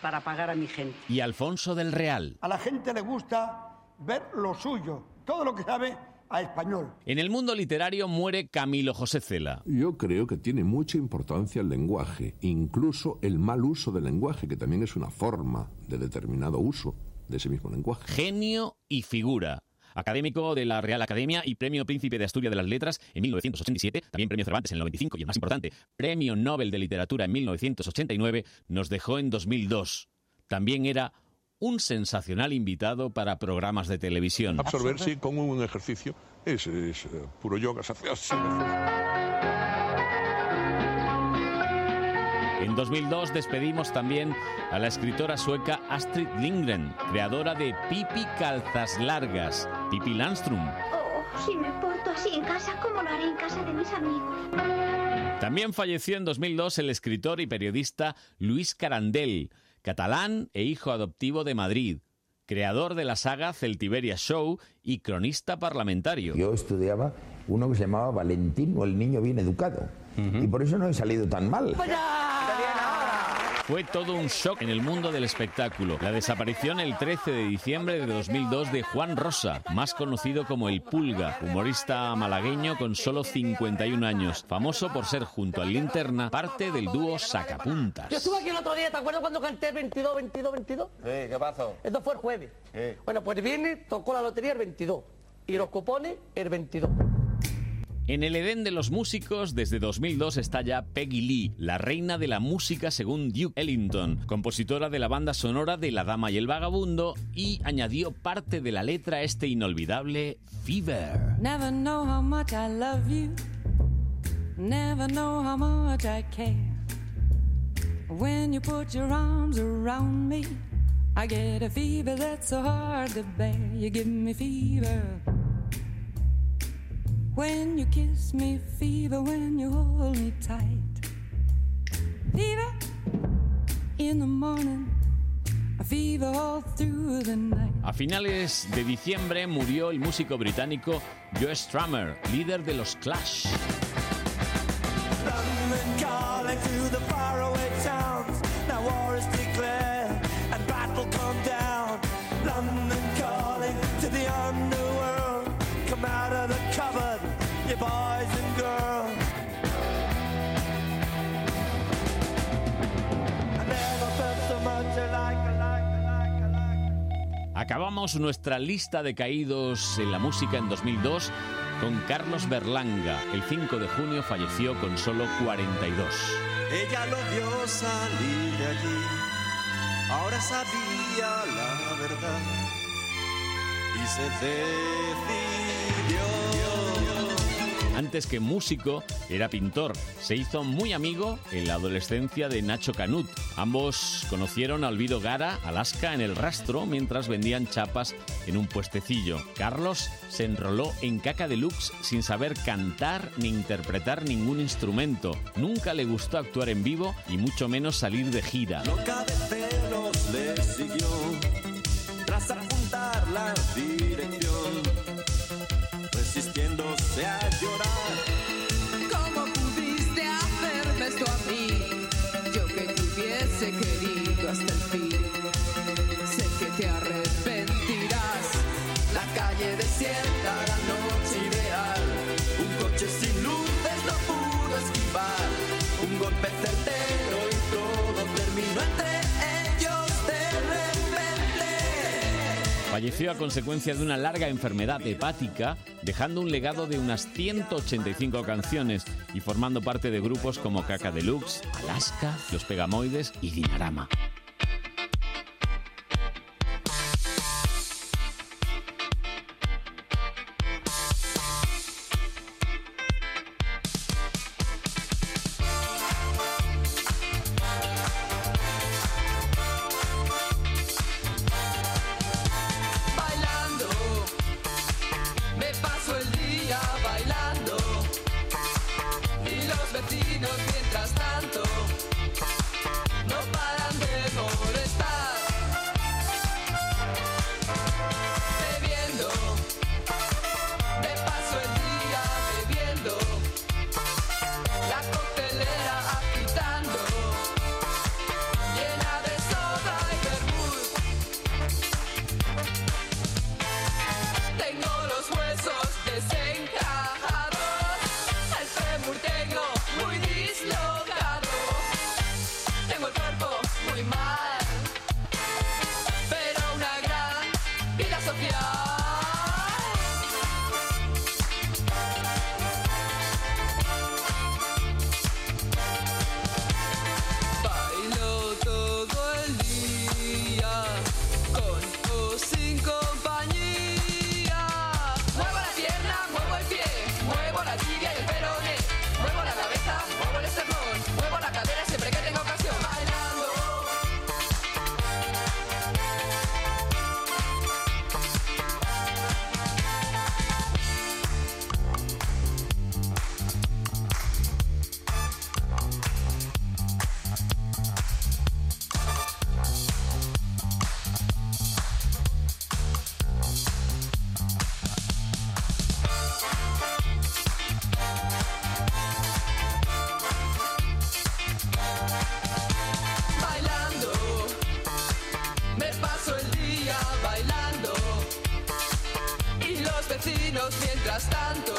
[SPEAKER 28] para pagar a mi gente.
[SPEAKER 2] y Alfonso del Real.
[SPEAKER 28] A la gente le gusta ver lo suyo, todo lo que sabe a español.
[SPEAKER 2] En el mundo literario muere Camilo José Cela.
[SPEAKER 30] Yo creo que tiene mucha importancia el lenguaje, incluso el mal uso del lenguaje, que también es una forma de determinado uso de ese mismo lenguaje.
[SPEAKER 2] Genio y figura. Académico de la Real Academia y Premio Príncipe de Asturias de las Letras en 1987, también Premio Cervantes en el 95 y el más importante, Premio Nobel de Literatura en 1989, nos dejó en 2002. También era un sensacional invitado para programas de televisión.
[SPEAKER 26] Absorberse con un ejercicio es, es, eh, puro yoga. se hace así.
[SPEAKER 2] En 2002 despedimos también a la escritora sueca Astrid Lindgren, creadora de Pipi Calzas Largas, Pipi Landström.
[SPEAKER 33] Oh, si me porto así en casa, ¿cómo lo haré en casa de mis amigos?
[SPEAKER 2] También falleció en 2002 el escritor y periodista Luis Carandel, catalán e hijo adoptivo de Madrid, creador de la saga Celtiberia Show y cronista parlamentario.
[SPEAKER 15] Yo estudiaba uno que se llamaba Valentín o el niño bien educado. Y por eso no he salido tan mal.
[SPEAKER 2] Fue todo un shock en el mundo del espectáculo. La desaparición el 13 de diciembre de 2002 de Juan Rosa, más conocido como El Pulga, humorista malagueño con solo 51 años, famoso por ser junto al Linterna parte del dúo Sacapuntas.
[SPEAKER 34] Yo estuve aquí el otro día, ¿te acuerdas cuando canté 22, 22, 22?
[SPEAKER 35] Sí, ¿qué pasó?
[SPEAKER 34] Esto fue el jueves.
[SPEAKER 35] Sí.
[SPEAKER 34] Bueno, pues el viernes tocó la lotería el 22 y los cupones el 22.
[SPEAKER 2] En el Edén de los músicos, desde 2002 está ya Peggy Lee, la reina de la música según Duke Ellington, compositora de la banda sonora de La Dama y el Vagabundo, y añadió parte de la letra a este inolvidable Fever.
[SPEAKER 36] Never know how much I love you. Never know how much I care. When you put your arms around me, I get a fever that's so hard to bear. You give me fever. When you kiss me, fever, when you hold me tight. Fever in the morning, a fever all through the night.
[SPEAKER 2] A finales de diciembre murió el músico británico Joe Strummer, líder de los Clash.
[SPEAKER 9] London calling to the faraway towns. Now war is declared and battle come down. London calling to the underworld. Come out of the cupboard, you boys and girls. I never felt so much alike.
[SPEAKER 2] Acabamos nuestra lista de caídos en la música en 2002 con Carlos Berlanga. El 5 de junio falleció con solo 42.
[SPEAKER 37] Ella lo vio salir de allí, ahora sabía la verdad y se decidió.
[SPEAKER 2] Antes que músico, era pintor. Se hizo muy amigo en la adolescencia de Nacho Canut. Ambos conocieron a Olvido Gara, Alaska, en el rastro mientras vendían chapas en un puestecillo. Carlos se enroló en Caca Deluxe sin saber cantar ni interpretar ningún instrumento. Nunca le gustó actuar en vivo y mucho menos salir de gira.
[SPEAKER 37] Loca de celos le siguió, tras apuntar la dirección, resistiéndose a llorar.
[SPEAKER 36] ¿Cómo pudiste hacerme esto a mí? Yo que te hubiese querido hasta el fin. Sé que te arrepentirás.
[SPEAKER 37] La calle desierta, la noche ideal. Un coche sin luces no pudo esquivar. Un golpe certero y todo terminó entre ellos de repente.
[SPEAKER 2] Falleció a consecuencia de una larga enfermedad hepática, dejando un legado de unas 185 canciones y formando parte de grupos como Caca Deluxe, Alaska, Los Pegamoides y Dinarama.
[SPEAKER 37] Bailando, me paso el día bailando. Y los vecinos, mientras tanto, no paran de molestar. Bebiendo, me paso el día bebiendo. La coctelera agitando, llena de soda y vermut. Tengo los huesos desencajados, el fémur tengo muy dislocado, tengo el cuerpo muy mal, pero una gran vida social. Bailo todo el día con o sin compañía. Muevo la pierna, muevo el pie, muevo la tibia y el peroné, muevo la cabeza, muevo el esternón, muevo la cadera siempre que tengo ocasión. los vecinos mientras tanto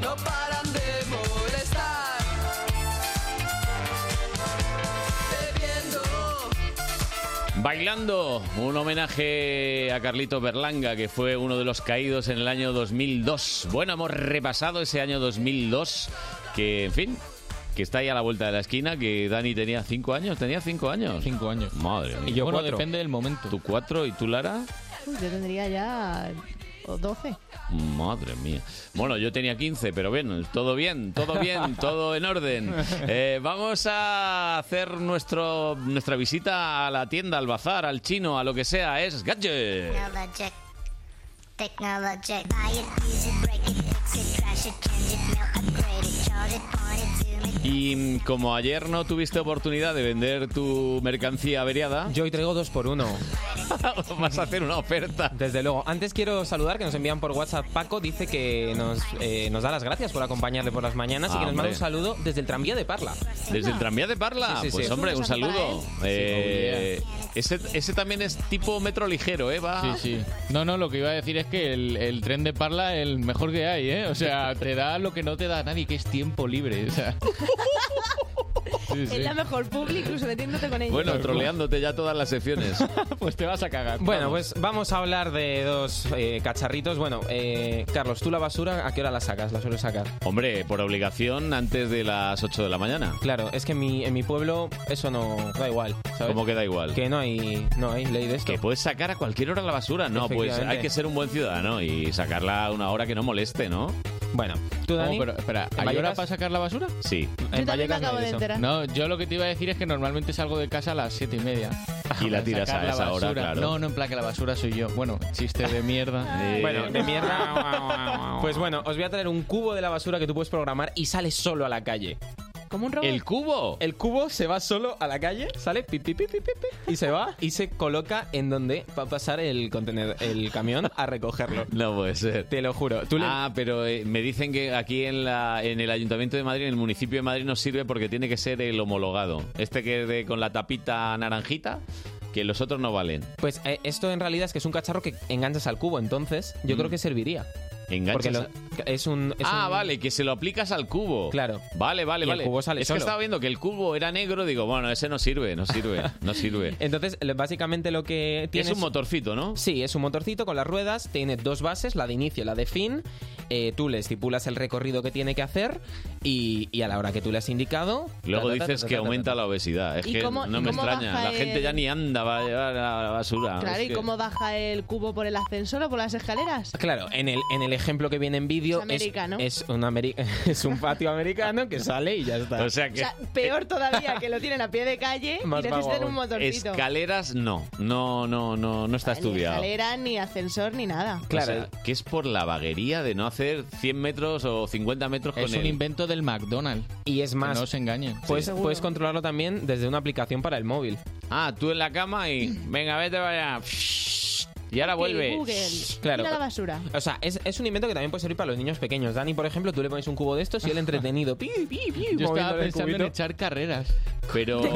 [SPEAKER 37] no paran de molestar. Bebiendo
[SPEAKER 2] Bailando, un homenaje a Carlito Berlanga, que fue uno de los caídos en el año 2002. Bueno, hemos repasado ese año 2002, que, en fin, que está ahí a la vuelta de la esquina, que Dani tenía cinco años, tenía cinco años. Cinco años. Madre mía.
[SPEAKER 3] Y yo Bueno, cuatro. depende
[SPEAKER 2] del momento. ¿Tú cuatro y tú, Lara?
[SPEAKER 4] Uy, yo tendría ya o 12.
[SPEAKER 2] Madre mía. Bueno, yo tenía 15, pero bien, todo bien, todo bien, todo en orden. Eh, vamos a hacer nuestro, nuestra visita a la tienda, al bazar, al chino, a lo que sea. Es Gadget.
[SPEAKER 38] Technologic. Technologic. Buy it, use it, break it, fix it, trash it, change it, melt, upgrade it, charge it, point it, zoom it.
[SPEAKER 2] Y mm, como ayer no tuviste oportunidad de vender tu mercancía averiada...
[SPEAKER 3] Yo hoy traigo dos por uno.
[SPEAKER 2] Vas a hacer una oferta.
[SPEAKER 3] Desde luego. Antes quiero saludar que nos envían por WhatsApp. Paco dice que nos, eh, nos da las gracias por acompañarle por las mañanas y
[SPEAKER 2] Ah,
[SPEAKER 3] que nos manda
[SPEAKER 2] hombre.
[SPEAKER 3] un saludo desde el tranvía de Parla.
[SPEAKER 2] Desde el tranvía de Parla,
[SPEAKER 3] Sí, sí,
[SPEAKER 2] pues
[SPEAKER 3] sí. oh,
[SPEAKER 2] hombre, un
[SPEAKER 3] Beso para
[SPEAKER 2] saludo.
[SPEAKER 3] él.
[SPEAKER 2] Eh, ese, ese también es tipo metro ligero, ¿eh? Va...
[SPEAKER 7] Sí, sí. No, no, lo que iba a decir es que el, el tren de Parla es el mejor que hay, ¿eh? O sea, te da lo que no te da nadie, que es tiempo libre. O sea. Sí, sí.
[SPEAKER 4] Es la mejor publi, incluso metiéndote con ella.
[SPEAKER 2] Bueno, troleándote ya todas las secciones.
[SPEAKER 7] pues te vas a cagar.
[SPEAKER 3] Bueno, pues vamos a hablar de dos eh, cacharritos. Bueno, eh, Carlos, tú la basura, ¿a qué hora la sacas? La suelo sacar.
[SPEAKER 2] Hombre, por obligación antes de las 8 de la mañana.
[SPEAKER 3] Claro, es que en mi, en mi pueblo eso no da igual. ¿sabes?
[SPEAKER 2] ¿Cómo que da igual?
[SPEAKER 3] Que no hay, no hay ley de esto.
[SPEAKER 2] Que puedes sacar a cualquier hora la basura. No, pues hay
[SPEAKER 3] Efectivamente.
[SPEAKER 2] que ser un buen ciudadano y sacarla a una hora que no moleste, ¿no? Oh,
[SPEAKER 3] Bueno, tú,
[SPEAKER 7] Dani? pero, espera,
[SPEAKER 2] ¿En
[SPEAKER 7] ¿hay hora
[SPEAKER 2] Vallecas?
[SPEAKER 7] para sacar la basura?
[SPEAKER 2] Sí.
[SPEAKER 4] también me Vallecas no acabo hay de eso. enterar.
[SPEAKER 7] No, yo lo que te iba a decir es que normalmente salgo de casa a las siete y media.
[SPEAKER 2] Y la
[SPEAKER 7] Para
[SPEAKER 2] tiras
[SPEAKER 7] sacar
[SPEAKER 2] a
[SPEAKER 7] la
[SPEAKER 2] esa hora,
[SPEAKER 7] basura.
[SPEAKER 2] claro.
[SPEAKER 7] No, no, en plan que la basura soy yo. Bueno, chiste de mierda.
[SPEAKER 3] Bueno, de mierda. pues bueno, os voy a traer un cubo de la basura que tú puedes programar y sale solo a la calle.
[SPEAKER 4] Como un
[SPEAKER 3] ¿El
[SPEAKER 2] cubo?
[SPEAKER 3] El cubo se va solo a la calle, sale pi, pi, pi, pi, pi, pi, y se va y se coloca en donde va a pasar el contenedor, el camión a recogerlo.
[SPEAKER 2] No puede ser.
[SPEAKER 3] Te lo juro.
[SPEAKER 2] Ah, pero eh, me dicen que aquí en, la, en el Ayuntamiento de Madrid, en el municipio de Madrid, no sirve porque tiene que ser el homologado. Este que es de- con la tapita naranjita, que los otros no valen.
[SPEAKER 3] Pues eh, esto en realidad es que es un cacharro que enganchas al cubo, entonces yo creo que serviría.
[SPEAKER 2] Enganchas
[SPEAKER 3] Porque lo-
[SPEAKER 2] a-
[SPEAKER 3] es un. es
[SPEAKER 2] ah,
[SPEAKER 3] un-
[SPEAKER 2] vale, que se lo aplicas al cubo.
[SPEAKER 3] Claro.
[SPEAKER 2] Vale, vale,
[SPEAKER 3] Y el
[SPEAKER 2] vale.
[SPEAKER 3] cubo sale
[SPEAKER 2] es
[SPEAKER 3] solo.
[SPEAKER 2] que estaba viendo que el cubo era negro, digo, bueno, ese no sirve, no sirve, no sirve.
[SPEAKER 3] Entonces, le- básicamente lo que tiene.
[SPEAKER 2] un motorcito, ¿no?
[SPEAKER 3] Sí, es un motorcito con las ruedas. Tiene dos bases, la de inicio y la de fin. Eh, tú le estipulas el recorrido que tiene que hacer y, y a la hora que tú le has indicado.
[SPEAKER 2] Luego
[SPEAKER 3] ta, ta, ta,
[SPEAKER 2] dices
[SPEAKER 3] ta,
[SPEAKER 2] que
[SPEAKER 3] ta, ta,
[SPEAKER 2] aumenta la obesidad. Es
[SPEAKER 4] ¿Y
[SPEAKER 2] que
[SPEAKER 4] cómo-
[SPEAKER 2] no
[SPEAKER 4] y
[SPEAKER 2] me
[SPEAKER 4] cómo
[SPEAKER 2] extraña.
[SPEAKER 4] baja
[SPEAKER 2] La gente ya
[SPEAKER 4] el-
[SPEAKER 2] ni anda, va a llevar a la basura.
[SPEAKER 4] Claro,
[SPEAKER 2] Es
[SPEAKER 4] ¿y
[SPEAKER 2] que-
[SPEAKER 4] cómo baja el cubo por el ascensor o por las escaleras?
[SPEAKER 3] ta. Claro, en el, en el ejemplo que viene en vídeo
[SPEAKER 4] Es americano.
[SPEAKER 3] es, un ameri- es un patio americano que sale y ya está.
[SPEAKER 2] O sea
[SPEAKER 4] O
[SPEAKER 2] que
[SPEAKER 4] sea, peor todavía, que lo tienen a pie de calle y
[SPEAKER 2] Más vago
[SPEAKER 4] necesitan
[SPEAKER 2] aún.
[SPEAKER 4] un motorcito.
[SPEAKER 2] Escaleras no, no, no, no, no está
[SPEAKER 4] Ni
[SPEAKER 2] estudiado.
[SPEAKER 4] escalera, ni ascensor, ni nada.
[SPEAKER 2] Claro, que es por la vaguería de no hacer 100 metros o 50 metros con
[SPEAKER 7] Es un
[SPEAKER 2] el-
[SPEAKER 7] invento del McDonald's.
[SPEAKER 3] Y es
[SPEAKER 7] Que
[SPEAKER 3] más.
[SPEAKER 7] no os engañen.
[SPEAKER 3] Puedes, puedes controlarlo también desde una aplicación para el móvil.
[SPEAKER 2] Ah, tú en la cama y venga, vete para allá. Y ahora
[SPEAKER 4] Google, Google,
[SPEAKER 3] Claro.
[SPEAKER 4] tira la basura.
[SPEAKER 3] O sea, es, es un invento que también puede servir para los niños pequeños. Dani, por ejemplo, tú le pones un cubo de estos y él entretenido. pi, pi, pi,
[SPEAKER 7] Yo estaba
[SPEAKER 3] moviéndole el
[SPEAKER 7] pensando en
[SPEAKER 3] cubito.
[SPEAKER 7] echar carreras.
[SPEAKER 2] Pero
[SPEAKER 7] de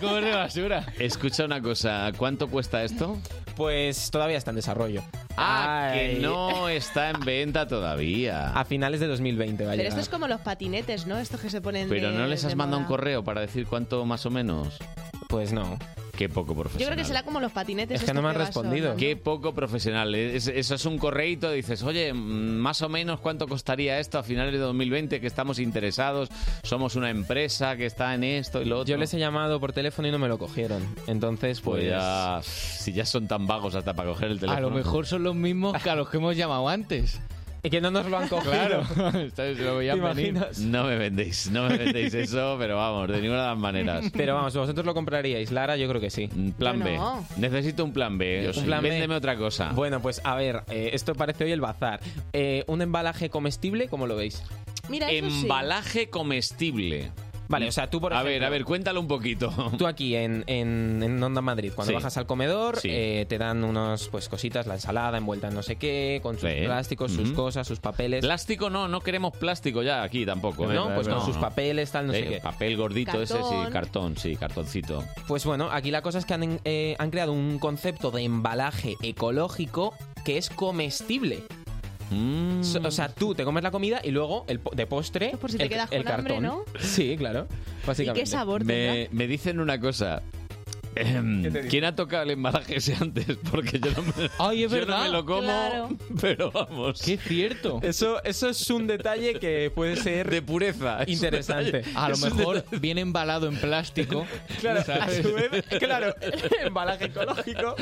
[SPEAKER 7] cubos de basura.
[SPEAKER 2] escucha una cosa, ¿cuánto cuesta esto?
[SPEAKER 3] Pues todavía está en desarrollo.
[SPEAKER 2] Ah,
[SPEAKER 3] Ay.
[SPEAKER 2] que no está en venta todavía.
[SPEAKER 3] A finales de 2020, vaya.
[SPEAKER 4] Pero esto es como los patinetes, ¿no? Estos que se ponen.
[SPEAKER 2] Pero
[SPEAKER 4] de-
[SPEAKER 2] no les
[SPEAKER 4] de
[SPEAKER 2] has mandado un
[SPEAKER 4] moda.
[SPEAKER 2] correo para decir cuánto más o menos.
[SPEAKER 3] Pues no.
[SPEAKER 2] Qué poco
[SPEAKER 4] Yo creo
[SPEAKER 2] profesional.
[SPEAKER 4] que será como los patinetes. estos vas sonando.
[SPEAKER 2] Qué poco profesional. Es- eso es un correíto. Dices, oye, mm, más o menos cuánto costaría esto a finales de 2020, que estamos interesados, somos una empresa que está en esto y lo otro.
[SPEAKER 3] Yo les he llamado por teléfono y no me lo cogieron. Entonces, pues.
[SPEAKER 2] Pues ya, si ya son tan vagos hasta para coger el teléfono.
[SPEAKER 7] A lo mejor son los mismos que a los que hemos llamado antes.
[SPEAKER 3] Y que no nos lo han cogido.
[SPEAKER 7] Claro. ¿Sabes? Lo veían
[SPEAKER 3] ¿Te
[SPEAKER 7] venir.
[SPEAKER 3] imaginas?
[SPEAKER 2] No me vendéis, no me vendéis eso, pero vamos, de ninguna de las maneras.
[SPEAKER 3] Pero vamos, vosotros lo compraríais, Lara, yo creo que sí.
[SPEAKER 2] Plan B.
[SPEAKER 3] Bueno.
[SPEAKER 2] Necesito un plan B.
[SPEAKER 3] Yo
[SPEAKER 2] Un
[SPEAKER 3] sí.
[SPEAKER 2] plan
[SPEAKER 3] B.
[SPEAKER 2] Véndeme otra cosa.
[SPEAKER 3] Bueno, pues a ver, eh, esto parece hoy el bazar. Eh, un embalaje comestible, ¿cómo lo veis?
[SPEAKER 4] Mira, eso sí.
[SPEAKER 2] Embalaje comestible.
[SPEAKER 3] Vale, o sea, tú por
[SPEAKER 2] A ver, a ver, cuéntalo un poquito.
[SPEAKER 3] Tú aquí en, en, en Onda Madrid, cuando
[SPEAKER 2] Sí.
[SPEAKER 3] bajas al comedor,
[SPEAKER 2] Sí.
[SPEAKER 3] eh, te dan unos pues cositas, la ensalada envuelta en no sé qué, con sus
[SPEAKER 2] Sí.
[SPEAKER 3] plásticos, sus
[SPEAKER 2] Ujú.
[SPEAKER 3] cosas, sus papeles.
[SPEAKER 2] Plástico no, no queremos plástico ya aquí tampoco. ¿eh?
[SPEAKER 3] No, pues con sus papeles, tal, no
[SPEAKER 2] Eh,
[SPEAKER 3] sé qué.
[SPEAKER 2] Papel gordito ese, sí,
[SPEAKER 3] Cartón.
[SPEAKER 2] cartón, sí, cartoncito.
[SPEAKER 3] Pues bueno, aquí la cosa es que han, eh, han creado un concepto de embalaje ecológico que es comestible.
[SPEAKER 2] Mm.
[SPEAKER 3] So- O sea, tú te comes la comida y luego el po- de postre
[SPEAKER 4] Pues por si te
[SPEAKER 3] el,
[SPEAKER 4] quedas
[SPEAKER 3] el
[SPEAKER 4] con hambre,
[SPEAKER 3] cartón.
[SPEAKER 4] ¿no?
[SPEAKER 3] Sí, claro. Básicamente.
[SPEAKER 4] ¿Y qué sabor
[SPEAKER 2] Me, me dicen una cosa. Ehm, ¿Quién ha tocado el embalaje ese antes? Porque yo no me,
[SPEAKER 3] Ay, es
[SPEAKER 2] yo no
[SPEAKER 3] verdad.
[SPEAKER 2] me lo como,
[SPEAKER 3] Claro.
[SPEAKER 2] pero vamos. Qué
[SPEAKER 7] cierto.
[SPEAKER 3] Eso, eso es un detalle que puede ser
[SPEAKER 2] de pureza. Es un
[SPEAKER 3] interesante.
[SPEAKER 2] detalle-
[SPEAKER 7] A lo
[SPEAKER 2] es un
[SPEAKER 7] mejor
[SPEAKER 2] detalle-
[SPEAKER 7] viene embalado en plástico.
[SPEAKER 3] Claro,
[SPEAKER 7] ¿sabes?
[SPEAKER 3] a su vez- claro, embalaje ecológico.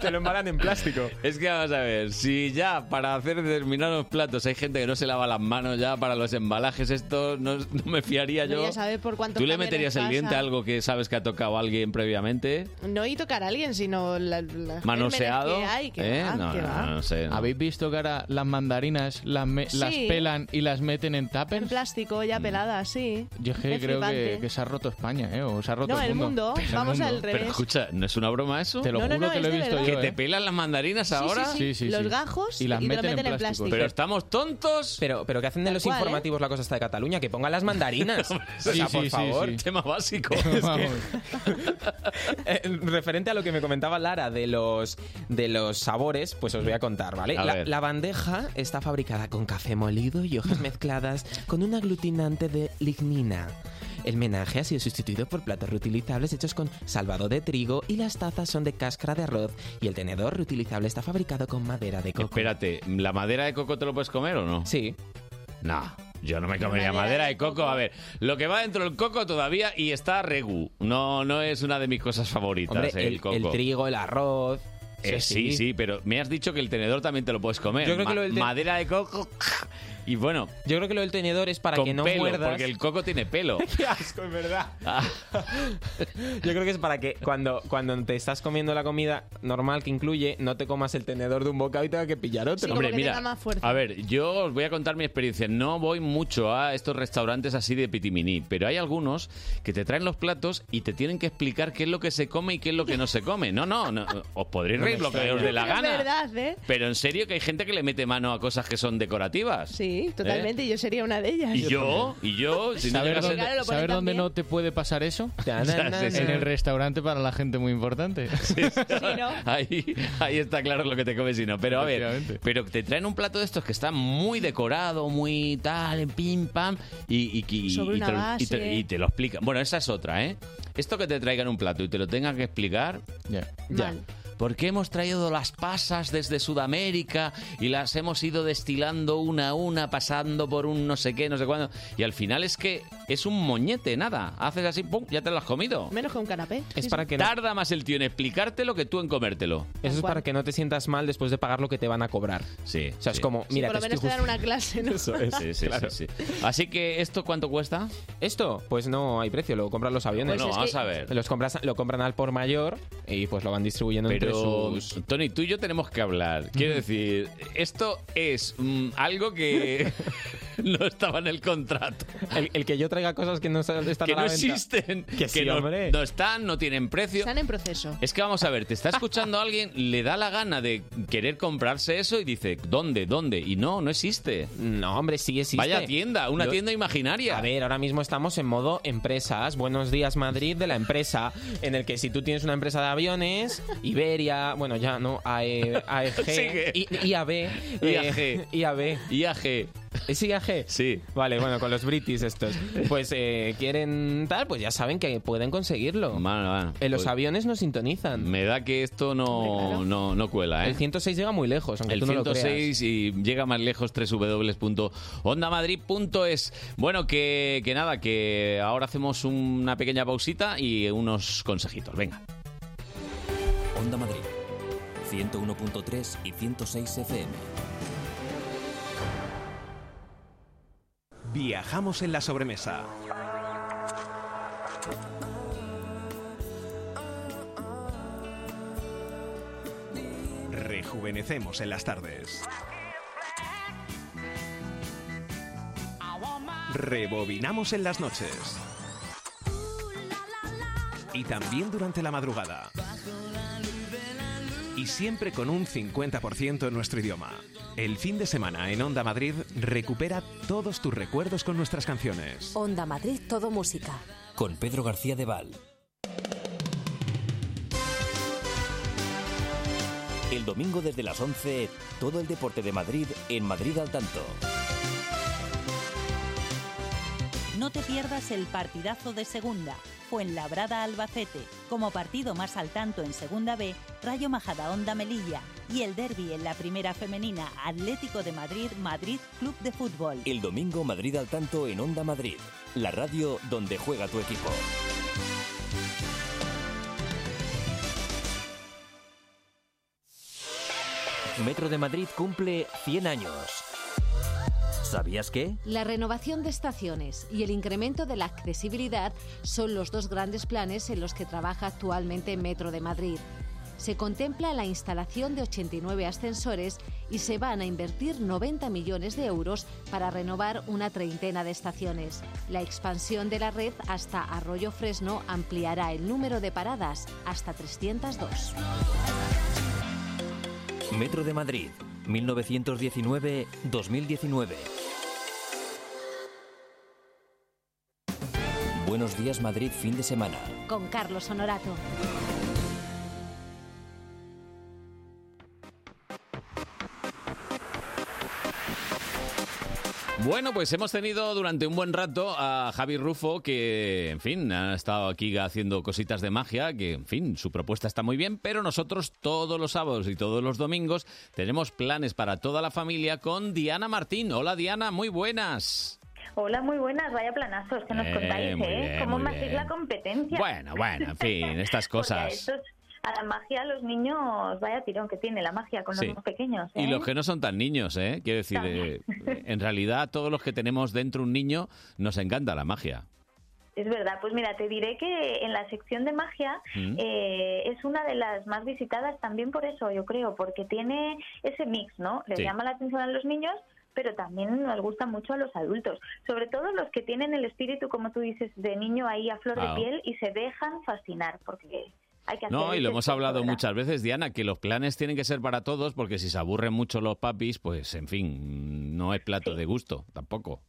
[SPEAKER 3] Te lo embalan en plástico.
[SPEAKER 2] Es que vamos a ver, si ya para hacer determinados platos hay gente que no se lava las manos ya para los embalajes, esto no, no me fiaría
[SPEAKER 4] Bueno,
[SPEAKER 2] yo.
[SPEAKER 4] ya sabes por cuántos
[SPEAKER 2] ¿Tú le
[SPEAKER 4] camiones
[SPEAKER 2] meterías el
[SPEAKER 4] pasa.
[SPEAKER 2] diente a algo que sabes que ha tocado alguien previamente?
[SPEAKER 4] No y tocar a alguien, sino la, la
[SPEAKER 2] ¿Manoseado?
[SPEAKER 4] gérmenes que hay, que
[SPEAKER 2] ¿Eh?
[SPEAKER 4] va,
[SPEAKER 2] No,
[SPEAKER 4] que
[SPEAKER 2] no,
[SPEAKER 4] va.
[SPEAKER 2] no, no sé. no.
[SPEAKER 7] ¿Habéis visto que ahora las mandarinas las, me-
[SPEAKER 4] Sí.
[SPEAKER 7] las pelan y las meten en
[SPEAKER 4] En
[SPEAKER 7] tuppers?
[SPEAKER 4] plástico,
[SPEAKER 2] Mm.
[SPEAKER 4] ya pelada, sí.
[SPEAKER 7] Yo es que
[SPEAKER 4] Es
[SPEAKER 7] creo que,
[SPEAKER 4] flipante.
[SPEAKER 7] que se ha roto España, ¿eh? O se ha roto
[SPEAKER 4] No, el
[SPEAKER 7] el mundo.
[SPEAKER 4] mundo. Vamos al
[SPEAKER 2] Pero
[SPEAKER 4] revés.
[SPEAKER 2] escucha, ¿no es una broma eso?
[SPEAKER 7] Te lo
[SPEAKER 4] No, no,
[SPEAKER 7] juro
[SPEAKER 4] no,
[SPEAKER 7] que
[SPEAKER 4] es
[SPEAKER 7] lo he
[SPEAKER 4] de
[SPEAKER 7] visto
[SPEAKER 4] verdad.
[SPEAKER 7] yo.
[SPEAKER 2] ¿Que
[SPEAKER 7] ¿eh?
[SPEAKER 2] te pelan las mandarinas
[SPEAKER 4] Sí,
[SPEAKER 2] ahora?
[SPEAKER 4] sí, sí. Los gajos
[SPEAKER 3] Y las
[SPEAKER 4] y te lo
[SPEAKER 3] meten en
[SPEAKER 4] meten en
[SPEAKER 3] plástico.
[SPEAKER 4] plástico.
[SPEAKER 2] Pero estamos tontos.
[SPEAKER 3] Pero, pero que hacen de los
[SPEAKER 4] cual, ¿eh?
[SPEAKER 3] informativos la cosa esta de Cataluña, que pongan las mandarinas. o sea, por favor.
[SPEAKER 2] Tema básico.
[SPEAKER 3] Eh, referente a lo que me comentaba Lara de los, de los sabores, pues os voy a contar, ¿vale?
[SPEAKER 2] A
[SPEAKER 3] La,
[SPEAKER 2] ver.
[SPEAKER 3] la bandeja está fabricada con café molido y hojas mezcladas con un aglutinante de lignina. El menaje ha sido sustituido por platos reutilizables hechos con salvado de trigo y las tazas son de cáscara de arroz y el tenedor reutilizable está fabricado con madera de coco.
[SPEAKER 2] Espérate, ¿la madera de coco te lo puedes comer o no?
[SPEAKER 3] Sí.
[SPEAKER 2] No, yo no me comería madera de coco. A ver, lo que va dentro del coco todavía y está regu. No, no es una de mis cosas favoritas eh,
[SPEAKER 3] Hombre,
[SPEAKER 2] el,
[SPEAKER 3] el,
[SPEAKER 2] coco.
[SPEAKER 3] el trigo, el arroz.
[SPEAKER 2] Eh, sí, sí, pero me has dicho que el tenedor también te lo puedes comer.
[SPEAKER 3] Yo creo que
[SPEAKER 2] Ma-
[SPEAKER 3] lo del te-
[SPEAKER 2] Madera de coco. Y bueno,
[SPEAKER 3] Yo creo que lo del tenedor es para
[SPEAKER 2] con
[SPEAKER 3] que no
[SPEAKER 2] pelo,
[SPEAKER 3] muerdas.
[SPEAKER 2] porque el coco tiene pelo. Ah.
[SPEAKER 3] Qué asco, es verdad. Yo creo que es para que cuando, cuando te estás comiendo la comida normal que incluye, no te comas el tenedor de un bocado y tengas que pillar otro.
[SPEAKER 2] Hombre, mira, a ver, yo os voy a contar mi experiencia. No voy mucho a estos restaurantes así de pitiminí, pero hay algunos que te traen los platos y te tienen que explicar qué es lo que se come y qué es lo que no se come. No, no, no, os podréis
[SPEAKER 3] No me
[SPEAKER 2] reír lo que
[SPEAKER 3] extraña.
[SPEAKER 2] os dé la
[SPEAKER 4] Pero
[SPEAKER 2] gana.
[SPEAKER 4] Es verdad, ¿eh?
[SPEAKER 2] Pero en serio que hay gente que le mete mano a cosas que son decorativas.
[SPEAKER 4] Sí, totalmente. Yo sería una de ellas.
[SPEAKER 2] ¿Eh? Y yo, y yo, si no
[SPEAKER 7] ¿Saber
[SPEAKER 2] llegas a-
[SPEAKER 7] dónde,
[SPEAKER 4] Claro, lo ponen
[SPEAKER 7] saber dónde
[SPEAKER 4] también.
[SPEAKER 7] no te puede pasar eso?
[SPEAKER 2] na,
[SPEAKER 7] en
[SPEAKER 2] na.
[SPEAKER 7] el restaurante para la gente muy importante.
[SPEAKER 2] Ahí, ahí está claro lo que te comes y no. Pero a ver,
[SPEAKER 7] Efectivamente.
[SPEAKER 2] pero te traen un plato de estos que está muy decorado, muy tal, en pim pam, y, y- y-
[SPEAKER 4] Sobre
[SPEAKER 2] y
[SPEAKER 4] una
[SPEAKER 2] te, lo- y te-
[SPEAKER 4] base.
[SPEAKER 2] y te lo explican. Bueno, esa es otra, ¿eh? Esto que te traigan un plato y te lo tengan que explicar. Ya.
[SPEAKER 4] Mal.
[SPEAKER 2] ¿Por qué hemos traído las pasas desde Sudamérica y las hemos ido destilando una a una, pasando por un no sé qué, no sé cuándo? Y al final es que es un moñete, nada. Haces así, pum, ya te lo has comido.
[SPEAKER 4] Menos que un canapé. Sí, sí.
[SPEAKER 3] que
[SPEAKER 2] Tarda más el tío en explicártelo que tú en comértelo.
[SPEAKER 3] Eso es para que no te sientas mal después de pagar lo que te van a cobrar.
[SPEAKER 2] Sí.
[SPEAKER 3] O sea, es como,
[SPEAKER 4] Sí,
[SPEAKER 3] mira,
[SPEAKER 4] por lo
[SPEAKER 3] te
[SPEAKER 4] menos te
[SPEAKER 3] estoy
[SPEAKER 4] dan
[SPEAKER 3] justi-
[SPEAKER 4] una clase, ¿no?
[SPEAKER 2] Sí, sí,
[SPEAKER 3] Claro.
[SPEAKER 2] sí, sí. Así que, ¿esto cuánto cuesta?
[SPEAKER 3] Esto, pues no hay precio, lo compran los aviones.
[SPEAKER 2] Bueno, Pues es vamos que- a ver.
[SPEAKER 3] Los compras, lo compran al por mayor y pues lo van distribuyendo
[SPEAKER 2] Pero,
[SPEAKER 3] entre sus...
[SPEAKER 2] Tony, tú y yo tenemos que hablar. Quiero decir, esto es mm, algo que no estaba en el contrato.
[SPEAKER 3] El, el que yo traiga cosas que no están
[SPEAKER 2] Que
[SPEAKER 3] a la
[SPEAKER 2] no
[SPEAKER 3] venta.
[SPEAKER 2] existen.
[SPEAKER 3] Que sí,
[SPEAKER 2] no,
[SPEAKER 3] hombre.
[SPEAKER 2] no están, no tienen precio.
[SPEAKER 4] Están en proceso.
[SPEAKER 2] Es que vamos a ver, te está escuchando alguien, le da la gana de querer comprarse eso y dice, ¿dónde? ¿Dónde? Y no, no existe.
[SPEAKER 3] No, hombre, sí existe.
[SPEAKER 2] Vaya tienda, una tienda imaginaria.
[SPEAKER 3] A ver, ahora mismo estamos en modo empresas. Buenos días, Madrid, de la empresa. En el que si tú tienes una empresa de aviones, Iberia, bueno, ya, ¿no? E, AE,
[SPEAKER 2] Sigue.
[SPEAKER 3] AEG, I- IAB, eh, IAB.
[SPEAKER 2] IAG.
[SPEAKER 3] ¿Es IAG?
[SPEAKER 2] Sí.
[SPEAKER 3] Vale, bueno, con los britis estos. Pues eh, quieren tal, pues ya saben que pueden conseguirlo.
[SPEAKER 2] Mano, mano,
[SPEAKER 3] En los
[SPEAKER 2] pues-
[SPEAKER 3] aviones no sintonizan.
[SPEAKER 2] Me da que esto no, no, no cuela, ¿eh?
[SPEAKER 3] El 106 llega muy lejos, aunque
[SPEAKER 2] El
[SPEAKER 3] tú no lo creas.
[SPEAKER 2] 106 y llega más lejos www.ondamadrid.es. Bueno, que, que nada, que ahora hacemos una pequeña pausita y unos consejitos. Venga.
[SPEAKER 1] Onda Madrid, 101.3 y 106 FM.
[SPEAKER 15] Viajamos en la sobremesa. Rejuvenecemos en las tardes. Rebobinamos en las noches. Y también durante la madrugada. Y siempre con un 50% en nuestro idioma. El fin de semana en Onda Madrid recupera todos tus recuerdos con nuestras canciones.
[SPEAKER 39] Onda Madrid Todo Música.
[SPEAKER 1] Con Pedro García de Val. El domingo desde las 11, todo el deporte de Madrid en Madrid al tanto.
[SPEAKER 16] No te pierdas el partidazo de segunda. Fuenlabrada Albacete. Como partido más al tanto en Segunda B, Rayo Majadahonda Melilla. Y el derby en la primera femenina, Atlético de Madrid, Madrid Club de Fútbol.
[SPEAKER 1] El domingo Madrid al tanto en Onda Madrid, la radio donde juega tu equipo. Metro de Madrid cumple 100 años. ¿Sabías qué?
[SPEAKER 18] La renovación de estaciones y el incremento de la accesibilidad son los dos grandes planes en los que trabaja actualmente Metro de Madrid. Se contempla la instalación de 89 ascensores y se van a invertir 90 millones de euros para renovar una treintena de estaciones. La expansión de la red hasta Arroyo Fresno ampliará el número de paradas hasta 302.
[SPEAKER 1] Metro de Madrid, 1919-2019. Buenos días Madrid, fin de semana.
[SPEAKER 18] Con Carlos Honorato.
[SPEAKER 2] Bueno, pues hemos tenido durante un buen rato a Javi Rufo, que, en fin, ha estado aquí haciendo cositas de magia, que, en fin, su propuesta está muy bien, pero nosotros todos los sábados y todos los domingos tenemos planes para toda la familia con Diana Martín. Hola Diana, muy buenas.
[SPEAKER 19] Hola, muy buenas, vaya planazos que nos
[SPEAKER 2] Eh,
[SPEAKER 19] contáis,
[SPEAKER 2] muy
[SPEAKER 19] ¿eh?
[SPEAKER 2] bien,
[SPEAKER 19] ¿Cómo
[SPEAKER 2] muy
[SPEAKER 19] me hacéis
[SPEAKER 2] bien.
[SPEAKER 19] la competencia?
[SPEAKER 2] Bueno, bueno, en fin, estas
[SPEAKER 19] Porque a
[SPEAKER 2] cosas.
[SPEAKER 19] estos- a la magia, a los niños, vaya tirón que tiene la magia con
[SPEAKER 2] Sí.
[SPEAKER 19] los más pequeños. ¿eh?
[SPEAKER 2] Y los que no son tan niños, ¿eh? Quiero decir, eh, en realidad todos los que tenemos dentro un niño nos encanta la magia.
[SPEAKER 19] Es verdad, pues mira, te diré que en la sección de magia
[SPEAKER 2] Mm.
[SPEAKER 19] eh, es una de las más visitadas también por eso, yo creo, porque tiene ese mix, ¿no? Les
[SPEAKER 40] Sí.
[SPEAKER 19] llama la atención a los niños, pero también nos gusta mucho a los adultos, sobre todo los que tienen el espíritu, como tú dices, de niño ahí a flor
[SPEAKER 2] Claro.
[SPEAKER 19] de piel y se dejan fascinar, porque hay que hacer...
[SPEAKER 2] No, y
[SPEAKER 19] ese
[SPEAKER 2] lo hemos
[SPEAKER 19] esfuerzo,
[SPEAKER 2] hablado
[SPEAKER 19] ¿verdad?
[SPEAKER 2] muchas veces, Diana, que los planes tienen que ser para todos, porque si se aburren mucho los papis, pues, en fin, no es plato de gusto, tampoco.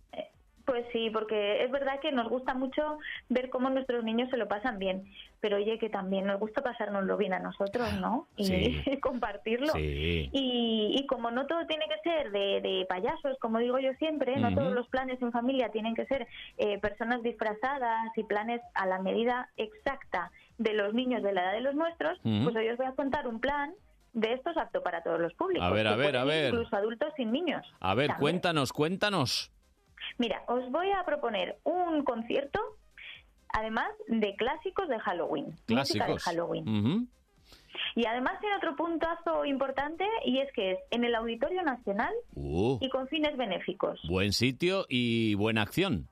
[SPEAKER 19] Pues sí, porque es verdad que nos gusta mucho ver cómo nuestros niños se lo pasan bien, pero oye que también nos gusta pasárnoslo bien a nosotros, ¿no? Y
[SPEAKER 2] Sí.
[SPEAKER 19] compartirlo.
[SPEAKER 2] Sí.
[SPEAKER 19] Y, y como no todo tiene que ser de, de payasos, como digo yo siempre, no
[SPEAKER 2] Ujú.
[SPEAKER 19] todos los planes en familia tienen que ser eh, personas disfrazadas y planes a la medida exacta de los niños de la edad de los nuestros,
[SPEAKER 2] Ujú.
[SPEAKER 19] pues hoy os voy a contar un plan de estos apto para todos los públicos.
[SPEAKER 2] A ver, a
[SPEAKER 19] que
[SPEAKER 2] ver,
[SPEAKER 19] pueden
[SPEAKER 2] a
[SPEAKER 19] ir
[SPEAKER 2] ver.
[SPEAKER 19] Incluso adultos sin niños.
[SPEAKER 2] A ver,
[SPEAKER 19] También.
[SPEAKER 2] cuéntanos, cuéntanos.
[SPEAKER 19] Mira, os voy a proponer un concierto, además de clásicos de Halloween. Música de
[SPEAKER 2] Clásicos. Mm.
[SPEAKER 19] Halloween.
[SPEAKER 2] Ujú.
[SPEAKER 19] Y además tiene otro puntazo importante y es que es en el Auditorio Nacional
[SPEAKER 2] Uh,
[SPEAKER 19] y con fines benéficos.
[SPEAKER 2] buen sitio y buena acción.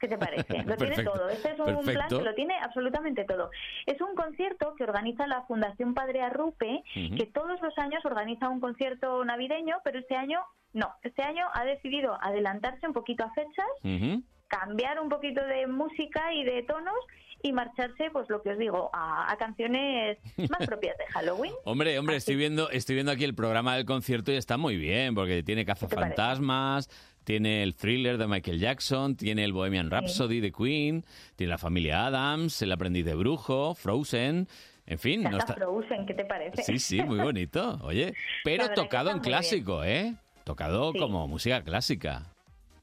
[SPEAKER 19] ¿Qué te parece? Lo tiene
[SPEAKER 2] Perfecto,
[SPEAKER 19] todo. Este es un plan
[SPEAKER 2] perfecto.
[SPEAKER 19] que lo tiene absolutamente todo. Es un concierto que organiza la Fundación Padre Arrupe,
[SPEAKER 41] Ujú.
[SPEAKER 19] que todos los años organiza un concierto navideño, pero este año no. Este año ha decidido adelantarse un poquito a fechas cambiar un poquito de música y de tonos y marcharse, pues lo que os digo, a, a canciones más propias de Halloween.
[SPEAKER 2] Hombre,
[SPEAKER 19] Ah,
[SPEAKER 2] hombre, estoy viendo, estoy viendo aquí el programa del concierto y está muy bien, porque tiene cazafantasmas, tiene el thriller de Michael Jackson, tiene el Bohemian Rhapsody de Queen, tiene la familia Adams, el aprendiz de brujo, Frozen, en fin, no
[SPEAKER 19] Canta
[SPEAKER 2] está...
[SPEAKER 19] Frozen, ¿qué te parece?
[SPEAKER 2] Sí, sí, muy bonito, oye,
[SPEAKER 19] La
[SPEAKER 2] pero
[SPEAKER 19] verdad que
[SPEAKER 2] tocado
[SPEAKER 19] está
[SPEAKER 2] en
[SPEAKER 19] muy bien.
[SPEAKER 2] clásico, ¿eh? Tocado
[SPEAKER 19] Sí.
[SPEAKER 2] como música clásica.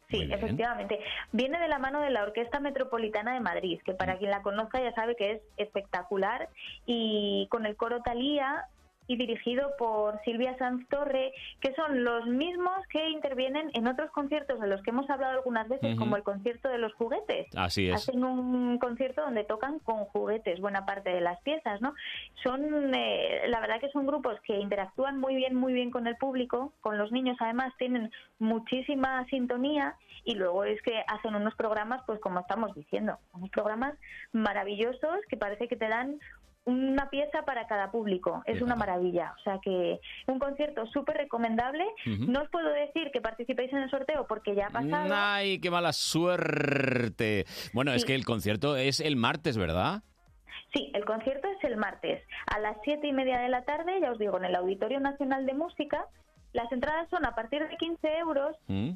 [SPEAKER 19] Sí,
[SPEAKER 2] bien.
[SPEAKER 19] efectivamente. Viene de la mano de la Orquesta Metropolitana de Madrid, que
[SPEAKER 2] Mm.
[SPEAKER 19] para quien la conozca ya sabe que es espectacular, y con el coro Talía y dirigido por Silvia Sanz Torre, que son los mismos que intervienen en otros conciertos de los que hemos hablado algunas veces,
[SPEAKER 2] Ujú.
[SPEAKER 19] como el concierto de los juguetes.
[SPEAKER 2] Así es.
[SPEAKER 19] Hacen un concierto donde tocan con juguetes buena parte de las piezas, ¿no? Son, eh, la verdad que son grupos que interactúan muy bien, muy bien con el público, con los niños además tienen muchísima sintonía y luego es que hacen unos programas, pues como estamos diciendo, unos programas maravillosos que parece que te dan una pieza para cada público. Es una maravilla. O sea que un concierto súper recomendable.
[SPEAKER 2] Ujú.
[SPEAKER 19] No os puedo decir que participéis en el sorteo porque ya ha pasado.
[SPEAKER 2] ¡Ay, qué mala suerte! Bueno, es
[SPEAKER 19] Sí.
[SPEAKER 2] que el concierto es el martes, ¿verdad?
[SPEAKER 19] Sí, el concierto es el martes a las siete y media de la tarde, ya os digo, en el Auditorio Nacional de Música. Las entradas son a partir de 15 euros,
[SPEAKER 2] ¿Mm?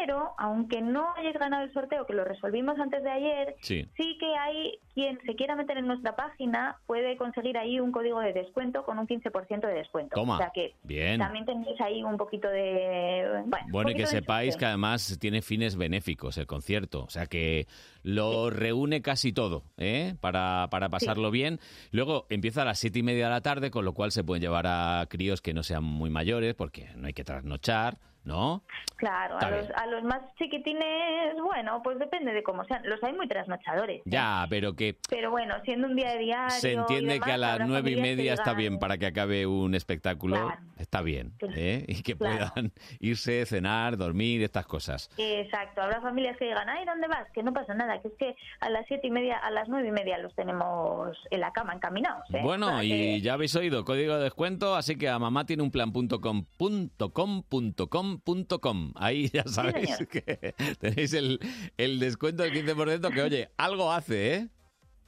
[SPEAKER 19] pero aunque no hayáis ganado el sorteo, que lo resolvimos antes de ayer,
[SPEAKER 2] Sí.
[SPEAKER 19] que hay quien se quiera meter en nuestra página, puede conseguir ahí un código de descuento con un 15% de descuento.
[SPEAKER 2] Toma.
[SPEAKER 19] O sea que
[SPEAKER 2] Bien.
[SPEAKER 19] también tenéis ahí un poquito de... Bueno, un
[SPEAKER 2] Bueno, y que
[SPEAKER 19] poquito de
[SPEAKER 2] sepáis
[SPEAKER 19] suerte.
[SPEAKER 2] que además tiene fines benéficos el concierto, o sea que lo reúne casi todo, ¿eh? Para, para pasarlo bien. Luego empieza a las siete y media de la tarde, con lo cual se pueden llevar a críos que no sean muy mayores, porque no hay que trasnochar, ¿no?
[SPEAKER 19] Claro,
[SPEAKER 2] Está
[SPEAKER 19] a los,
[SPEAKER 2] bien.
[SPEAKER 19] a los más chiquitines, bueno, pues depende de cómo sean. Los hay muy trasnochadores.
[SPEAKER 2] Ya, pero que
[SPEAKER 19] Pero bueno, siendo un día de diario.
[SPEAKER 2] se entiende
[SPEAKER 19] y demás,
[SPEAKER 2] que a las
[SPEAKER 19] habrá
[SPEAKER 2] nueve y
[SPEAKER 19] familias que
[SPEAKER 2] media está
[SPEAKER 19] digan,
[SPEAKER 2] bien para que acabe un espectáculo,
[SPEAKER 19] Claro.
[SPEAKER 2] está bien,
[SPEAKER 19] Claro.
[SPEAKER 2] ¿eh? Y que
[SPEAKER 19] Claro.
[SPEAKER 2] puedan irse, cenar, dormir, estas cosas.
[SPEAKER 19] Exacto, habrá familias que digan, ay, ¿dónde vas? Que no pasa nada, que es que a las siete y media, a las nueve y media los tenemos en la cama, encaminados. ¿eh? O
[SPEAKER 2] Bueno,
[SPEAKER 19] sea
[SPEAKER 2] y
[SPEAKER 19] que-
[SPEAKER 2] ya habéis oído, código de descuento, así que a mamá tiene un plan.com.com.com.com. Ahí ya sabéis
[SPEAKER 19] señor.
[SPEAKER 2] que tenéis el, el descuento del 15% que, oye, algo hace, ¿eh?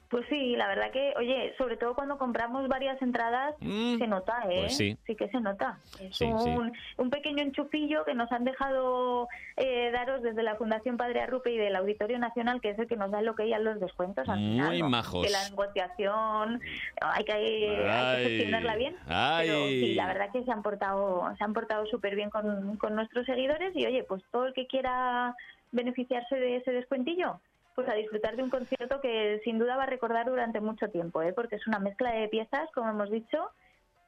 [SPEAKER 19] Pues sí, la verdad que, oye, sobre todo cuando compramos varias entradas, se nota, ¿eh?
[SPEAKER 2] pues sí.
[SPEAKER 19] que se nota. Es
[SPEAKER 2] Sí, sí.
[SPEAKER 19] un, un pequeño enchufillo que nos han dejado eh, daros desde la Fundación Padre Arrupe y del Auditorio Nacional, que es el que nos da lo que hay a los descuentos. Al
[SPEAKER 2] Muy
[SPEAKER 19] final, ¿no?
[SPEAKER 2] majos.
[SPEAKER 19] Que la negociación, hay que, hay
[SPEAKER 2] Ay,
[SPEAKER 19] que gestionarla bien. Pero
[SPEAKER 2] ay.
[SPEAKER 19] sí, la verdad que se han portado se han portado súper bien con, con nuestros seguidores y, oye, pues todo el que quiera beneficiarse de ese descuentillo, pues a disfrutar de un concierto que sin duda va a recordar durante mucho tiempo, ¿eh? porque es una mezcla de piezas, como hemos dicho,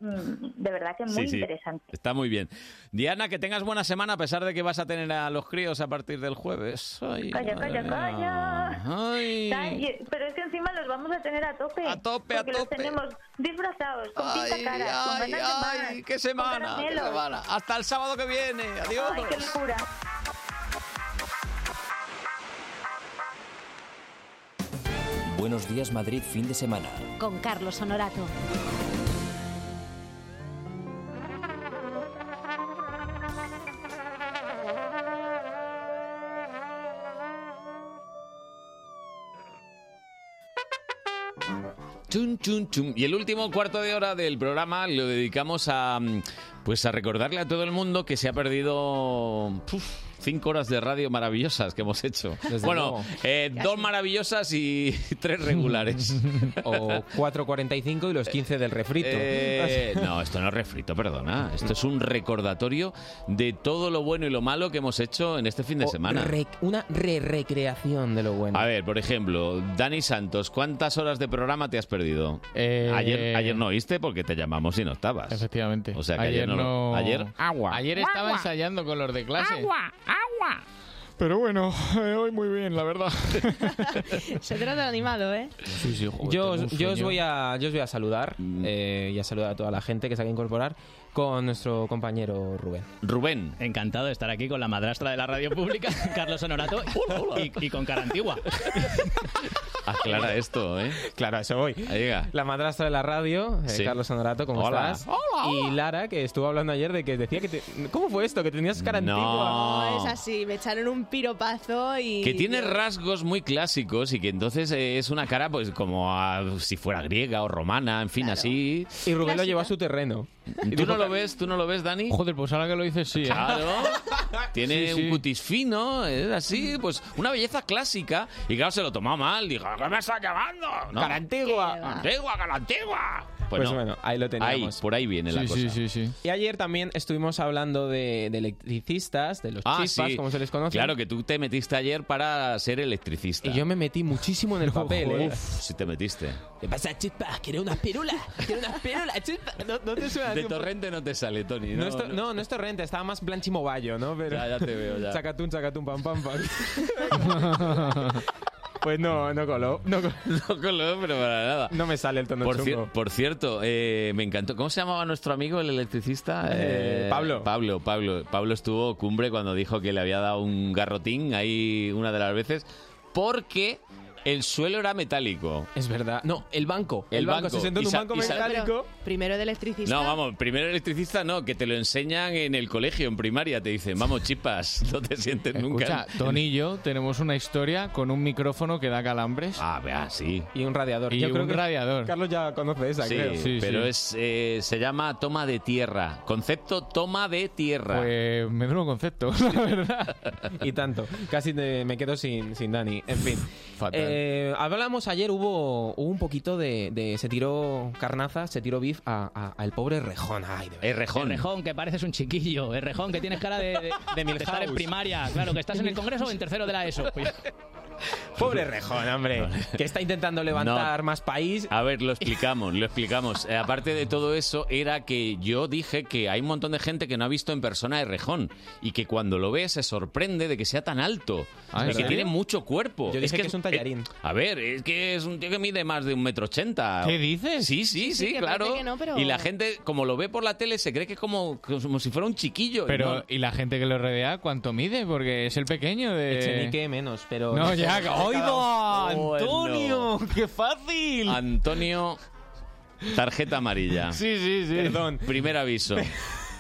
[SPEAKER 19] mm, de verdad que muy
[SPEAKER 2] Sí, sí.
[SPEAKER 19] interesante.
[SPEAKER 2] Está muy bien. Diana, que tengas buena semana a pesar de que vas a tener a los críos a partir del jueves. Ay,
[SPEAKER 19] Calla,
[SPEAKER 2] madre
[SPEAKER 19] calla,
[SPEAKER 2] mía.
[SPEAKER 19] calla.
[SPEAKER 2] Ay.
[SPEAKER 19] Ay, Pero es que encima los vamos a tener a tope. A tope, a Los tenemos disfrazados, con pinta cara, con ganas
[SPEAKER 2] ay,
[SPEAKER 19] de
[SPEAKER 2] ay,
[SPEAKER 19] más,
[SPEAKER 2] qué
[SPEAKER 19] con
[SPEAKER 2] semana, qué
[SPEAKER 19] caramelos.
[SPEAKER 2] semana. Hasta el sábado que viene. Adiós.
[SPEAKER 19] Ay, qué locura.
[SPEAKER 1] Buenos días Madrid fin de semana.
[SPEAKER 18] Con Carlos Honorato.
[SPEAKER 2] Chun, chun, chun. Y el último cuarto de hora del programa lo dedicamos a mm, pues a recordarle a todo el mundo que se ha perdido puf, cinco horas de radio maravillosas que hemos hecho.
[SPEAKER 3] Desde
[SPEAKER 2] bueno,
[SPEAKER 3] luego.
[SPEAKER 2] eh, dos maravillosas y tres regulares.
[SPEAKER 3] O 4.45 y los 15 del refrito.
[SPEAKER 2] Eh, no, esto no es refrito, perdona. Esto es un recordatorio de todo lo bueno y lo malo que hemos hecho en este fin de semana.
[SPEAKER 42] Rec- una re-recreación de lo bueno.
[SPEAKER 2] A ver, por ejemplo, Dani Santos, ¿cuántas horas de programa te has perdido? Ayer, ayer no oíste porque te llamamos y no estabas. Efectivamente. O sea que ayer,
[SPEAKER 7] Ayer
[SPEAKER 2] no.
[SPEAKER 7] no-
[SPEAKER 2] Ayer. Agua.
[SPEAKER 7] Ayer estaba ensayando con los de clase.
[SPEAKER 4] ¡Agua!
[SPEAKER 7] Pero bueno, eh, hoy muy bien, la verdad.
[SPEAKER 4] Se trata de animado, ¿eh?
[SPEAKER 7] tengo
[SPEAKER 3] yo, os-
[SPEAKER 7] un
[SPEAKER 3] yo os
[SPEAKER 7] sueño.
[SPEAKER 3] voy a, yo os voy a saludar
[SPEAKER 2] Mm.
[SPEAKER 3] eh, y a saludar a toda la gente que se ha incorporar con nuestro compañero Rubén.
[SPEAKER 2] Rubén.
[SPEAKER 43] Encantado de estar aquí con la madrastra de la radio pública, Carlos Honorato, y, y con cara antigua.
[SPEAKER 2] Aclara esto, ¿eh?
[SPEAKER 3] Claro, a eso voy. La madrastra de la radio, eh,
[SPEAKER 2] Sí.
[SPEAKER 3] Carlos Honorato, ¿cómo
[SPEAKER 2] Hola.
[SPEAKER 3] estás? Y Lara, que estuvo hablando ayer de que decía que... te- ¿Cómo fue esto? Que tenías cara
[SPEAKER 2] No.
[SPEAKER 3] antigua.
[SPEAKER 2] No,
[SPEAKER 4] Es así, me echaron un piropazo y...
[SPEAKER 2] Ah. Que tiene rasgos muy clásicos y que entonces eh, es una cara pues como a- si fuera griega o romana, en fin, así.
[SPEAKER 3] Y Rubén lo llevó a su terreno.
[SPEAKER 2] ¿Tú no lo ves? ¿Tú no lo ves, Dani?
[SPEAKER 7] Joder, pues ahora que lo dices, sí. ¿eh?
[SPEAKER 2] Claro. Tiene
[SPEAKER 7] Sí, sí.
[SPEAKER 2] un cutis fino, es así, pues una belleza clásica. Y claro, se lo tomó mal, dijo, ¿qué me estás llamando? No.
[SPEAKER 3] Cara antigua.
[SPEAKER 2] Antigua, cara antigua. Pues,
[SPEAKER 3] Pues
[SPEAKER 2] no.
[SPEAKER 3] bueno, ahí lo teníamos.
[SPEAKER 2] Ahí, por ahí viene la
[SPEAKER 3] Sí,
[SPEAKER 2] cosa.
[SPEAKER 3] sí, Y ayer también estuvimos hablando de, de electricistas, de los
[SPEAKER 2] Ah,
[SPEAKER 3] chispas,
[SPEAKER 2] sí.
[SPEAKER 3] como se les conoce.
[SPEAKER 2] Claro, que tú te metiste ayer para ser electricista.
[SPEAKER 3] Y yo me metí muchísimo en el papel, ¿eh? Ah,
[SPEAKER 2] Uf, sí te metiste.
[SPEAKER 3] ¿Qué pasa, chispas? ¿Quieres unas pirulas? ¿Quieres unas pirulas, chispas? No, no te suena
[SPEAKER 2] De
[SPEAKER 3] así un po-
[SPEAKER 2] torrente no te sale, Tony.
[SPEAKER 3] No,
[SPEAKER 2] No,
[SPEAKER 3] esto-
[SPEAKER 2] no.
[SPEAKER 3] no, no es torrente, estaba más Blanchimoballo, ¿no? Pero...
[SPEAKER 2] Ya, ya te veo, ya.
[SPEAKER 3] Chacatún, chacatún, pam, pam, pam. pues no, no coló. No, coló.
[SPEAKER 2] No coló, pero para nada.
[SPEAKER 3] No me sale el tono
[SPEAKER 2] Por, cier-
[SPEAKER 3] chungo.
[SPEAKER 2] por cierto, eh, me encantó. ¿Cómo se llamaba nuestro amigo el electricista?
[SPEAKER 3] Eh, Pablo.
[SPEAKER 2] Pablo, Pablo. Pablo estuvo cumbre cuando dijo que le había dado un garrotín ahí una de las veces porque El suelo era metálico.
[SPEAKER 3] Es verdad. No, el banco. El,
[SPEAKER 2] El
[SPEAKER 3] banco.
[SPEAKER 2] banco.
[SPEAKER 3] Se sentó en
[SPEAKER 2] Y
[SPEAKER 3] un
[SPEAKER 2] sa-
[SPEAKER 3] banco
[SPEAKER 2] y sa-
[SPEAKER 3] metálico.
[SPEAKER 4] Primero de electricista.
[SPEAKER 2] No, vamos, primero electricista no, que te lo enseñan en el colegio, en primaria. Te dicen, vamos, chipas, no te sientes nunca.
[SPEAKER 7] Escucha, Tony y yo tenemos una historia con un micrófono que da calambres.
[SPEAKER 2] Ah, vea, sí.
[SPEAKER 3] Y un radiador.
[SPEAKER 7] Y
[SPEAKER 3] Yo
[SPEAKER 7] un
[SPEAKER 3] creo que
[SPEAKER 7] radiador.
[SPEAKER 3] Carlos ya conoce esa,
[SPEAKER 2] Sí,
[SPEAKER 3] creo.
[SPEAKER 2] pero Es, eh, se llama toma de tierra. Concepto toma de tierra.
[SPEAKER 3] Pues me duele un concepto, la verdad. Y tanto. Casi te- me quedo sin, sin Dani. En fin.
[SPEAKER 2] Fatal.
[SPEAKER 3] Eh, hablamos ayer, hubo, hubo un poquito de, de- Se tiró carnaza, se tiró beef a- a- al pobre Rejón. Ay, de verdad.
[SPEAKER 1] Errejón, que pareces un chiquillo. Errejón, que tienes cara de, de,
[SPEAKER 3] De Milhouse.
[SPEAKER 1] estar en primaria. Claro, que estás en el Congreso o en tercero de la ESO. Pues-
[SPEAKER 3] Pobre Rejón, hombre. Que está intentando levantar más país.
[SPEAKER 2] A ver, lo explicamos, lo explicamos. Eh, aparte de todo eso, era que yo dije que hay un montón de gente que no ha visto en persona de Rejón y que cuando lo ve se sorprende de que sea tan alto
[SPEAKER 3] Ah, ¿en
[SPEAKER 2] y que
[SPEAKER 3] serio?
[SPEAKER 2] tiene mucho cuerpo.
[SPEAKER 3] Yo dije que es un tallarín.
[SPEAKER 2] eh, a ver, es que es un tío que mide más de un metro ochenta.
[SPEAKER 7] ¿Qué dices?
[SPEAKER 2] Sí, sí, sí,
[SPEAKER 4] sí, que
[SPEAKER 2] claro.
[SPEAKER 4] parece que no, pero-
[SPEAKER 2] Y la gente, como lo ve por la tele, se cree que es como, como si fuera un chiquillo.
[SPEAKER 7] Pero,
[SPEAKER 2] ¿no?
[SPEAKER 7] ¿y la gente que lo rodea cuánto mide? Porque es el pequeño de...
[SPEAKER 3] Echenique menos, pero...
[SPEAKER 7] No, ya...
[SPEAKER 3] ¡Oiga,
[SPEAKER 2] Bueno.
[SPEAKER 3] Antonio! ¡Qué fácil!
[SPEAKER 2] Antonio, tarjeta amarilla.
[SPEAKER 3] Sí, sí, sí. Perdón.
[SPEAKER 2] Primer aviso.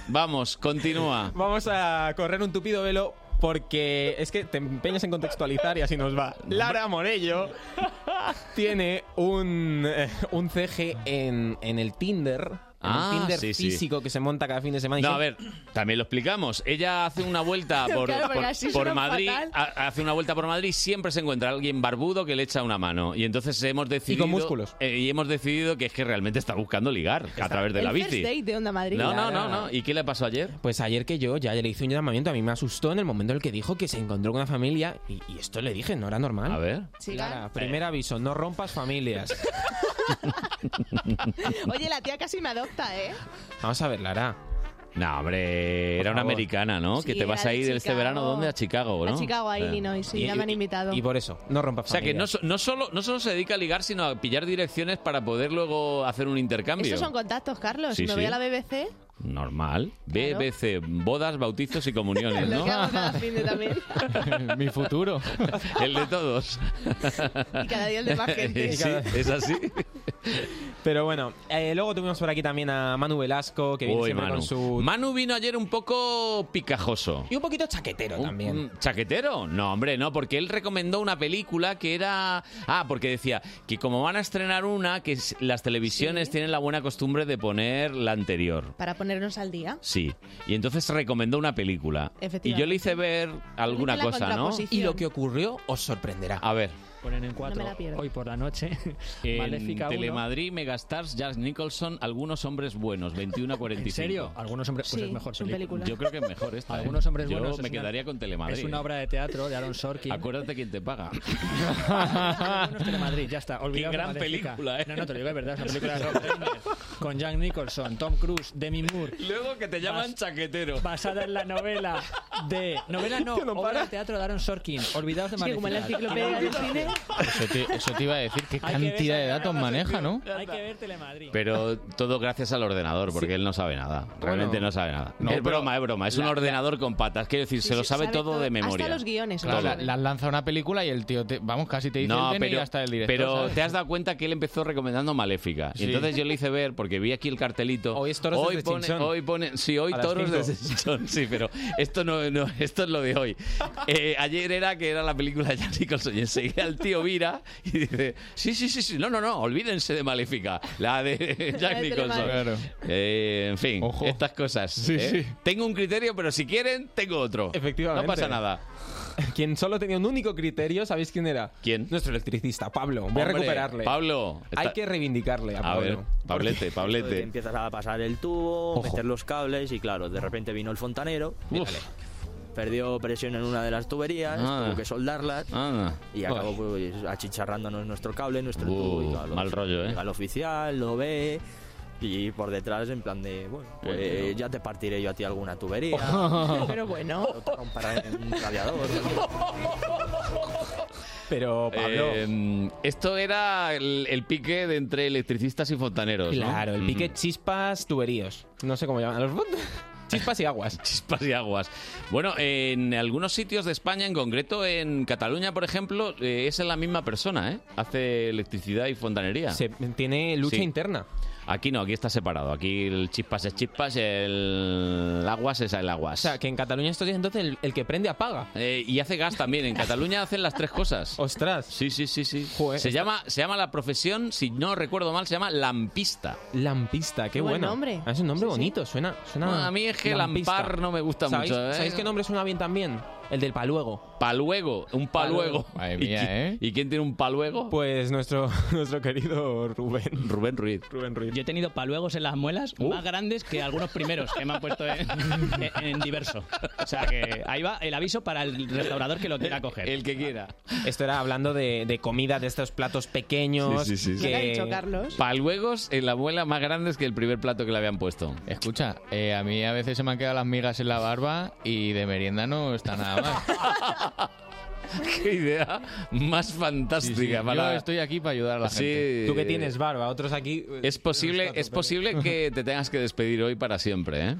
[SPEAKER 2] Vamos, continúa.
[SPEAKER 3] Vamos a correr un tupido velo porque es que te empeñas en contextualizar y así nos va. Lara Morello tiene un, eh, un CG en, en el Tinder. en
[SPEAKER 2] Ah,
[SPEAKER 3] el Tinder
[SPEAKER 2] sí, sí.
[SPEAKER 3] físico que se monta cada fin de semana. y
[SPEAKER 2] No,
[SPEAKER 3] se-
[SPEAKER 2] a ver, también lo explicamos. Ella hace una vuelta por,
[SPEAKER 3] Claro, porque
[SPEAKER 2] por-
[SPEAKER 3] así
[SPEAKER 2] por
[SPEAKER 3] suena
[SPEAKER 2] Madrid,
[SPEAKER 3] fatal.
[SPEAKER 2] ha- hace una vuelta por Madrid y siempre se encuentra alguien barbudo que le echa una mano. Y entonces hemos decidido
[SPEAKER 3] músculos.
[SPEAKER 2] eh, y hemos decidido que es que realmente está buscando ligar a través de
[SPEAKER 4] el
[SPEAKER 2] la
[SPEAKER 4] first
[SPEAKER 2] bici.
[SPEAKER 4] date de Onda Madrid.
[SPEAKER 2] No, no, no, no. ¿Y qué le pasó ayer?
[SPEAKER 3] Pues ayer que yo ya le hice un llamamiento, a mí me asustó en el momento en el que dijo que se encontró con una familia y, y esto le dije, no era normal. A
[SPEAKER 2] ver.
[SPEAKER 4] Siga.
[SPEAKER 3] primer aviso, no rompas familias.
[SPEAKER 4] Oye, la tía casi me adopta, ¿eh?
[SPEAKER 3] Vamos a ver, Lara.
[SPEAKER 2] No, hombre, era una
[SPEAKER 3] favor.
[SPEAKER 2] americana, ¿no?
[SPEAKER 4] Sí,
[SPEAKER 2] que te vas
[SPEAKER 4] era
[SPEAKER 2] a
[SPEAKER 4] de
[SPEAKER 2] ir este
[SPEAKER 4] Chicago.
[SPEAKER 2] verano, ¿dónde? A Chicago, ¿no?
[SPEAKER 4] A Chicago, a
[SPEAKER 2] Eh.
[SPEAKER 4] Illinois, sí,
[SPEAKER 2] Y-
[SPEAKER 4] ya me han invitado.
[SPEAKER 3] Y por eso, no rompas
[SPEAKER 2] O sea, que no,
[SPEAKER 3] familias.
[SPEAKER 2] so- no solo, no solo se dedica a ligar, sino a pillar direcciones para poder luego hacer un intercambio.
[SPEAKER 4] Estos son contactos, Carlos.
[SPEAKER 2] Sí,
[SPEAKER 4] me
[SPEAKER 2] sí.
[SPEAKER 4] voy a la BBC.
[SPEAKER 2] Normal. BBC, bodas, bautizos y comuniones,
[SPEAKER 4] Lo
[SPEAKER 2] ¿no?
[SPEAKER 4] que hago cada fin de también.
[SPEAKER 2] Mi futuro. El de todos. Y
[SPEAKER 4] cada día el de más gente.
[SPEAKER 2] Sí, es así.
[SPEAKER 3] Pero bueno, eh, luego tuvimos por aquí también a Manu Velasco, que viene
[SPEAKER 2] Uy,
[SPEAKER 3] siempre
[SPEAKER 2] Manu.
[SPEAKER 3] con su...
[SPEAKER 2] Manu vino ayer un poco picajoso.
[SPEAKER 3] Y un poquito chaquetero también.
[SPEAKER 2] Mm, ¿Chaquetero? No, hombre, no, porque él recomendó una película que era... Ah, porque decía que como van a estrenar una, que s- las televisiones tienen la buena costumbre de poner la anterior.
[SPEAKER 4] Para ponernos al día.
[SPEAKER 2] Sí. Y entonces recomendó una película. Y yo le hice ver alguna
[SPEAKER 4] Hice la
[SPEAKER 2] cosa, ¿no?
[SPEAKER 4] contraposición. Y lo que
[SPEAKER 3] ocurrió os sorprenderá.
[SPEAKER 2] A ver.
[SPEAKER 1] Ponen en cuatro
[SPEAKER 4] me la pierdo.
[SPEAKER 1] hoy por la noche.
[SPEAKER 2] En
[SPEAKER 1] Maléfica uno.
[SPEAKER 2] Telemadrid, Megastars, Jack Nicholson, algunos hombres buenos, 21 a 45.
[SPEAKER 1] ¿En serio? Algunos hombres... Pues es mejor su película.
[SPEAKER 2] Yo creo que es mejor esta. ¿eh?
[SPEAKER 1] Algunos hombres
[SPEAKER 2] Yo
[SPEAKER 1] buenos.
[SPEAKER 2] me
[SPEAKER 1] es una-
[SPEAKER 2] quedaría con Telemadrid. Ah.
[SPEAKER 1] Es una obra de teatro de Aaron Sorkin.
[SPEAKER 2] Acuérdate quién te paga.
[SPEAKER 1] Algunos Telemadrid, ya está. Olvidaos
[SPEAKER 2] Qué
[SPEAKER 1] de
[SPEAKER 2] gran
[SPEAKER 1] Maléfica.
[SPEAKER 2] película, ¿eh?
[SPEAKER 1] No, no, te lo digo, es verdad. Es una película de Rob Reiner, con Jack Nicholson, Tom Cruise, Demi Moore.
[SPEAKER 2] Luego que te
[SPEAKER 1] llaman
[SPEAKER 2] chaquetero.
[SPEAKER 1] Basada en la novela de... Novela no,
[SPEAKER 3] Tío, no
[SPEAKER 1] obra
[SPEAKER 3] para.
[SPEAKER 1] de teatro de Aaron Sorkin. Olvidaos de
[SPEAKER 4] Es que como en la
[SPEAKER 1] Maléfica.
[SPEAKER 4] enciclopedia del cine.
[SPEAKER 7] Eso te, eso te iba a decir, qué
[SPEAKER 1] Hay que ver
[SPEAKER 7] cantidad de
[SPEAKER 1] esa
[SPEAKER 7] datos
[SPEAKER 1] novela,
[SPEAKER 7] maneja, ¿no?
[SPEAKER 1] Hay que ver Telemadrid.
[SPEAKER 2] Pero todo gracias al ordenador, porque él no sabe nada. Realmente no sabe nada.
[SPEAKER 7] No,
[SPEAKER 2] es
[SPEAKER 7] pero-
[SPEAKER 2] broma, es broma. Es un ordenador con patas. Quiero decir, se lo sabe, todo, de memoria.
[SPEAKER 7] Claro,
[SPEAKER 2] Todo.
[SPEAKER 7] la- las lanza una película y el tío, te- vamos, casi te dice el DNI y hasta el director.
[SPEAKER 2] pero
[SPEAKER 7] ¿sabes?
[SPEAKER 2] te has dado cuenta que él empezó recomendando Maléfica.
[SPEAKER 7] Sí.
[SPEAKER 2] Y entonces yo le hice ver, porque vi aquí el cartelito. Hoy es
[SPEAKER 3] Toros desde
[SPEAKER 2] pone,
[SPEAKER 3] Chinchón.
[SPEAKER 2] Hoy pone, sí, hoy
[SPEAKER 3] A las
[SPEAKER 2] Toros
[SPEAKER 3] cinco.
[SPEAKER 2] desde Chinchón, sí, pero esto no, no, esto es lo de hoy. Eh, ayer era que era la película de Jack Nicholson y enseguida el tío vira y dice, sí, sí, sí, sí, no, no, no, olvídense de Maléfica, la de
[SPEAKER 7] La
[SPEAKER 2] Jack
[SPEAKER 7] de
[SPEAKER 2] Nicholson.
[SPEAKER 7] Claro.
[SPEAKER 2] Eh, en fin, estas cosas.
[SPEAKER 3] Sí,
[SPEAKER 2] ¿eh?
[SPEAKER 3] sí.
[SPEAKER 2] Tengo un criterio, pero si quieren, tengo otro.
[SPEAKER 3] Efectivamente.
[SPEAKER 2] No pasa nada.
[SPEAKER 3] Quien solo tenía un único criterio, ¿sabéis quién era?
[SPEAKER 2] ¿Quién?
[SPEAKER 3] Nuestro electricista, Pablo. Voy a
[SPEAKER 2] Hombre,
[SPEAKER 3] recuperarle.
[SPEAKER 2] Pablo, está-
[SPEAKER 3] Hay que reivindicarle a,
[SPEAKER 2] A
[SPEAKER 3] Pablo.
[SPEAKER 2] ver, Pablete,
[SPEAKER 44] Entonces
[SPEAKER 2] Pablete.
[SPEAKER 44] Empiezas a pasar el tubo, meter los cables y claro, de repente vino el fontanero. Perdió presión en una de las tuberías,
[SPEAKER 2] Ah.
[SPEAKER 44] tuvo que soldarlas
[SPEAKER 2] Ah.
[SPEAKER 44] y
[SPEAKER 2] Uy.
[SPEAKER 44] acabó pues, achicharrándonos nuestro cable, nuestro
[SPEAKER 2] Uh,
[SPEAKER 44] tubo. Y, claro,
[SPEAKER 2] mal rollo, ¿eh?
[SPEAKER 44] Llega el oficial, lo ve y por detrás en plan de, bueno, pues,
[SPEAKER 2] Bueno.
[SPEAKER 44] ya te partiré yo a ti alguna tubería.
[SPEAKER 4] Pero bueno.
[SPEAKER 44] Para un radiador.
[SPEAKER 3] Pero Pablo.
[SPEAKER 2] Eh, esto era el, el pique de entre electricistas y fontaneros. ¿no?
[SPEAKER 3] Claro, el pique
[SPEAKER 2] Mm.
[SPEAKER 3] chispas tuberíos. No sé cómo llaman a los fondos. Chispas y aguas.
[SPEAKER 2] Chispas y aguas. Bueno, en algunos sitios de España, en concreto en Cataluña, por ejemplo, eh, es la misma persona, ¿eh? Hace electricidad y fontanería.
[SPEAKER 3] Se- tiene lucha interna.
[SPEAKER 2] Aquí no, aquí está separado. Aquí el chispas es chispas, el aguas es el aguas.
[SPEAKER 3] O sea, que en Cataluña estos días entonces el, el que prende apaga.
[SPEAKER 2] Eh, y hace gas también. En Cataluña hacen las tres cosas.
[SPEAKER 3] Ostras.
[SPEAKER 2] Sí, sí, sí, sí. se,
[SPEAKER 3] esta-
[SPEAKER 2] llama, se llama la profesión, si no recuerdo mal, se llama lampista.
[SPEAKER 3] Lampista, qué,
[SPEAKER 2] Qué buen
[SPEAKER 3] bueno.
[SPEAKER 2] nombre.
[SPEAKER 3] Ah, Es un nombre
[SPEAKER 2] Sí, sí.
[SPEAKER 3] bonito, suena, suena.
[SPEAKER 2] No, a mí es que
[SPEAKER 3] lampista.
[SPEAKER 2] lampar no me gusta
[SPEAKER 3] ¿Sabéis-
[SPEAKER 2] mucho, ¿eh?
[SPEAKER 3] ¿Sabéis qué nombre suena bien también? El del paluego.
[SPEAKER 2] Paluego, un paluego.
[SPEAKER 3] Madre
[SPEAKER 2] ¿Y
[SPEAKER 3] mía,
[SPEAKER 2] qui-
[SPEAKER 3] ¿eh?
[SPEAKER 2] ¿Y quién tiene un paluego?
[SPEAKER 3] Pues nuestro, nuestro querido Rubén.
[SPEAKER 2] Rubén Ruiz.
[SPEAKER 3] Rubén Ruiz.
[SPEAKER 45] Yo he tenido paluegos pues en las muelas más grandes que algunos primeros que me han puesto en, en- en diverso. O sea que ahí va el aviso para el restaurador que lo quiera coger.
[SPEAKER 2] El que quiera.
[SPEAKER 3] Esto era hablando de, de comida, de estos platos pequeños.
[SPEAKER 2] Sí, sí, sí, sí.
[SPEAKER 3] que-
[SPEAKER 2] Paluegos en la abuela más grandes que el primer plato que le habían puesto.
[SPEAKER 7] Escucha, eh, a mí a veces se me han quedado las migas en la barba y de merienda no está nada mal.
[SPEAKER 2] Qué idea más fantástica para-
[SPEAKER 7] Yo estoy aquí para ayudar a la
[SPEAKER 2] Sí.
[SPEAKER 7] gente.
[SPEAKER 3] Tú que tienes barba, otros aquí.
[SPEAKER 2] Es posible,
[SPEAKER 3] pues,
[SPEAKER 2] es posible que te tengas que despedir hoy para siempre, ¿eh?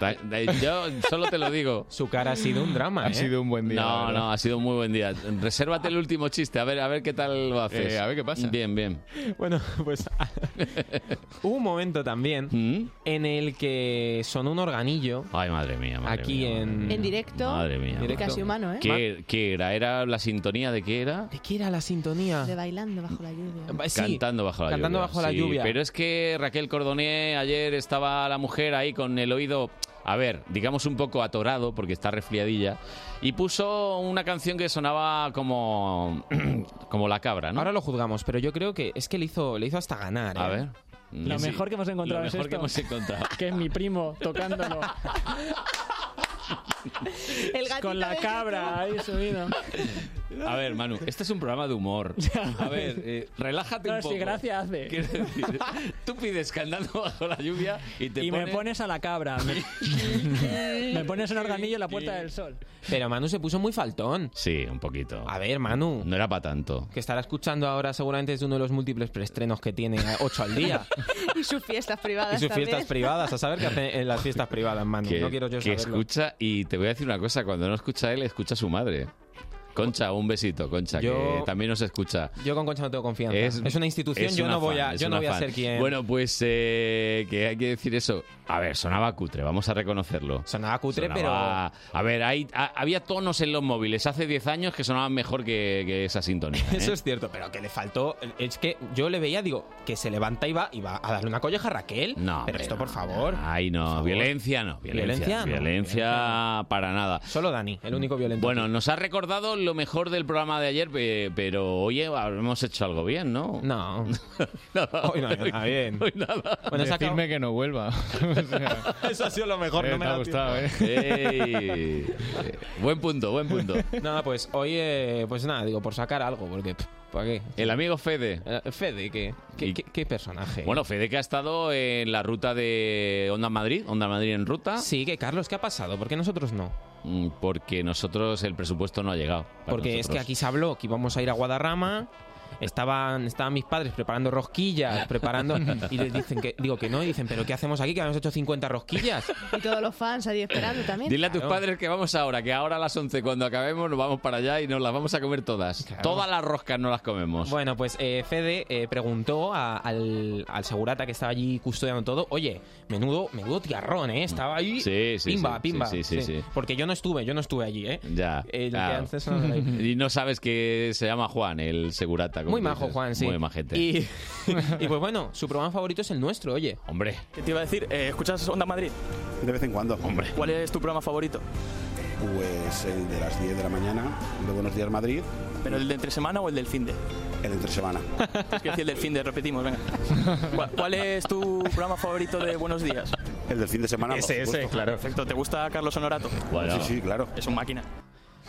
[SPEAKER 2] Ta- de- Yo solo te lo digo.
[SPEAKER 3] Su cara ha sido un drama. ¿eh?
[SPEAKER 7] Ha sido un buen día, la
[SPEAKER 2] No,
[SPEAKER 7] verdad.
[SPEAKER 2] no, ha sido un muy buen día. Resérvate el último chiste, a ver, a ver qué tal lo haces.
[SPEAKER 7] Eh, a ver qué pasa.
[SPEAKER 2] Bien, bien.
[SPEAKER 3] Bueno, pues hubo un momento también en el que sonó un organillo.
[SPEAKER 2] ¿Mm? Ay, madre mía,
[SPEAKER 3] Aquí en.
[SPEAKER 4] En directo.
[SPEAKER 2] Mm. Madre mía.
[SPEAKER 4] Directo. Casi humano, ¿eh?
[SPEAKER 2] ¿Qué, qué era? ¿Era la sintonía de qué era?
[SPEAKER 3] ¿De qué era la sintonía?
[SPEAKER 4] De bailando bajo la lluvia.
[SPEAKER 2] cantando bajo la
[SPEAKER 3] cantando
[SPEAKER 2] lluvia.
[SPEAKER 3] bajo la
[SPEAKER 2] sí.
[SPEAKER 3] lluvia.
[SPEAKER 2] Pero es que Raquel Cordonier, ayer estaba la mujer ahí con el oído, a ver, digamos un poco atorado porque está resfriadilla, y puso una canción que sonaba como, como la cabra, ¿no?
[SPEAKER 3] Ahora lo juzgamos, pero yo creo que es que le hizo, le hizo hasta ganar. ¿eh?
[SPEAKER 2] A ver.
[SPEAKER 3] Lo
[SPEAKER 2] Sí.
[SPEAKER 3] mejor que hemos encontrado
[SPEAKER 2] Lo
[SPEAKER 3] es
[SPEAKER 2] mejor que
[SPEAKER 3] esto.
[SPEAKER 2] hemos encontrado.
[SPEAKER 28] que es mi primo tocándolo. Con la cabra ahí subido.
[SPEAKER 2] A ver, Manu, este es un programa de humor. A ver, eh, relájate
[SPEAKER 28] No,
[SPEAKER 2] un
[SPEAKER 28] sí,
[SPEAKER 2] poco.
[SPEAKER 28] gracias
[SPEAKER 1] eh.
[SPEAKER 28] hace.
[SPEAKER 2] Quiero decir, tú pides cantando bajo la lluvia y te
[SPEAKER 28] Y me
[SPEAKER 2] pones...
[SPEAKER 28] pones a la cabra. Me, me pones un organillo en la puerta del sol.
[SPEAKER 3] Pero Manu se puso muy faltón.
[SPEAKER 2] Sí, un poquito.
[SPEAKER 3] A ver, Manu.
[SPEAKER 2] No era para tanto.
[SPEAKER 3] Que estará escuchando ahora seguramente es uno de los múltiples preestrenos que tiene 8 al día.
[SPEAKER 4] Y sus fiestas
[SPEAKER 3] y
[SPEAKER 4] privadas
[SPEAKER 3] sus
[SPEAKER 4] también.
[SPEAKER 3] fiestas privadas. A saber qué hace en las fiestas privadas, Manu.
[SPEAKER 2] que,
[SPEAKER 3] no quiero yo
[SPEAKER 2] que
[SPEAKER 3] saberlo.
[SPEAKER 2] escucha y te voy a decir una cosa, cuando no escucha él, escucha a su madre. Concha, un besito, Concha, que
[SPEAKER 3] Yo-
[SPEAKER 2] también nos escucha.
[SPEAKER 3] Yo con Concha no tengo confianza. Es, una institución,
[SPEAKER 2] es
[SPEAKER 3] yo
[SPEAKER 2] una
[SPEAKER 3] no voy
[SPEAKER 2] fan,
[SPEAKER 3] a,
[SPEAKER 2] es
[SPEAKER 3] yo no
[SPEAKER 2] una
[SPEAKER 3] voy a
[SPEAKER 2] fan.
[SPEAKER 3] ser quien.
[SPEAKER 2] Bueno, pues eh, que hay que decir eso. A ver, sonaba cutre, vamos a reconocerlo.
[SPEAKER 3] Sonaba cutre,
[SPEAKER 2] pero... A ver, hay, ha- había tonos en los móviles hace 10 años que sonaban mejor que, que esa sintonía. ¿eh?
[SPEAKER 3] Eso es cierto, pero que le faltó. Es que yo le veía, digo, que se levanta y va, y va a darle una colleja a Raquel.
[SPEAKER 2] No,
[SPEAKER 3] pero
[SPEAKER 2] hombre,
[SPEAKER 3] esto, por favor.
[SPEAKER 2] Ay, no, violencia no, violencia,
[SPEAKER 3] Violencia no,
[SPEAKER 2] violencia para nada. Mm,
[SPEAKER 3] Solo Dani, el único violento.
[SPEAKER 2] Bueno, nos ha recordado lo mejor del programa de ayer, pe- pero oye, hemos hecho algo bien, ¿no?
[SPEAKER 3] No.
[SPEAKER 2] hoy
[SPEAKER 3] no, no, nada bien.
[SPEAKER 2] Hoy nada.
[SPEAKER 3] Bueno, se ha
[SPEAKER 7] Decirme que no vuelva.
[SPEAKER 3] Eso ha sido lo mejor,
[SPEAKER 7] Eh,
[SPEAKER 3] no me
[SPEAKER 7] te ha
[SPEAKER 3] da
[SPEAKER 7] gustado,
[SPEAKER 3] tiempo.
[SPEAKER 2] Ey. Eh, Buen punto, buen punto.
[SPEAKER 3] Nada, pues hoy, eh, pues nada, digo, por sacar algo, porque. pff, ¿Para qué? Eh,
[SPEAKER 2] El amigo Fede.
[SPEAKER 3] Fede, ¿qué, qué, qué- qué personaje?
[SPEAKER 2] Bueno, Fede que ha estado en la ruta de Onda Madrid, Onda Madrid en ruta.
[SPEAKER 3] Sí, que Carlos, ¿qué ha pasado? ¿Por qué nosotros no?
[SPEAKER 2] Mm, Porque nosotros el presupuesto no ha llegado. para
[SPEAKER 3] Porque es
[SPEAKER 2] nosotros.
[SPEAKER 3] que aquí se habló que íbamos a ir a Guadarrama. Estaban, estaban mis padres preparando rosquillas, preparando. Y les dicen que. Digo que no, y dicen, ¿pero qué hacemos aquí? Que habíamos hecho 50 rosquillas.
[SPEAKER 4] Y todos los fans ahí esperando también.
[SPEAKER 2] Dile a tus padres que vamos ahora, que ahora a las 11 cuando acabemos nos vamos para allá y nos las vamos a comer todas. Todas las roscas no las comemos.
[SPEAKER 3] Bueno, pues eh, Fede eh, preguntó a- al, al segurata que estaba allí custodiando todo, oye, menudo, menudo tiarrón, ¿eh? Estaba ahí,
[SPEAKER 2] Sí, sí,
[SPEAKER 3] pimba,
[SPEAKER 2] sí,
[SPEAKER 3] pimba.
[SPEAKER 2] sí, sí, sí, sí.
[SPEAKER 3] Porque yo no estuve, yo no estuve allí, ¿eh?
[SPEAKER 2] Ya.
[SPEAKER 3] Eh, lo que
[SPEAKER 2] claro.
[SPEAKER 3] antes no era ahí.
[SPEAKER 2] y no sabes que se llama Juan, el segurata. como
[SPEAKER 3] Muy
[SPEAKER 2] tú
[SPEAKER 3] majo,
[SPEAKER 2] dices.
[SPEAKER 3] Juan, sí.
[SPEAKER 2] Muy majete.
[SPEAKER 3] Y, y pues bueno, su programa favorito es el nuestro, oye.
[SPEAKER 2] Hombre.
[SPEAKER 23] ¿Qué te iba a decir? Eh, ¿Escuchas Onda Madrid?
[SPEAKER 46] De vez en cuando. Hombre.
[SPEAKER 23] ¿Cuál es tu programa favorito?
[SPEAKER 46] Pues el de las 10 de la mañana, el de Buenos Días Madrid.
[SPEAKER 23] ¿Pero el de entre semana o el del fin de?
[SPEAKER 46] El de entre semana.
[SPEAKER 23] Es que decir el del fin de, repetimos, venga. ¿Cuál, cuál es tu programa favorito de Buenos Días?
[SPEAKER 46] El del fin de semana. por
[SPEAKER 23] Ese, ese,
[SPEAKER 46] supuesto.
[SPEAKER 23] claro. Perfecto. ¿Te gusta Carlos Honorato?
[SPEAKER 46] Bueno. Sí, sí, claro.
[SPEAKER 23] Es un máquina.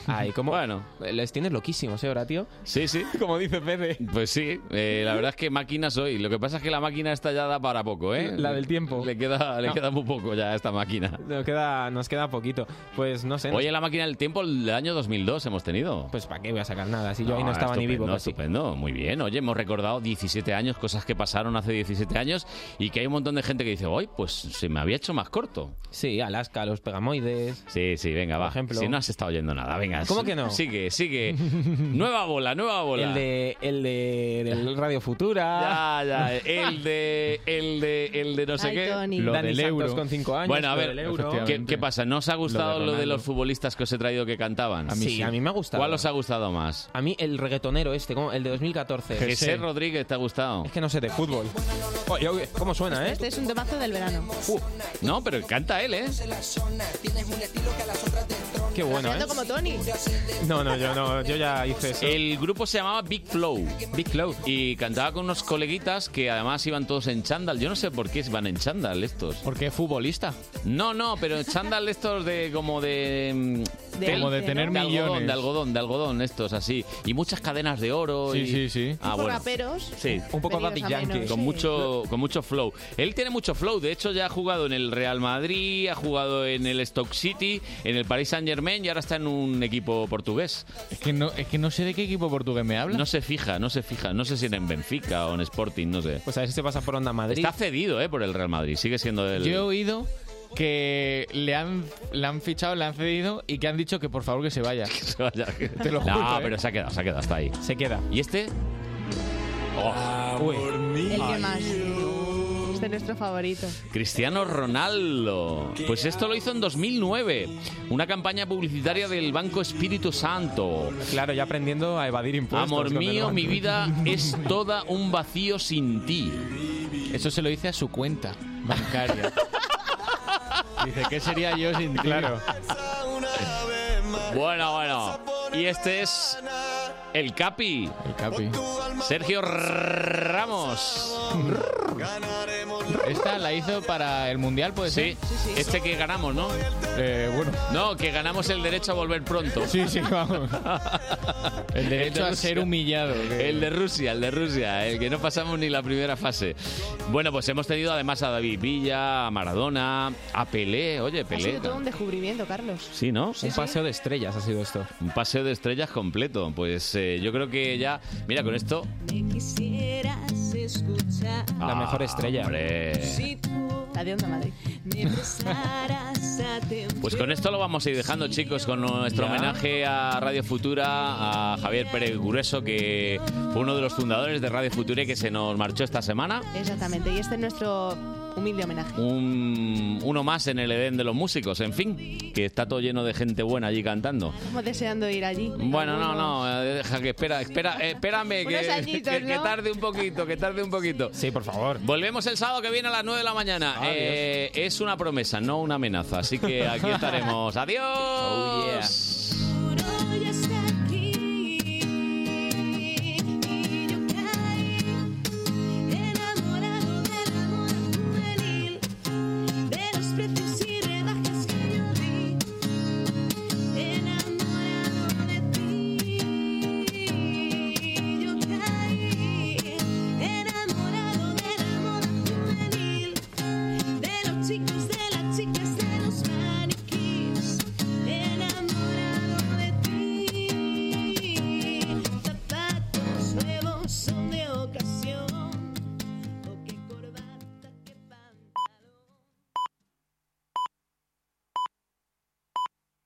[SPEAKER 3] Ay, como
[SPEAKER 2] Bueno.
[SPEAKER 3] Les tienes loquísimos, ¿eh, ahora, tío?
[SPEAKER 2] Sí, sí.
[SPEAKER 3] Como dice Pepe.
[SPEAKER 2] Pues sí, eh, la verdad es que máquina soy. Lo que pasa es que la máquina está ya da para poco, ¿eh?
[SPEAKER 3] La del tiempo.
[SPEAKER 2] Le queda, le
[SPEAKER 3] No.
[SPEAKER 2] queda muy poco ya a esta máquina.
[SPEAKER 3] Nos queda, nos queda poquito. Pues no sé.
[SPEAKER 2] Oye, la máquina del tiempo del año 2002 hemos tenido.
[SPEAKER 3] Pues para qué voy a sacar nada, si yo ahí no estaba ni vivo
[SPEAKER 2] estupendo,
[SPEAKER 3] casi.
[SPEAKER 2] estupendo, muy bien. Oye, hemos recordado 17 años, cosas que pasaron hace 17 años y que hay un montón de gente que dice, hoy pues se me había hecho más corto.
[SPEAKER 3] Sí, Alaska, los pegamoides.
[SPEAKER 2] Sí, sí, venga, va.
[SPEAKER 3] ejemplo.
[SPEAKER 2] Si no has estado oyendo nada, venga.
[SPEAKER 3] ¿Cómo
[SPEAKER 2] sí-
[SPEAKER 3] que no?
[SPEAKER 2] Sigue, sigue. nueva bola, nueva bola.
[SPEAKER 3] El de, el de del Radio Futura.
[SPEAKER 2] Ya, ya, el de, el de, el de no sé
[SPEAKER 3] Ay,
[SPEAKER 2] qué.
[SPEAKER 3] Tony. Lo del euro. con cinco años,
[SPEAKER 2] Bueno, a
[SPEAKER 3] lo
[SPEAKER 2] ver,
[SPEAKER 3] del euro.
[SPEAKER 2] ¿qué, qué pasa? ¿No os ha gustado lo de,
[SPEAKER 3] Ronaldo.
[SPEAKER 2] los futbolistas que os he traído que cantaban?
[SPEAKER 3] A mí sí, a mí me ha gustado.
[SPEAKER 2] ¿Cuál os ha gustado más?
[SPEAKER 3] A mí el reggaetonero este, como el de 2014.
[SPEAKER 2] José Rodríguez, ¿te ha gustado?
[SPEAKER 3] Es que no sé de fútbol. Oye, oye, ¿Cómo suena, eh?
[SPEAKER 4] Este es un temazo del verano.
[SPEAKER 2] No, pero canta él, ¿eh?
[SPEAKER 3] Qué bueno, ¿eh?
[SPEAKER 4] Haciendo como Tony.
[SPEAKER 3] No, no, yo no, yo ya hice eso.
[SPEAKER 2] El grupo se llamaba Big Flow.
[SPEAKER 3] Big Flow.
[SPEAKER 2] Y cantaba con unos coleguitas que además iban todos en chándal. Yo no sé por qué van en chándal estos.
[SPEAKER 7] Porque es futbolista.
[SPEAKER 2] No, no, pero chándal estos de como de... mm,
[SPEAKER 7] De Como de arte, tener
[SPEAKER 2] de algodón,
[SPEAKER 7] millones.
[SPEAKER 2] de algodón, de algodón, estos así. Y muchas cadenas de oro.
[SPEAKER 7] Sí,
[SPEAKER 2] y...
[SPEAKER 7] sí, sí.
[SPEAKER 2] Ah,
[SPEAKER 4] Tipo
[SPEAKER 2] bueno.
[SPEAKER 4] raperos.
[SPEAKER 2] Sí,
[SPEAKER 4] Un poco Venidos Daddy a menos, Yankee.
[SPEAKER 2] Con
[SPEAKER 4] sí.
[SPEAKER 2] mucho, con mucho flow. Él tiene mucho flow. De hecho, ya ha jugado en el Real Madrid, ha jugado en el Stock City, en el Paris Saint Germain y ahora está en un equipo portugués.
[SPEAKER 7] Es que no, es que no sé de qué equipo portugués me habla.
[SPEAKER 2] No se fija, no se fija. No sé si en Benfica o en Sporting, no sé.
[SPEAKER 3] Pues a ver si se pasa por Onda Madrid.
[SPEAKER 2] Está cedido, ¿eh? Por el Real Madrid. Sigue siendo el.
[SPEAKER 7] Yo he oído que le han, le han fichado, le han cedido y que han dicho que por favor que se vaya.
[SPEAKER 2] Se vaya.
[SPEAKER 7] Te lo juro.
[SPEAKER 2] No,
[SPEAKER 7] ¿eh?
[SPEAKER 2] pero se ha quedado, se ha quedado, está ahí.
[SPEAKER 3] Se queda.
[SPEAKER 2] ¿Y este? Oh.
[SPEAKER 4] El que más. Este es nuestro favorito.
[SPEAKER 2] Cristiano Ronaldo. Pues esto lo hizo en 2009, una campaña publicitaria del Banco Espíritu Santo.
[SPEAKER 3] Claro, ya aprendiendo a evadir impuestos.
[SPEAKER 2] Amor
[SPEAKER 3] con el
[SPEAKER 2] mío,
[SPEAKER 3] banco.
[SPEAKER 2] mi vida es toda un vacío sin ti.
[SPEAKER 7] Eso se lo dice a su cuenta bancaria. Dice, ¿qué sería yo sin ti?
[SPEAKER 3] Claro.
[SPEAKER 2] Bueno, bueno. Y este es el Capi.
[SPEAKER 7] El Capi.
[SPEAKER 2] Sergio Ramos.
[SPEAKER 7] Esta la hizo para el Mundial, puede
[SPEAKER 2] Sí, este que ganamos, ¿no?
[SPEAKER 7] ser. Eh, bueno.
[SPEAKER 2] No, que ganamos el derecho a volver pronto.
[SPEAKER 7] Sí, sí, vamos. El derecho a ser humillado. que-
[SPEAKER 2] El de Rusia, el de Rusia, el que no pasamos ni la primera fase. Bueno, pues hemos tenido además a David Villa, a Maradona, a Pelé. Oye,
[SPEAKER 4] Ha
[SPEAKER 2] Pelé.
[SPEAKER 4] sido todo un descubrimiento, Carlos.
[SPEAKER 2] Sí, ¿no?
[SPEAKER 3] Un paseo de estrellas ha sido esto.
[SPEAKER 2] Un paseo de estrellas completo. Pues eh, yo creo que ya. Mira, con esto.
[SPEAKER 6] quisieras escuchar.
[SPEAKER 3] La
[SPEAKER 2] Ah,
[SPEAKER 3] mejor estrella.
[SPEAKER 2] hombre.
[SPEAKER 6] Si tú
[SPEAKER 4] La de Onda Madrid.
[SPEAKER 6] me besaras a tiempo.
[SPEAKER 2] Pues con esto lo vamos a ir dejando, chicos, con nuestro
[SPEAKER 3] Ya.
[SPEAKER 2] homenaje a Radio Futura, a Javier Pérez Grueso, que fue uno de los fundadores de Radio Futura y que se nos marchó esta semana.
[SPEAKER 4] Exactamente. Y este es nuestro humilde homenaje.
[SPEAKER 2] Un, uno más en el Edén de los músicos, en fin, que está todo lleno de gente buena allí cantando.
[SPEAKER 4] Estamos deseando ir allí.
[SPEAKER 2] Bueno, no, no, eh, deja que espera, espera, eh, espérame, que,
[SPEAKER 4] Unos añitos,
[SPEAKER 2] que- que
[SPEAKER 4] ¿no?
[SPEAKER 2] tarde un poquito, que tarde un poquito.
[SPEAKER 3] Sí, por favor.
[SPEAKER 2] Volvemos el sábado que viene a las 9 de la mañana. Eh, es una promesa, no una amenaza, así que aquí estaremos. Adiós.
[SPEAKER 3] Oh, yeah.